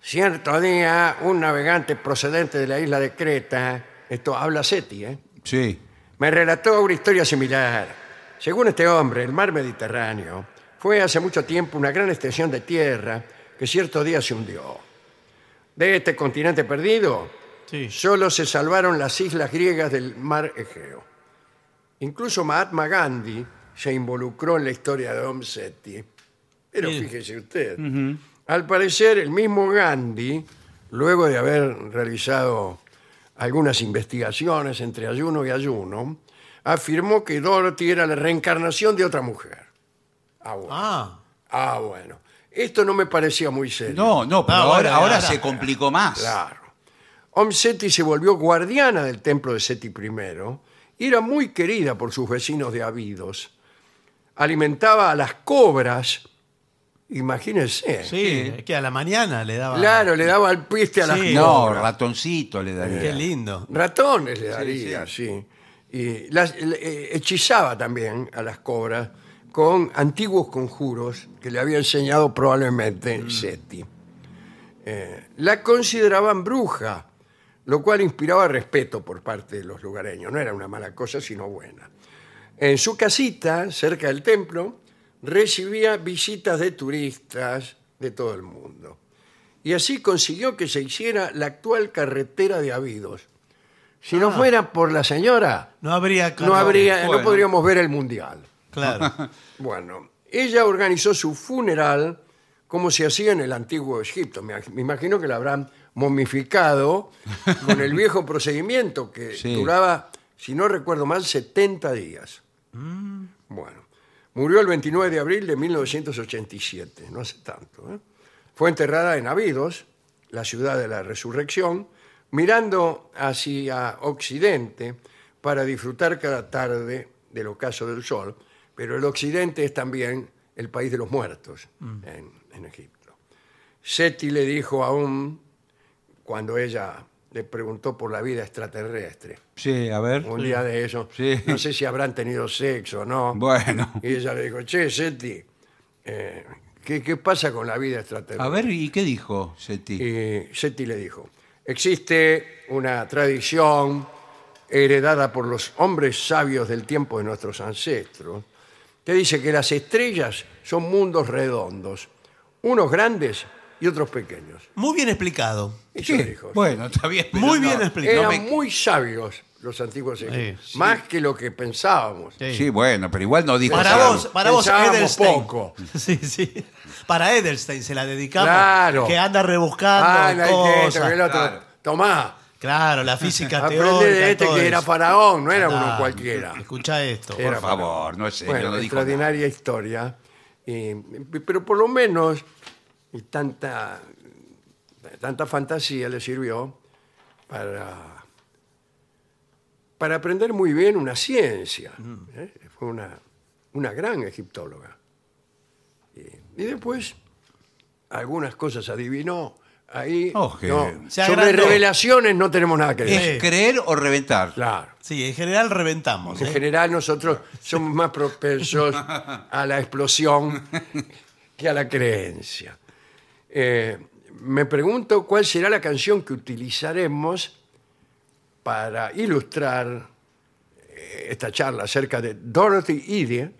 [SPEAKER 1] Cierto día, un navegante procedente de la isla de Creta, esto habla Seti, ¿eh?
[SPEAKER 3] Sí.
[SPEAKER 1] me relató una historia similar. Según este hombre, el mar Mediterráneo fue hace mucho tiempo una gran extensión de tierra que cierto día se hundió. De este continente perdido,
[SPEAKER 2] Sí.
[SPEAKER 1] solo se salvaron las islas griegas del mar Egeo. Incluso Mahatma Gandhi se involucró en la historia de Om Seti. Pero
[SPEAKER 2] Sí.
[SPEAKER 1] fíjese usted, al parecer el mismo Gandhi, luego de haber realizado algunas investigaciones entre ayuno y ayuno, afirmó que Dorothy era la reencarnación de otra mujer. Ah, bueno. Ah,
[SPEAKER 2] Ah.
[SPEAKER 1] bueno. Esto no me parecía muy serio.
[SPEAKER 3] No, no, pero
[SPEAKER 2] Ah,
[SPEAKER 3] ahora,
[SPEAKER 2] bueno,
[SPEAKER 3] ahora
[SPEAKER 2] ahora.
[SPEAKER 3] se complicó más.
[SPEAKER 1] Claro. Om Seti se volvió guardiana del templo de Seti I y era muy querida por sus vecinos de Abidos. Alimentaba a las cobras, imagínense.
[SPEAKER 2] Sí, es que a la mañana le daba.
[SPEAKER 1] Claro, le daba el piste a las
[SPEAKER 2] Sí.
[SPEAKER 3] No,
[SPEAKER 1] cobras.
[SPEAKER 3] ratoncito le daría.
[SPEAKER 2] Qué lindo.
[SPEAKER 1] Ratones le daría, sí. Y las, eh, hechizaba también a las cobras con antiguos conjuros que le había enseñado probablemente Seti. Eh, la consideraban bruja, lo cual inspiraba respeto por parte de los lugareños. No era una mala cosa, sino buena. En su casita, cerca del templo, recibía visitas de turistas de todo el mundo. Y así consiguió que se hiciera la actual carretera de Abidos. Si no fuera por la señora,
[SPEAKER 2] No habría.
[SPEAKER 1] no, habría, no
[SPEAKER 3] Ah. bueno.
[SPEAKER 1] podríamos ver el mundial.
[SPEAKER 2] Claro.
[SPEAKER 1] Bueno, ella organizó su funeral como se hacía en el antiguo Egipto. Me me imagino que la habrán momificado con el viejo procedimiento que
[SPEAKER 3] Sí.
[SPEAKER 1] duraba, si no recuerdo mal, 70 días. Bueno, murió el 29 de abril de 1987, no hace tanto. ¿eh? Fue enterrada en Abidos, la ciudad de la resurrección, mirando hacia occidente para disfrutar cada tarde del ocaso del sol, pero el occidente es también el país de los muertos
[SPEAKER 3] Mm.
[SPEAKER 1] en, en Egipto. Seti le dijo aún, cuando ella le preguntó por la vida extraterrestre,
[SPEAKER 3] Sí, a ver.
[SPEAKER 1] un día de eso,
[SPEAKER 3] Sí.
[SPEAKER 1] no sé si habrán tenido sexo o no.
[SPEAKER 3] Bueno.
[SPEAKER 1] Y ella le dijo, che, Seti, eh, ¿qué, qué pasa con la vida
[SPEAKER 3] A
[SPEAKER 1] extraterrestre?
[SPEAKER 3] ver, ¿y qué dijo Seti?
[SPEAKER 1] Y Seti le dijo, existe una tradición heredada por los hombres sabios del tiempo de nuestros ancestros, que dice que las estrellas son mundos redondos, unos grandes y otros pequeños.
[SPEAKER 2] Muy bien explicado.
[SPEAKER 1] Eso dijo.
[SPEAKER 3] Bueno, está bien. pero
[SPEAKER 2] Muy
[SPEAKER 3] no.
[SPEAKER 2] bien explicado.
[SPEAKER 1] Eran
[SPEAKER 3] no me-
[SPEAKER 1] muy sabios los antiguos egipcios, más que lo que pensábamos.
[SPEAKER 3] Sí, bueno, pero igual no dijo
[SPEAKER 2] Para
[SPEAKER 3] nada.
[SPEAKER 2] vos, para vos,
[SPEAKER 1] Pensábamos
[SPEAKER 2] Edelstein.
[SPEAKER 1] poco.
[SPEAKER 2] Sí, sí. Para Edelstein se la dedicamos.
[SPEAKER 1] Claro.
[SPEAKER 2] Que anda rebuscando
[SPEAKER 1] Ah, la
[SPEAKER 2] cosas.
[SPEAKER 1] que el otro.
[SPEAKER 3] claro.
[SPEAKER 1] Tomá.
[SPEAKER 2] Claro, la física
[SPEAKER 1] Aprende
[SPEAKER 2] teórica.
[SPEAKER 1] de este
[SPEAKER 2] todo
[SPEAKER 1] que
[SPEAKER 2] eso.
[SPEAKER 1] era faraón, no era uno
[SPEAKER 2] Andá,
[SPEAKER 1] cualquiera. Eh.
[SPEAKER 2] Escuchá esto.
[SPEAKER 1] Era
[SPEAKER 3] Por favor, no es serio,
[SPEAKER 1] Bueno,
[SPEAKER 3] no dijo nada.
[SPEAKER 1] extraordinaria historia. Y- pero por lo menos y tanta, tanta fantasía le sirvió para, para aprender muy bien una ciencia.
[SPEAKER 3] Mm.
[SPEAKER 1] ¿eh? Fue una, una gran egiptóloga. Y, y después algunas cosas adivinó, Ahí
[SPEAKER 3] Oh, que-
[SPEAKER 1] no.
[SPEAKER 2] Se
[SPEAKER 1] sobre
[SPEAKER 2] agrandó.
[SPEAKER 1] revelaciones no tenemos nada que decir.
[SPEAKER 3] Es creer o reventar.
[SPEAKER 1] Claro.
[SPEAKER 2] Sí, en general reventamos.
[SPEAKER 1] En
[SPEAKER 2] ¿eh?
[SPEAKER 1] general nosotros somos más propensos a la explosión que a la creencia. Eh, me pregunto cuál será la canción que utilizaremos para ilustrar eh, esta charla acerca de Dorothy Irie,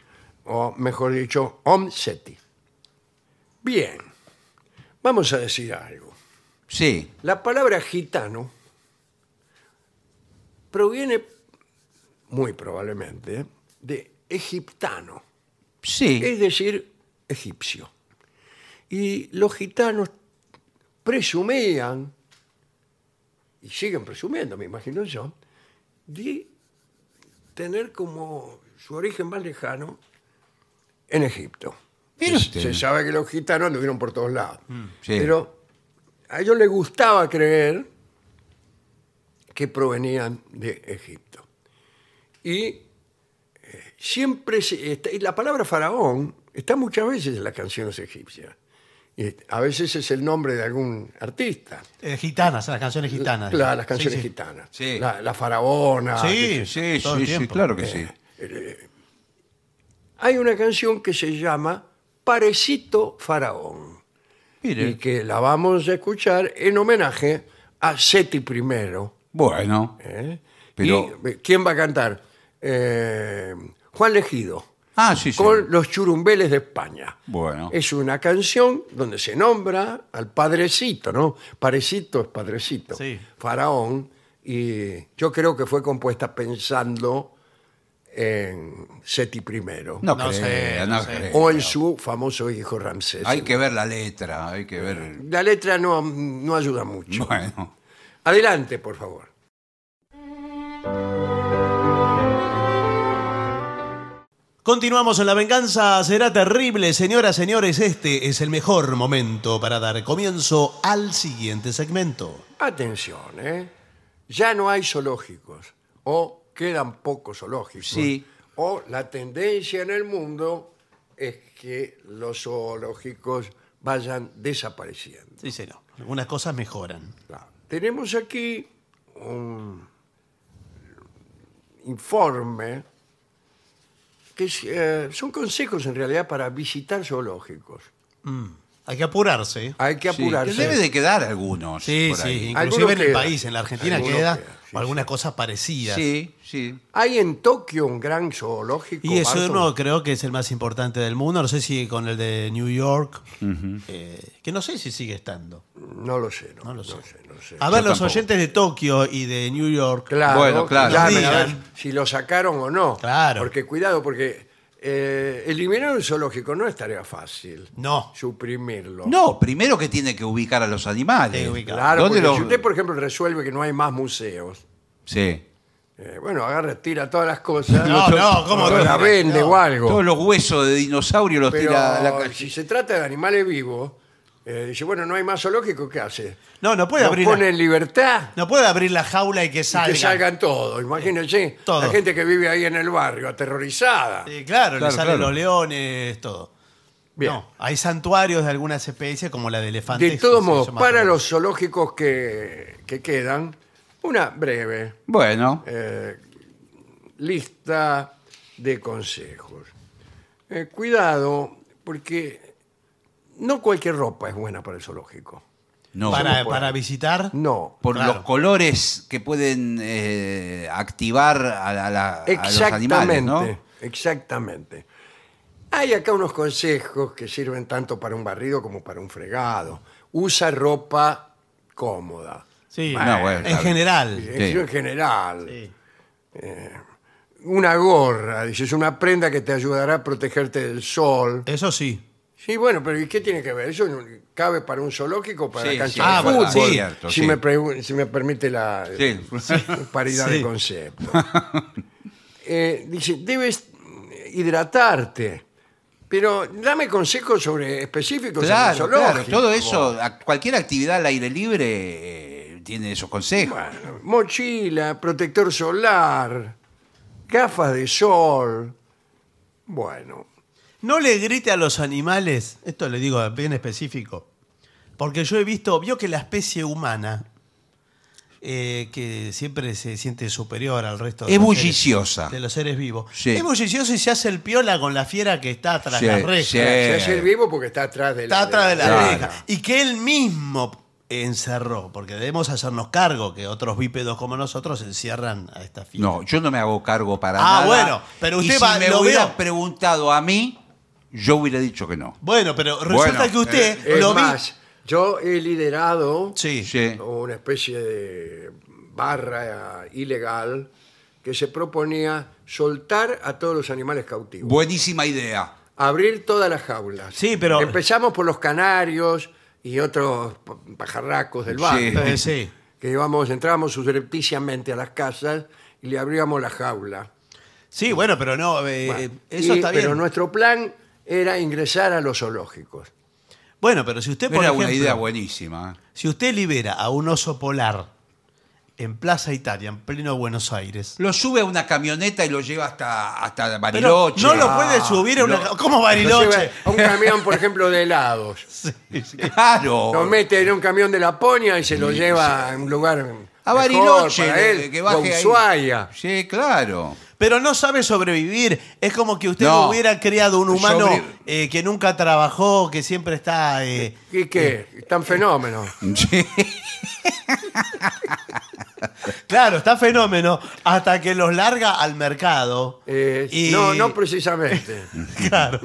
[SPEAKER 1] o mejor dicho, Om Seti. Bien, vamos a decir algo.
[SPEAKER 3] Sí.
[SPEAKER 1] La palabra gitano proviene, muy probablemente, de egiptano,
[SPEAKER 3] Sí.
[SPEAKER 1] es decir, egipcio. Y los gitanos presumían, y siguen presumiendo, me imagino yo, de tener como su origen más lejano en Egipto.
[SPEAKER 3] Mire usted.
[SPEAKER 1] Se sabe que los gitanos anduvieron por todos lados.
[SPEAKER 2] Mm,
[SPEAKER 3] sí.
[SPEAKER 1] Pero a ellos les gustaba creer que provenían de Egipto. Y eh, siempre se- está- y la palabra faraón está muchas veces en las canciones egipcias. Y eh, a veces es el nombre de algún artista.
[SPEAKER 2] Eh, gitanas, las canciones gitanas.
[SPEAKER 1] La- las canciones
[SPEAKER 2] Sí, sí.
[SPEAKER 1] gitanas.
[SPEAKER 3] Sí.
[SPEAKER 1] La, la faraona.
[SPEAKER 2] Sí,
[SPEAKER 3] Sí,
[SPEAKER 2] todo
[SPEAKER 3] sí,
[SPEAKER 2] el
[SPEAKER 3] sí,
[SPEAKER 2] tiempo.
[SPEAKER 3] claro que sí.
[SPEAKER 1] Hay una canción que se llama Parecito Faraón. y
[SPEAKER 3] Mire.
[SPEAKER 1] que la vamos a escuchar en homenaje a Seti primero.
[SPEAKER 3] Bueno.
[SPEAKER 1] ¿eh?
[SPEAKER 3] Pero-
[SPEAKER 1] ¿Y quién va a cantar? Eh, Juan Legido,
[SPEAKER 3] Ah, sí, sí.
[SPEAKER 1] con Los Churumbeles de España.
[SPEAKER 3] Bueno.
[SPEAKER 1] Es una canción donde se nombra al padrecito, ¿no? Parecito es padrecito,
[SPEAKER 2] Sí.
[SPEAKER 1] faraón, y yo creo que fue compuesta pensando en Seti primero.
[SPEAKER 3] No,
[SPEAKER 2] No
[SPEAKER 3] crea,
[SPEAKER 2] sé,
[SPEAKER 3] no
[SPEAKER 2] no sé.
[SPEAKER 3] crea.
[SPEAKER 1] O en su famoso hijo Ramsés.
[SPEAKER 3] Hay que ver la letra, hay que ver.
[SPEAKER 1] La letra no, no ayuda mucho.
[SPEAKER 3] Bueno.
[SPEAKER 1] Adelante, por favor.
[SPEAKER 2] Continuamos en La Venganza Será Terrible. Señoras, señores, este es el mejor momento para dar comienzo al siguiente segmento.
[SPEAKER 1] Atención, ¿eh? Ya no hay zoológicos, o quedan pocos zoológicos.
[SPEAKER 3] Sí.
[SPEAKER 1] O la tendencia en el mundo es que los zoológicos vayan desapareciendo.
[SPEAKER 2] Sí, sí, no. Algunas cosas mejoran.
[SPEAKER 1] Claro. Tenemos aquí un informe que es, eh, son consejos en realidad para visitar zoológicos.
[SPEAKER 2] Mm. Hay que apurarse.
[SPEAKER 1] Hay que
[SPEAKER 3] Sí,
[SPEAKER 1] apurarse.
[SPEAKER 3] que debe de quedar algunos.
[SPEAKER 2] Sí,
[SPEAKER 3] por
[SPEAKER 2] sí.
[SPEAKER 3] ahí.
[SPEAKER 2] Inclusive
[SPEAKER 1] Algunos
[SPEAKER 2] en el
[SPEAKER 1] quedan.
[SPEAKER 2] país, en la Argentina
[SPEAKER 1] Algunos
[SPEAKER 2] queda,
[SPEAKER 1] quedan, sí,
[SPEAKER 2] o algunas cosas parecidas.
[SPEAKER 3] Sí, sí.
[SPEAKER 1] Hay en Tokio un gran zoológico.
[SPEAKER 2] Y eso
[SPEAKER 1] Barton?
[SPEAKER 2] no creo que es el más importante del mundo. No sé si con el de New York, eh, que no sé si sigue estando.
[SPEAKER 1] No lo sé, no,
[SPEAKER 2] No lo sé.
[SPEAKER 1] no sé, no sé.
[SPEAKER 2] A ver,
[SPEAKER 3] Yo
[SPEAKER 2] los
[SPEAKER 3] tampoco.
[SPEAKER 2] oyentes de Tokio y de New York.
[SPEAKER 1] Claro,
[SPEAKER 3] Bueno, claro.
[SPEAKER 1] llamen a ver
[SPEAKER 2] Digan.
[SPEAKER 1] si lo sacaron o no.
[SPEAKER 2] Claro.
[SPEAKER 1] Porque cuidado, porque eh, eliminar un zoológico no es tarea fácil.
[SPEAKER 2] No.
[SPEAKER 1] Suprimirlo.
[SPEAKER 3] No, primero que tiene que ubicar a los animales.
[SPEAKER 2] Sí, ubica.
[SPEAKER 1] Claro,
[SPEAKER 3] ¿Dónde
[SPEAKER 1] porque
[SPEAKER 3] los-
[SPEAKER 1] si usted, por ejemplo, resuelve que no hay más museos,
[SPEAKER 3] Sí.
[SPEAKER 1] eh, bueno, agarra, tira todas las cosas.
[SPEAKER 2] No, no, ¿cómo
[SPEAKER 1] no? La
[SPEAKER 2] tira?
[SPEAKER 1] vende
[SPEAKER 2] No.
[SPEAKER 1] o algo.
[SPEAKER 3] Todos los huesos de dinosaurio los
[SPEAKER 1] Pero
[SPEAKER 3] tira a la calle.
[SPEAKER 1] si se trata de animales vivos, eh, dice, bueno, no hay más zoológico, ¿qué hace?
[SPEAKER 2] No, no puede
[SPEAKER 1] ¿Los
[SPEAKER 2] abrir.
[SPEAKER 1] pone
[SPEAKER 2] la-
[SPEAKER 1] en libertad?
[SPEAKER 2] No puede abrir la jaula y que salga.
[SPEAKER 1] Que salgan todos, imagínense.
[SPEAKER 2] Todos.
[SPEAKER 1] La gente que vive ahí en el barrio, aterrorizada.
[SPEAKER 2] Sí, claro,
[SPEAKER 3] Claro,
[SPEAKER 2] le salen
[SPEAKER 3] claro.
[SPEAKER 2] los leones, todo.
[SPEAKER 1] Bien.
[SPEAKER 2] No, hay santuarios de algunas especies como la de elefantes.
[SPEAKER 1] De
[SPEAKER 2] que
[SPEAKER 1] todos
[SPEAKER 2] se
[SPEAKER 1] modos,
[SPEAKER 2] llama-
[SPEAKER 1] para los zoológicos que, que quedan, una breve
[SPEAKER 3] Bueno,
[SPEAKER 1] eh, lista de consejos. Eh, cuidado, porque no cualquier ropa es buena para el zoológico.
[SPEAKER 3] no.
[SPEAKER 2] para,
[SPEAKER 1] puede.
[SPEAKER 2] para visitar.
[SPEAKER 1] No.
[SPEAKER 3] por
[SPEAKER 2] Claro.
[SPEAKER 3] los colores que pueden eh, activar a, la- a la- a los
[SPEAKER 1] Exactamente.
[SPEAKER 3] animales, ¿no?
[SPEAKER 1] Exactamente. Hay acá unos consejos que sirven tanto para un barrido como para un fregado. Usa ropa cómoda.
[SPEAKER 2] Sí,
[SPEAKER 3] No, bueno,
[SPEAKER 2] en
[SPEAKER 3] claro.
[SPEAKER 2] general.
[SPEAKER 1] Eso en general. Eh,
[SPEAKER 2] Sí.
[SPEAKER 1] una gorra, dices, una prenda que te ayudará a protegerte del sol.
[SPEAKER 2] Eso sí.
[SPEAKER 1] Sí, bueno, pero ¿y qué tiene que ver? Eso no- cabe para un zoológico, para
[SPEAKER 3] Sí,
[SPEAKER 1] la
[SPEAKER 3] sí,
[SPEAKER 1] cancha
[SPEAKER 2] ah,
[SPEAKER 1] de
[SPEAKER 2] bueno,
[SPEAKER 1] fútbol,
[SPEAKER 2] sí,
[SPEAKER 3] cierto,
[SPEAKER 1] si,
[SPEAKER 3] sí.
[SPEAKER 1] me pregun- si me permite la
[SPEAKER 3] Sí.
[SPEAKER 1] paridad de
[SPEAKER 2] Sí.
[SPEAKER 1] concepto. Eh, dice, debes hidratarte, pero dame consejos sobre específicos sobre el
[SPEAKER 3] Claro, claro,
[SPEAKER 1] zoológico.
[SPEAKER 3] todo eso, a- cualquier actividad al aire libre eh, tiene esos consejos.
[SPEAKER 1] Bueno, mochila, protector solar, gafas de sol. Bueno,
[SPEAKER 2] No le grite a los animales, esto le digo bien específico, Porque yo he visto, vio que la especie humana, eh, que siempre se siente superior al resto de,
[SPEAKER 3] Es
[SPEAKER 2] los seres-
[SPEAKER 3] bulliciosa.
[SPEAKER 2] de los seres vivos,
[SPEAKER 3] Sí.
[SPEAKER 2] es bulliciosa y se hace el piola con la fiera que está tras
[SPEAKER 3] Sí,
[SPEAKER 2] la reja.
[SPEAKER 3] sí.
[SPEAKER 1] Se hace el vivo porque está atrás de la
[SPEAKER 2] Está atrás de la
[SPEAKER 3] Claro.
[SPEAKER 2] reja. Y que él mismo encerró, porque debemos hacernos cargo que otros bípedos como nosotros encierran a esta fiera.
[SPEAKER 3] No, yo no me hago cargo para
[SPEAKER 2] Ah,
[SPEAKER 3] nada.
[SPEAKER 2] bueno, pero
[SPEAKER 3] Y
[SPEAKER 2] usted
[SPEAKER 3] si
[SPEAKER 2] va-
[SPEAKER 3] me
[SPEAKER 2] lo
[SPEAKER 3] hubiera
[SPEAKER 2] veo.
[SPEAKER 3] preguntado a mí, yo hubiera dicho que no.
[SPEAKER 2] Bueno, pero resulta
[SPEAKER 3] Bueno, eh,
[SPEAKER 2] que usted
[SPEAKER 1] Es
[SPEAKER 2] lo vi.
[SPEAKER 1] más, yo he liderado
[SPEAKER 2] Sí.
[SPEAKER 3] Sí.
[SPEAKER 1] una especie de barra ilegal que se proponía soltar a todos los animales cautivos.
[SPEAKER 3] Buenísima idea.
[SPEAKER 1] abrir todas las jaulas.
[SPEAKER 2] Sí, pero-
[SPEAKER 1] Empezamos por los canarios y otros pa- pajarracos del barrio.
[SPEAKER 2] Eh, sí.
[SPEAKER 1] Que íbamos, entrábamos surrepticiamente a las casas y le abríamos la jaula.
[SPEAKER 2] Sí, bueno, pero no, eh,
[SPEAKER 1] Bueno,
[SPEAKER 2] eso
[SPEAKER 1] y-
[SPEAKER 2] está bien.
[SPEAKER 1] Pero nuestro plan era ingresar a los zoológicos.
[SPEAKER 2] Bueno, pero si usted, por
[SPEAKER 3] Era
[SPEAKER 2] ejemplo,
[SPEAKER 3] una idea buenísima. ¿eh?
[SPEAKER 2] si usted libera a un oso polar en Plaza Italia, en pleno Buenos Aires,
[SPEAKER 3] Lo sube a una camioneta y lo lleva hasta, hasta
[SPEAKER 2] pero
[SPEAKER 3] Bariloche.
[SPEAKER 2] no lo
[SPEAKER 3] Ah,
[SPEAKER 2] puede subir a una...
[SPEAKER 3] lo-
[SPEAKER 2] ¿Cómo
[SPEAKER 1] Lo
[SPEAKER 2] Bariloche?
[SPEAKER 1] lleva A un camión, por ejemplo, de helados.
[SPEAKER 3] Ah, Claro.
[SPEAKER 1] Lo mete en un camión de Laponia y se lo lleva a un lugar.
[SPEAKER 3] A
[SPEAKER 1] mejor
[SPEAKER 3] Bariloche,
[SPEAKER 1] para él,
[SPEAKER 3] eh, que
[SPEAKER 1] o
[SPEAKER 3] baje
[SPEAKER 1] a
[SPEAKER 3] ahí.
[SPEAKER 1] Ushuaia.
[SPEAKER 3] Sí, claro.
[SPEAKER 2] Pero no sabe sobrevivir. Es como que usted
[SPEAKER 3] No.
[SPEAKER 2] hubiera creado un humano
[SPEAKER 3] Sobre-
[SPEAKER 2] eh, que nunca trabajó, que siempre está... eh,
[SPEAKER 1] ¿Y qué? Tan fenómeno.
[SPEAKER 3] Sí.
[SPEAKER 2] Claro, está fenómeno hasta que los larga al mercado.
[SPEAKER 1] Eh,
[SPEAKER 2] y-
[SPEAKER 1] No, no precisamente.
[SPEAKER 2] Claro.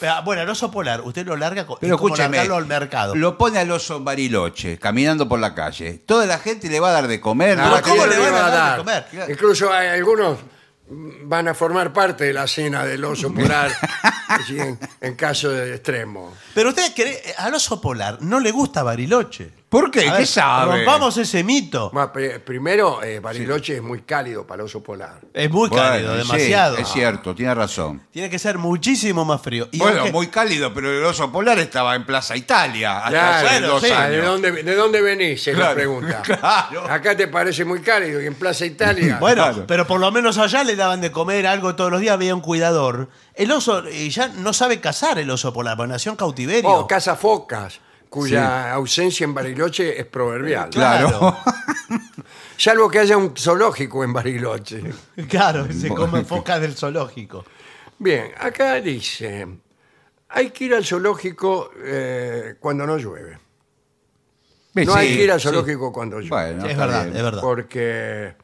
[SPEAKER 2] Pero, bueno, el oso polar, usted lo larga con,
[SPEAKER 3] Pero
[SPEAKER 2] es como
[SPEAKER 3] escúcheme,
[SPEAKER 2] largarlo al mercado.
[SPEAKER 3] lo pone al oso en Bariloche, caminando por la calle. Toda la gente le va a dar de comer.
[SPEAKER 1] Ah,
[SPEAKER 3] no va a
[SPEAKER 2] ¿cómo
[SPEAKER 3] tener-
[SPEAKER 1] ¿quién
[SPEAKER 2] le van a dar de comer?
[SPEAKER 1] Claro. Incluso hay algunos van a formar parte de la cena del oso polar sí, en, en caso de extremo.
[SPEAKER 2] Pero usted cree, eh, al oso polar no le gusta Bariloche.
[SPEAKER 3] ¿Por qué?
[SPEAKER 2] A
[SPEAKER 3] ¿Qué
[SPEAKER 2] ver,
[SPEAKER 3] sabe?
[SPEAKER 2] Rompamos ese mito.
[SPEAKER 1] Bueno, pri- primero, eh, Bariloche es muy cálido para el oso polar.
[SPEAKER 2] Es muy
[SPEAKER 3] Bueno,
[SPEAKER 2] cálido,
[SPEAKER 3] sí,
[SPEAKER 2] demasiado.
[SPEAKER 3] es cierto, tiene razón.
[SPEAKER 2] Tiene que ser muchísimo más frío. Y
[SPEAKER 3] Bueno,
[SPEAKER 2] aunque-
[SPEAKER 3] muy cálido, pero el oso polar estaba en Plaza Italia hasta
[SPEAKER 1] Claro,
[SPEAKER 3] hace
[SPEAKER 2] bueno,
[SPEAKER 3] dos
[SPEAKER 2] sí.
[SPEAKER 1] Ah, ¿de,
[SPEAKER 3] años.
[SPEAKER 1] dónde, ¿De dónde venís? Es la
[SPEAKER 3] Claro,
[SPEAKER 1] pregunta.
[SPEAKER 3] claro.
[SPEAKER 1] Acá te parece muy cálido y en Plaza Italia.
[SPEAKER 2] Bueno,
[SPEAKER 3] Ah, Claro.
[SPEAKER 2] pero por lo menos allá le daban de comer algo todos los días, había un cuidador. El oso eh, ya no sabe cazar el oso polar, porque nació en cautiverio.
[SPEAKER 1] o cazafocas, Oh, cuya ausencia en Bariloche es proverbial.
[SPEAKER 3] Eh, Claro.
[SPEAKER 1] Salvo que haya un zoológico en Bariloche.
[SPEAKER 2] Claro, se come focas del zoológico.
[SPEAKER 1] Bien, acá dice, hay que ir al zoológico eh, cuando no llueve. No
[SPEAKER 3] Eh, Sí,
[SPEAKER 1] hay que ir al
[SPEAKER 3] sí.
[SPEAKER 1] zoológico cuando llueve.
[SPEAKER 3] Bueno,
[SPEAKER 2] es
[SPEAKER 3] está
[SPEAKER 2] verdad,
[SPEAKER 3] bien.
[SPEAKER 2] es verdad.
[SPEAKER 1] Porque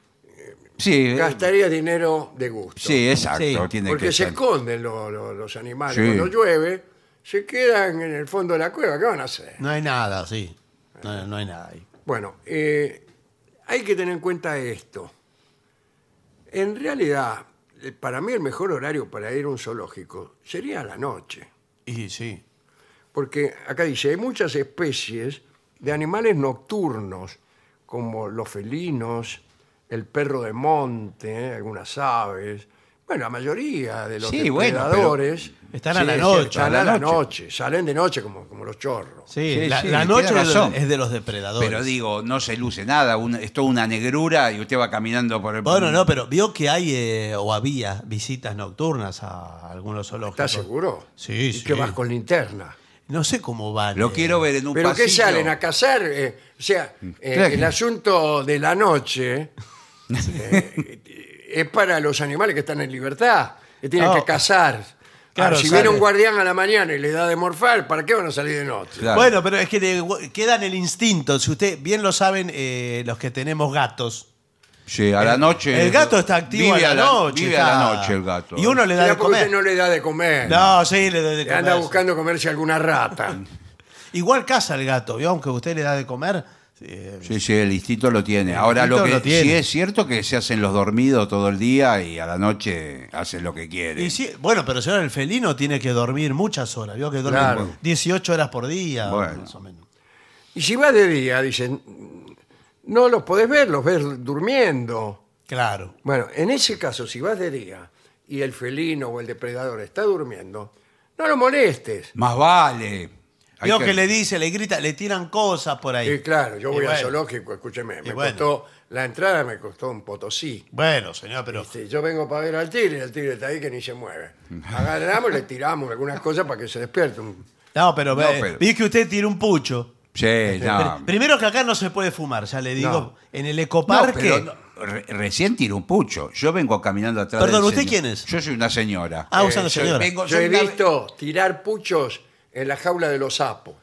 [SPEAKER 3] Sí, eh,
[SPEAKER 1] gastaría dinero de gusto.
[SPEAKER 3] sí, exacto.
[SPEAKER 2] Sí.
[SPEAKER 3] Tiene
[SPEAKER 1] porque
[SPEAKER 3] que
[SPEAKER 1] se
[SPEAKER 3] ser.
[SPEAKER 1] esconden lo- lo- los animales.
[SPEAKER 3] Sí.
[SPEAKER 1] Cuando llueve, se quedan en el fondo de la cueva. ¿Qué van a hacer?
[SPEAKER 2] No hay nada, sí. No, no hay nada ahí.
[SPEAKER 1] Bueno, eh, hay que tener en cuenta esto. En realidad, eh, para mí el mejor horario para ir a un zoológico sería a la noche.
[SPEAKER 2] Y sí.
[SPEAKER 1] Porque acá dice, hay muchas especies de animales nocturnos, como los felinos, el perro de monte, ¿eh? algunas aves. Bueno, la mayoría de los
[SPEAKER 3] Sí, bueno, pero-
[SPEAKER 1] depredadores
[SPEAKER 2] Están a la noche,
[SPEAKER 1] están a la noche, salen de noche como, como los chorros.
[SPEAKER 2] Sí,
[SPEAKER 3] Sí,
[SPEAKER 2] la,
[SPEAKER 3] sí,
[SPEAKER 2] la
[SPEAKER 3] tiene
[SPEAKER 2] noche es
[SPEAKER 3] razón.
[SPEAKER 2] de, es de los depredadores.
[SPEAKER 3] Pero digo, no se luce nada, un- es toda una negrura y usted va caminando por el...
[SPEAKER 2] bueno, no, pero vio que hay eh, o había visitas nocturnas a algunos zoológicos.
[SPEAKER 1] ¿Estás seguro?
[SPEAKER 2] Sí,
[SPEAKER 1] y
[SPEAKER 2] sí.
[SPEAKER 1] que vas con linterna.
[SPEAKER 2] No sé cómo van.
[SPEAKER 3] Lo
[SPEAKER 2] eh,
[SPEAKER 3] quiero ver en un
[SPEAKER 1] ¿Pero qué
[SPEAKER 3] pasillo.
[SPEAKER 1] salen a cazar? Eh, o sea, eh,
[SPEAKER 3] Claro.
[SPEAKER 1] el asunto de la noche eh, es para los animales que están en libertad, que tienen
[SPEAKER 2] Oh.
[SPEAKER 1] que cazar.
[SPEAKER 2] Claro,
[SPEAKER 1] Ah, si
[SPEAKER 2] sale.
[SPEAKER 1] viene un guardián a la mañana y le da de morfar, ¿para qué van a salir de noche?
[SPEAKER 3] Claro.
[SPEAKER 2] Bueno, pero es que le gu- quedan el instinto. Si usted bien lo saben, eh, los que tenemos gatos.
[SPEAKER 3] Sí, a la noche...
[SPEAKER 2] El gato está activo
[SPEAKER 3] Vive
[SPEAKER 2] a la noche.
[SPEAKER 3] Vive a la
[SPEAKER 2] está-
[SPEAKER 3] noche el gato.
[SPEAKER 2] Y uno le da
[SPEAKER 1] Será
[SPEAKER 2] de
[SPEAKER 1] porque usted
[SPEAKER 2] comer.
[SPEAKER 1] no le da de comer.
[SPEAKER 2] No, sí, le da de
[SPEAKER 1] Le anda
[SPEAKER 2] comer.
[SPEAKER 1] buscando comerse alguna rata.
[SPEAKER 2] Igual caza el gato, ¿vio? Aunque usted le da de comer. eh,
[SPEAKER 3] Sí, sí, el instinto lo tiene. Ahora, lo que
[SPEAKER 2] instinto lo tiene.
[SPEAKER 3] sí es cierto que se hacen los dormidos todo el día y a la noche hacen lo que quieren.
[SPEAKER 2] y sí, bueno, pero señor, el felino tiene que dormir muchas horas, ¿vio? Que duerme
[SPEAKER 1] Claro.
[SPEAKER 2] 18 horas por día,
[SPEAKER 3] Bueno.
[SPEAKER 2] más o menos.
[SPEAKER 1] Y si vas de día, dicen, no los podés ver, los ves durmiendo.
[SPEAKER 2] Claro.
[SPEAKER 1] Bueno, en ese caso, si vas de día y el felino o el depredador está durmiendo, no lo molestes.
[SPEAKER 3] Más vale. Hay
[SPEAKER 2] Vio que... le dice, le grita, le tiran cosas por ahí.
[SPEAKER 1] Y claro, yo
[SPEAKER 2] Y
[SPEAKER 1] voy al
[SPEAKER 2] bueno.
[SPEAKER 1] zoológico, escúcheme, me
[SPEAKER 2] bueno.
[SPEAKER 1] costó, la entrada me costó un potosí.
[SPEAKER 2] Bueno, señor, pero.
[SPEAKER 1] Este, yo vengo para ver al tigre, el tigre está ahí que ni se mueve. Agarramos, le tiramos algunas cosas para que se despierte, un,
[SPEAKER 2] No, pero,
[SPEAKER 3] No,
[SPEAKER 2] eh,
[SPEAKER 3] pero-
[SPEAKER 2] vi que usted tiene un pucho.
[SPEAKER 3] Sí, no.
[SPEAKER 2] Pr- Primero que acá no se puede fumar, ya le digo.
[SPEAKER 1] No.
[SPEAKER 2] En el
[SPEAKER 3] No,
[SPEAKER 2] ecoparque.
[SPEAKER 3] pero no, re- recién tiró un pucho. Yo vengo caminando atrás.
[SPEAKER 2] Perdón,
[SPEAKER 3] del
[SPEAKER 2] ¿usted
[SPEAKER 3] señor.
[SPEAKER 2] quién es?
[SPEAKER 3] Yo soy una señora. Eh,
[SPEAKER 2] Ah, usted es una
[SPEAKER 3] soy-
[SPEAKER 2] señora.
[SPEAKER 3] vengo-
[SPEAKER 1] Yo
[SPEAKER 3] soy
[SPEAKER 1] he
[SPEAKER 3] una-
[SPEAKER 1] visto tirar puchos en la jaula de los sapos.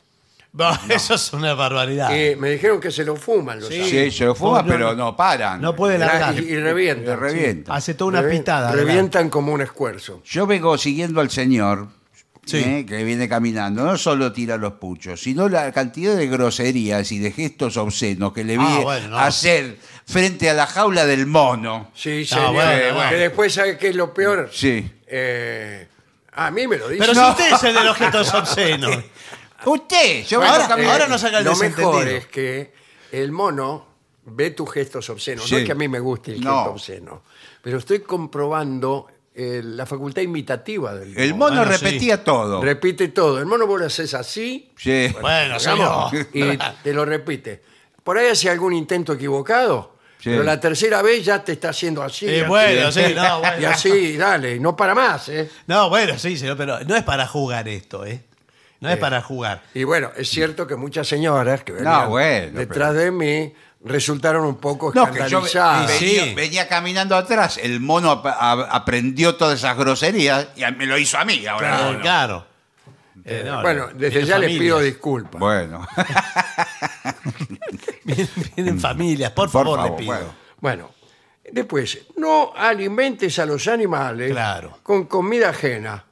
[SPEAKER 2] Bah, Eso es una barbaridad.
[SPEAKER 1] Y me dijeron que se lo fuman los sapos.
[SPEAKER 3] Sí, se lo fuma,
[SPEAKER 2] No, no,
[SPEAKER 3] pero
[SPEAKER 2] no.
[SPEAKER 3] no paran.
[SPEAKER 2] No puede largar.
[SPEAKER 1] Y, y
[SPEAKER 3] Le
[SPEAKER 1] revientan.
[SPEAKER 3] revienta.
[SPEAKER 2] Hace toda una
[SPEAKER 1] Revi-
[SPEAKER 2] pitada. ¿verdad?
[SPEAKER 1] Revientan como un esfuerzo.
[SPEAKER 3] Yo vengo siguiendo al señor
[SPEAKER 2] Sí.
[SPEAKER 3] eh, que viene caminando. No solo tira los puchos, sino la cantidad de groserías y de gestos obscenos que le vi
[SPEAKER 2] Ah, bueno, no.
[SPEAKER 3] hacer frente a la jaula del mono.
[SPEAKER 1] Sí,
[SPEAKER 2] No,
[SPEAKER 1] señor.
[SPEAKER 2] Ah, bueno,
[SPEAKER 1] Que
[SPEAKER 2] bueno.
[SPEAKER 1] después, ¿sabe qué es lo peor?
[SPEAKER 3] Sí.
[SPEAKER 1] Eh, a mí me lo dicen.
[SPEAKER 2] Pero si
[SPEAKER 1] No.
[SPEAKER 2] usted es el de los gestos obscenos.
[SPEAKER 3] Usted, yo vengo
[SPEAKER 2] Ahora-
[SPEAKER 3] caminando.
[SPEAKER 2] ahora no saca el
[SPEAKER 1] eh, Lo
[SPEAKER 2] desentendido.
[SPEAKER 1] mejor es que el mono ve tus gestos obscenos. No
[SPEAKER 3] Sí.
[SPEAKER 1] es que a mí me guste el
[SPEAKER 3] No.
[SPEAKER 1] gesto obsceno, pero estoy comprobando eh, la facultad imitativa del
[SPEAKER 3] El mono
[SPEAKER 2] Bueno, sí.
[SPEAKER 3] repetía todo.
[SPEAKER 1] Repite todo. El mono vos lo haces así
[SPEAKER 3] Sí.
[SPEAKER 2] Bueno,
[SPEAKER 1] digamos,
[SPEAKER 2] señor.
[SPEAKER 1] y te lo repite. Por ahí hace algún intento equivocado,
[SPEAKER 3] Sí.
[SPEAKER 1] pero la tercera vez ya te está haciendo así.
[SPEAKER 2] Eh,
[SPEAKER 1] así,
[SPEAKER 2] bueno, sí, no,
[SPEAKER 1] Y
[SPEAKER 2] bueno.
[SPEAKER 1] así, dale, y no para más. ¿eh?
[SPEAKER 2] No, bueno, sí, señor, pero no es para jugar esto, ¿eh? No es para jugar.
[SPEAKER 1] Y bueno, es cierto que muchas señoras que venían
[SPEAKER 3] bueno,
[SPEAKER 1] detrás de mí resultaron un poco
[SPEAKER 3] No, que yo
[SPEAKER 1] escandalizadas.
[SPEAKER 2] Sí.
[SPEAKER 3] venía, venía caminando atrás. El mono ap- a- aprendió todas esas groserías y a- me lo hizo a mí ahora.
[SPEAKER 2] Claro.
[SPEAKER 3] el mono.
[SPEAKER 2] Eh, no,
[SPEAKER 1] bueno, desde
[SPEAKER 2] vienen
[SPEAKER 1] ya les
[SPEAKER 2] familias.
[SPEAKER 1] pido disculpas.
[SPEAKER 3] Bueno,
[SPEAKER 2] Vienen- Vienen familias, por,
[SPEAKER 3] por
[SPEAKER 2] favor,
[SPEAKER 3] favor.
[SPEAKER 2] les pido.
[SPEAKER 3] bueno.
[SPEAKER 1] Bueno, después, no alimentes a los animales
[SPEAKER 2] Claro.
[SPEAKER 1] con comida ajena.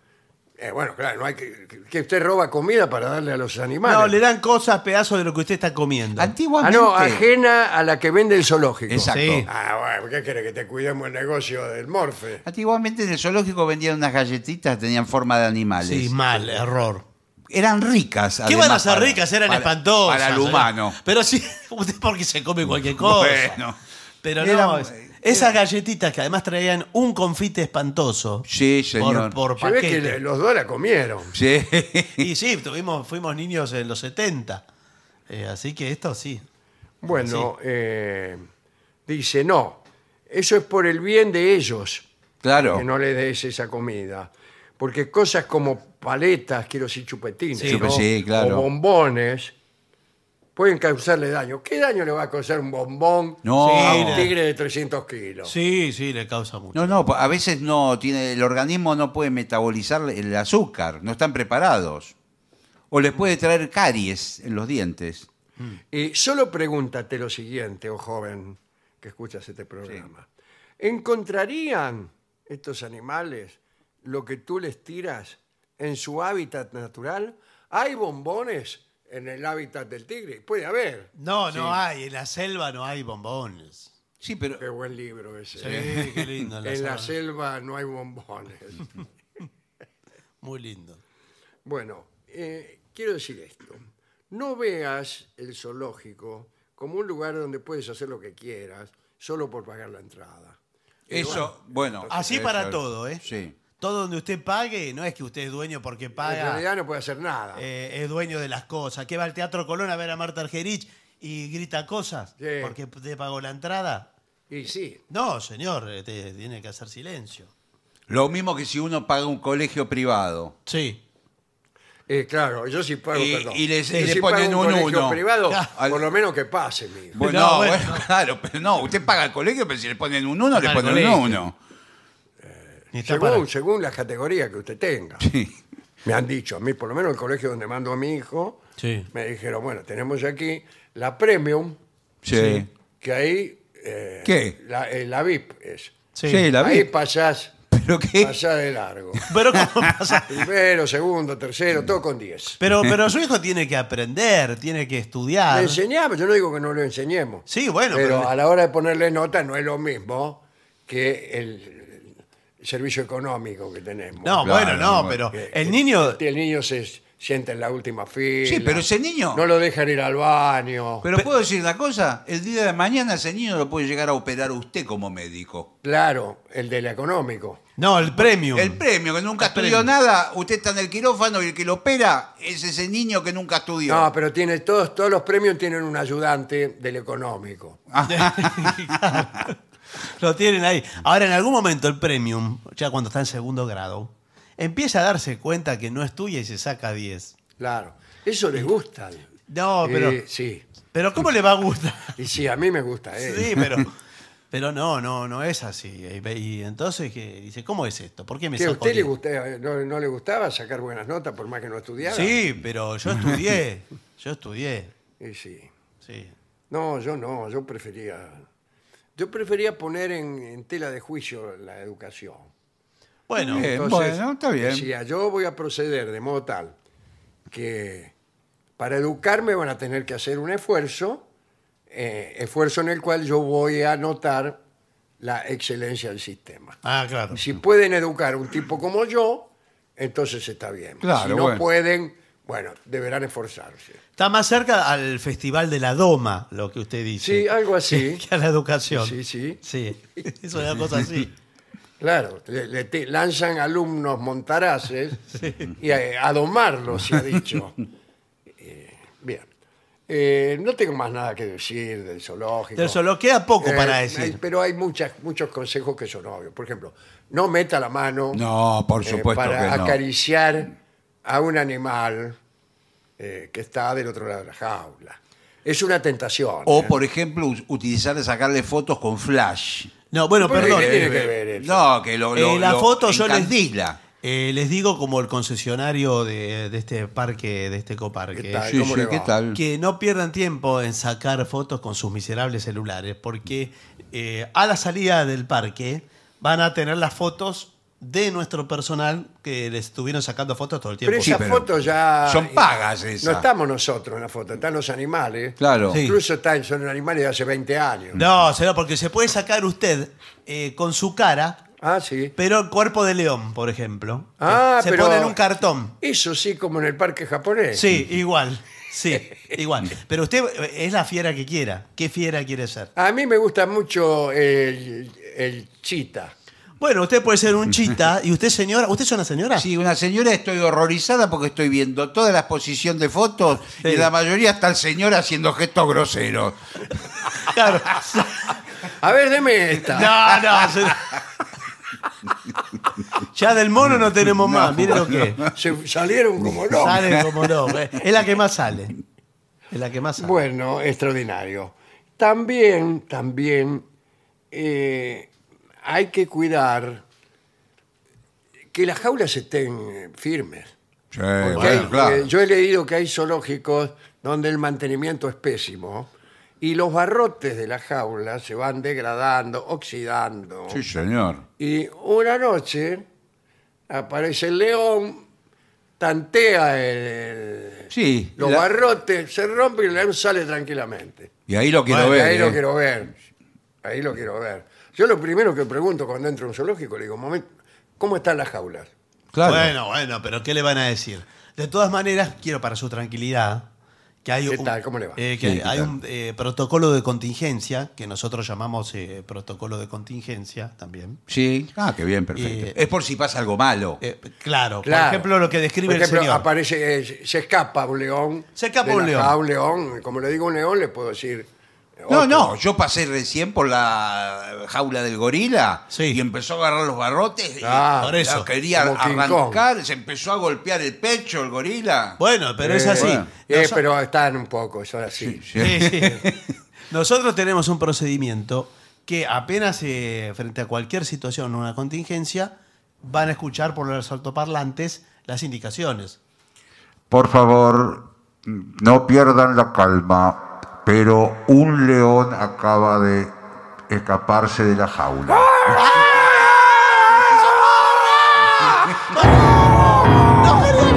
[SPEAKER 1] Eh, bueno, claro, no hay que, que usted roba comida para darle a los animales.
[SPEAKER 2] No, le dan cosas, pedazos de lo que usted está comiendo.
[SPEAKER 1] Ah,
[SPEAKER 3] Antiguamente.
[SPEAKER 1] no, ajena a la que vende el zoológico.
[SPEAKER 3] Exacto.
[SPEAKER 2] Sí.
[SPEAKER 1] Ah, bueno, ¿por ¿qué quiere que te cuidemos el negocio del morfe?
[SPEAKER 3] Antiguamente en el zoológico vendían unas galletitas que tenían forma de animales.
[SPEAKER 2] Sí, mal, error.
[SPEAKER 3] Eran ricas.
[SPEAKER 2] ¿Qué
[SPEAKER 3] además,
[SPEAKER 2] van a ser
[SPEAKER 3] para-
[SPEAKER 2] ricas? Eran
[SPEAKER 3] para-
[SPEAKER 2] espantosas. ¿eh?
[SPEAKER 3] Para el
[SPEAKER 2] señor.
[SPEAKER 3] humano.
[SPEAKER 2] Pero sí, usted porque se come cualquier cosa.
[SPEAKER 3] Bueno.
[SPEAKER 2] Pero no,
[SPEAKER 3] Eran-
[SPEAKER 2] es- esas galletitas que además traían un confite espantoso.
[SPEAKER 3] Sí, señor.
[SPEAKER 2] Por, por
[SPEAKER 1] Se ve que
[SPEAKER 2] paquete.
[SPEAKER 1] le- los dos la comieron.
[SPEAKER 3] Sí.
[SPEAKER 2] Y sí, tuvimos, fuimos niños en los 70. Eh, así que esto sí.
[SPEAKER 1] Bueno, eh, dice, no, eso es por el bien de ellos
[SPEAKER 3] Claro.
[SPEAKER 1] que no le des esa comida. Porque cosas como paletas, quiero decir chupetines,
[SPEAKER 2] Sí.
[SPEAKER 1] ¿no?
[SPEAKER 3] Sí, claro.
[SPEAKER 1] o bombones, pueden causarle daño. ¿Qué daño le va a causar un bombón
[SPEAKER 3] No.
[SPEAKER 1] a un
[SPEAKER 2] Sí,
[SPEAKER 1] tigre de 300 kilos?
[SPEAKER 2] Sí, sí, le causa mucho.
[SPEAKER 3] No, no, a veces no tiene, el organismo no puede metabolizar el azúcar, no están preparados. O les puede traer caries en los dientes.
[SPEAKER 1] Y solo pregúntate lo siguiente, oh joven que escuchas este programa. ¿Encontrarían estos animales lo que tú les tiras en su hábitat natural? ¿Hay bombones en el hábitat del tigre? Puede haber.
[SPEAKER 2] No, no hay. En la selva no hay bombones.
[SPEAKER 3] Sí, pero
[SPEAKER 1] Qué buen libro ese.
[SPEAKER 2] Sí,
[SPEAKER 1] ¿eh?
[SPEAKER 2] qué lindo.
[SPEAKER 1] En la
[SPEAKER 2] selva.
[SPEAKER 1] selva no hay bombones.
[SPEAKER 2] Muy lindo.
[SPEAKER 1] Bueno, eh, quiero decir esto. No veas el zoológico como un lugar donde puedes hacer lo que quieras solo por pagar la entrada.
[SPEAKER 3] eso, bueno.
[SPEAKER 2] Así
[SPEAKER 3] eso-
[SPEAKER 2] para todo, ¿eh?
[SPEAKER 3] Sí.
[SPEAKER 2] Todo donde usted pague, no es que usted es dueño porque
[SPEAKER 3] Ah,
[SPEAKER 1] En
[SPEAKER 2] paga,
[SPEAKER 1] realidad no puede hacer nada.
[SPEAKER 2] eh, es dueño de las cosas. Que va al Teatro Colón a ver a Marta Argerich y grita cosas
[SPEAKER 1] Sí.
[SPEAKER 2] porque usted pagó la entrada.
[SPEAKER 1] y sí,
[SPEAKER 2] No, señor, eh, te- tiene que hacer silencio.
[SPEAKER 3] Lo mismo que si uno paga un colegio privado.
[SPEAKER 2] Sí.
[SPEAKER 1] eh, claro, yo sí pago,
[SPEAKER 3] Y-
[SPEAKER 1] perdón.
[SPEAKER 3] y les-
[SPEAKER 1] Yo
[SPEAKER 3] y le
[SPEAKER 1] sí pago
[SPEAKER 3] ponen un
[SPEAKER 1] colegio
[SPEAKER 3] uno.
[SPEAKER 1] privado,
[SPEAKER 2] Claro.
[SPEAKER 1] por lo menos que pase, mijo.
[SPEAKER 3] Bueno,
[SPEAKER 2] No,
[SPEAKER 3] no,
[SPEAKER 2] bueno,
[SPEAKER 3] bueno, claro, pero no, usted paga el colegio, pero si le ponen un 1, le
[SPEAKER 2] Paga el
[SPEAKER 3] ponen
[SPEAKER 2] colegio.
[SPEAKER 3] un 1.
[SPEAKER 2] Ni está para-
[SPEAKER 1] Según, según la categoría que usted tenga. Me han dicho, a mí, por lo menos el colegio donde mando a mi hijo,
[SPEAKER 2] Sí.
[SPEAKER 1] me dijeron, bueno, tenemos aquí la premium,
[SPEAKER 3] Sí.
[SPEAKER 1] que ahí... eh,
[SPEAKER 3] ¿Qué?
[SPEAKER 1] La, eh, la VIP es.
[SPEAKER 3] Sí,
[SPEAKER 2] Sí.
[SPEAKER 3] la
[SPEAKER 1] ahí
[SPEAKER 3] vi.
[SPEAKER 1] pasás,
[SPEAKER 3] Pero qué.
[SPEAKER 1] pasás de largo.
[SPEAKER 2] Pero, ¿cómo pasa?
[SPEAKER 1] Primero, segundo, tercero, todo con 10.
[SPEAKER 2] Pero, pero su hijo tiene que aprender, tiene que
[SPEAKER 1] Le
[SPEAKER 2] estudiar.
[SPEAKER 1] enseñamos, yo no digo que no lo enseñemos.
[SPEAKER 2] Sí, bueno,
[SPEAKER 1] pero,
[SPEAKER 2] pero,
[SPEAKER 1] a la hora de ponerle nota no es lo mismo que el servicio económico que tenemos.
[SPEAKER 2] no,
[SPEAKER 3] Claro,
[SPEAKER 2] bueno, no,
[SPEAKER 3] bueno.
[SPEAKER 2] pero
[SPEAKER 1] Que-
[SPEAKER 2] el
[SPEAKER 1] que-
[SPEAKER 2] niño
[SPEAKER 1] que el niño se sienta en la última fila.
[SPEAKER 3] Sí, pero ese niño.
[SPEAKER 1] No lo dejan ir al baño.
[SPEAKER 3] Pero puedo decir una cosa, el día de mañana ese niño lo puede llegar a operar usted como médico.
[SPEAKER 1] Claro, el del económico.
[SPEAKER 2] No, el premium.
[SPEAKER 3] El premio que nunca
[SPEAKER 2] El
[SPEAKER 3] estudió
[SPEAKER 2] premio.
[SPEAKER 3] nada, usted está en el quirófano y el que lo opera es ese niño que nunca estudió.
[SPEAKER 1] No, pero tiene todos, todos los premios tienen un ayudante del económico.
[SPEAKER 2] Lo tienen ahí. Ahora, en algún momento el premium, ya cuando está en segundo grado, empieza a darse cuenta que no estudia y se saca 10.
[SPEAKER 1] Claro. Eso les gusta.
[SPEAKER 2] No, pero.
[SPEAKER 1] Eh, sí.
[SPEAKER 2] Pero ¿cómo le va a gustar?
[SPEAKER 1] Y sí, a mí me gusta. eh.
[SPEAKER 2] Sí, pero. Pero no, no, no es así. Y, y entonces que dice, ¿cómo es esto? ¿Por qué me
[SPEAKER 1] ¿Que a
[SPEAKER 2] sacó
[SPEAKER 1] usted le
[SPEAKER 2] 10?
[SPEAKER 1] gusta- eh, no, no le gustaba sacar buenas notas por más que no estudiara?
[SPEAKER 2] Sí, pero yo estudié. Yo estudié.
[SPEAKER 1] Y sí.
[SPEAKER 2] Sí.
[SPEAKER 1] No, yo no, yo prefería. Yo prefería poner en, en tela de juicio la educación.
[SPEAKER 2] Bueno,
[SPEAKER 1] Eh.
[SPEAKER 3] Bien, bueno, está bien.
[SPEAKER 1] Decía, yo voy a proceder de modo tal que para educarme van a tener que hacer un esfuerzo, eh, esfuerzo en el cual yo voy a notar la excelencia del sistema.
[SPEAKER 2] ah, claro.
[SPEAKER 1] Si pueden educar a un tipo como yo, entonces está bien. si
[SPEAKER 3] Claro,
[SPEAKER 1] no
[SPEAKER 3] bueno.
[SPEAKER 1] pueden, bueno, deberán esforzarse.
[SPEAKER 2] Está más cerca al Festival de la Doma, lo que usted dice.
[SPEAKER 1] Sí, algo así.
[SPEAKER 2] Que a la educación.
[SPEAKER 1] Sí, sí.
[SPEAKER 2] Sí, es una cosa así.
[SPEAKER 1] Claro, le, le te- lanzan alumnos montaraces y a, a domarlos, se ha dicho. Eh, bien. Eh, no tengo más nada que decir del zoológico.
[SPEAKER 2] Pero solo queda poco
[SPEAKER 1] Eh,
[SPEAKER 2] para
[SPEAKER 1] hay-
[SPEAKER 2] decir.
[SPEAKER 1] pero hay muchas, muchos consejos que son obvios. Por ejemplo, no meta la mano
[SPEAKER 3] No, por
[SPEAKER 1] eh,
[SPEAKER 3] supuesto
[SPEAKER 1] para
[SPEAKER 3] que no.
[SPEAKER 1] acariciar a un animal eh, que está del otro lado de la jaula. Es una tentación.
[SPEAKER 3] O,
[SPEAKER 1] ¿eh?
[SPEAKER 3] por ejemplo, us- utilizar de sacarle fotos con flash.
[SPEAKER 2] No, bueno,
[SPEAKER 1] Bueno,
[SPEAKER 2] perdón.
[SPEAKER 1] ¿qué tiene
[SPEAKER 2] Eh,
[SPEAKER 1] que ver eso?
[SPEAKER 3] No, que lo, lo-
[SPEAKER 2] Eh, la
[SPEAKER 3] lo
[SPEAKER 2] foto yo les di.
[SPEAKER 3] encandila.
[SPEAKER 2] Eh, les digo como el concesionario de, de este parque, de este
[SPEAKER 1] ¿Qué
[SPEAKER 2] ecoparque,
[SPEAKER 1] tal?
[SPEAKER 3] Sí,
[SPEAKER 1] ¿Cómo
[SPEAKER 3] sí,
[SPEAKER 1] le
[SPEAKER 3] ¿qué
[SPEAKER 1] va?
[SPEAKER 3] tal?
[SPEAKER 2] que no pierdan tiempo en sacar fotos con sus miserables celulares, porque eh, a la salida del parque van a tener las fotos de nuestro personal que les estuvieron sacando fotos todo el tiempo.
[SPEAKER 1] Pero esas
[SPEAKER 3] Sí, pero
[SPEAKER 1] fotos ya.
[SPEAKER 3] son pagas esas.
[SPEAKER 1] No estamos nosotros en la foto, están los animales.
[SPEAKER 3] Claro.
[SPEAKER 2] Sí.
[SPEAKER 1] Incluso están, son animales de hace 20 años.
[SPEAKER 2] No, señor, porque se puede sacar usted eh, con su cara,
[SPEAKER 1] Ah, sí.
[SPEAKER 2] pero el cuerpo de león, por ejemplo. Eh,
[SPEAKER 1] Ah,
[SPEAKER 2] se
[SPEAKER 1] pero-
[SPEAKER 2] pone en un cartón.
[SPEAKER 1] Eso sí, como en el parque japonés.
[SPEAKER 2] Sí, igual. Sí, igual. Pero usted eh, es la fiera que quiera. ¿Qué fiera quiere ser?
[SPEAKER 1] A mí me gusta mucho el, el chita.
[SPEAKER 2] Bueno, usted puede ser un chita y usted señora. ¿Usted es una señora?
[SPEAKER 3] Sí, una señora estoy horrorizada porque estoy viendo toda la exposición de fotos y la mayoría está el señor haciendo gestos groseros.
[SPEAKER 2] Claro.
[SPEAKER 1] A ver, deme esta.
[SPEAKER 2] No, no. se- Ya del mono no tenemos más. Mire lo que es.
[SPEAKER 1] Se salieron como no.
[SPEAKER 2] Sale como no. eh. Es la que más sale. Es la que más sale.
[SPEAKER 1] Bueno, extraordinario. También, también eh, hay que cuidar que las jaulas estén eh, firmes.
[SPEAKER 3] Sí,
[SPEAKER 1] Porque hay- eh, yo he leído que hay zoológicos donde el mantenimiento es pésimo y los barrotes de la jaula se van degradando, oxidando.
[SPEAKER 3] Sí, señor.
[SPEAKER 1] Y una noche aparece el león, tantea el-
[SPEAKER 3] Sí.
[SPEAKER 1] los
[SPEAKER 3] la-
[SPEAKER 1] barrotes, se rompe y el león sale tranquilamente.
[SPEAKER 3] y ahí lo quiero
[SPEAKER 2] Bueno,
[SPEAKER 3] ver.
[SPEAKER 1] ahí
[SPEAKER 3] eh.
[SPEAKER 1] lo quiero ver. Ahí lo quiero ver. Yo lo primero que pregunto cuando entro a un zoológico, le digo, "Momento, ¿cómo están las jaulas?
[SPEAKER 3] Claro.
[SPEAKER 2] Bueno, bueno, pero ¿qué le van a decir? De todas maneras, quiero para su tranquilidad que hay
[SPEAKER 1] ¿Qué
[SPEAKER 2] un,
[SPEAKER 1] tal? ¿Cómo le va?
[SPEAKER 2] eh, que
[SPEAKER 3] Sí, ¿qué
[SPEAKER 2] hay
[SPEAKER 3] tal?
[SPEAKER 2] un eh, protocolo de contingencia, que nosotros llamamos eh, protocolo de contingencia también.
[SPEAKER 3] Sí. Ah, qué bien, perfecto.
[SPEAKER 2] Eh,
[SPEAKER 3] es por si pasa algo malo.
[SPEAKER 2] Eh, claro,
[SPEAKER 1] Claro.
[SPEAKER 2] por ejemplo, lo que describe
[SPEAKER 1] Por ejemplo,
[SPEAKER 2] el señor.
[SPEAKER 1] aparece, eh, se- se escapa un león.
[SPEAKER 2] Se escapa
[SPEAKER 1] de
[SPEAKER 2] un
[SPEAKER 1] la
[SPEAKER 2] león.
[SPEAKER 1] jaula, un león. Como le digo un león, le puedo decir. eh,
[SPEAKER 3] no,
[SPEAKER 1] otro.
[SPEAKER 3] no, yo pasé recién por la jaula del gorila
[SPEAKER 2] Sí.
[SPEAKER 3] y empezó a agarrar los barrotes. y
[SPEAKER 1] Ah,
[SPEAKER 2] por eso.
[SPEAKER 3] la quería
[SPEAKER 1] como King
[SPEAKER 3] arrancar, se empezó a golpear el pecho el gorila.
[SPEAKER 2] Bueno, pero es
[SPEAKER 1] Eh,
[SPEAKER 2] así.
[SPEAKER 1] bueno. Eh,
[SPEAKER 2] Noso-
[SPEAKER 1] pero están un poco, son así.
[SPEAKER 2] Sí, sí. Nosotros tenemos un procedimiento que apenas eh, frente a cualquier situación o una contingencia, van a escuchar por los altoparlantes las indicaciones.
[SPEAKER 4] Por favor, no pierdan la calma, pero un león acaba de escaparse de la jaula.
[SPEAKER 2] Ah,
[SPEAKER 1] ¿Es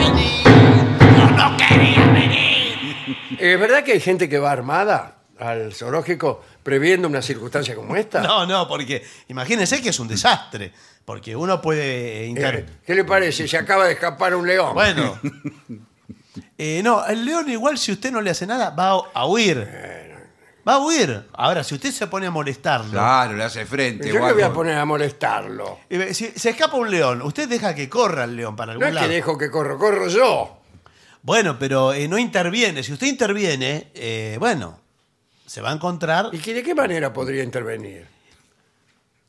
[SPEAKER 1] Eh, verdad que hay gente que va armada al zoológico previendo una circunstancia como esta?
[SPEAKER 2] No, no, porque imagínense que es un desastre, porque uno puede eh, inter-
[SPEAKER 1] Eh, ¿Qué le parece? Se acaba de escapar un león.
[SPEAKER 2] Bueno. Eh, no, el león igual si usted no le hace nada va a- a huir. Va a huir. Ahora, si usted se pone a molestarlo.
[SPEAKER 3] Claro, le hace frente.
[SPEAKER 1] Yo
[SPEAKER 3] o
[SPEAKER 1] le voy a
[SPEAKER 3] algo.
[SPEAKER 1] poner a molestarlo.
[SPEAKER 2] Eh, Si se escapa un león, usted deja que corra el león para
[SPEAKER 1] No
[SPEAKER 2] algún
[SPEAKER 1] es
[SPEAKER 2] lado.
[SPEAKER 1] que dejo que corro, corro yo.
[SPEAKER 2] Bueno, pero eh, no interviene. Si usted interviene, eh, bueno, se va a encontrar.
[SPEAKER 1] ¿Y que- de qué manera podría intervenir?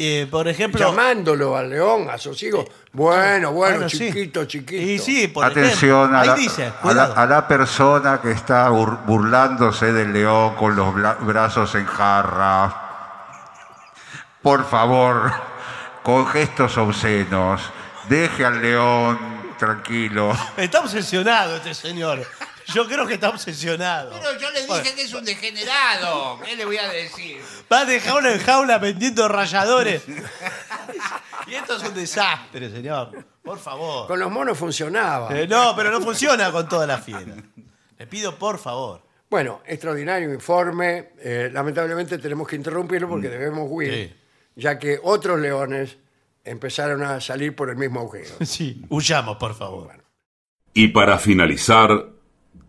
[SPEAKER 2] Eh, por ejemplo.
[SPEAKER 1] Llamándolo al león, a sus hijos. Bueno, bueno,
[SPEAKER 2] Bueno, sí.
[SPEAKER 1] chiquito, chiquito.
[SPEAKER 2] Y sí, por
[SPEAKER 4] Atención
[SPEAKER 2] ejemplo.
[SPEAKER 4] a
[SPEAKER 2] Ahí
[SPEAKER 4] la,
[SPEAKER 2] dice,
[SPEAKER 4] a, la,
[SPEAKER 2] cuidado.
[SPEAKER 4] a la persona que está bur- burlándose del león con los bla- brazos en jarra. Por favor, con gestos obscenos, deje al león tranquilo.
[SPEAKER 2] Está obsesionado este señor. Yo creo que está obsesionado.
[SPEAKER 3] Pero yo le dije
[SPEAKER 2] Bueno.
[SPEAKER 3] que es un degenerado. ¿Qué le voy a decir?
[SPEAKER 2] Va de jaula en jaula vendiendo rayadores. y esto es un desastre, señor. Por favor.
[SPEAKER 1] Con los monos funcionaba.
[SPEAKER 2] Eh, no, pero no funciona con toda la fiera. Le pido por favor.
[SPEAKER 1] Bueno, extraordinario informe. Eh, lamentablemente tenemos que interrumpirlo porque debemos huir,
[SPEAKER 2] Sí.
[SPEAKER 1] ya que otros leones empezaron a salir por el mismo agujero.
[SPEAKER 2] Sí. Huyamos, por favor.
[SPEAKER 5] Y para finalizar,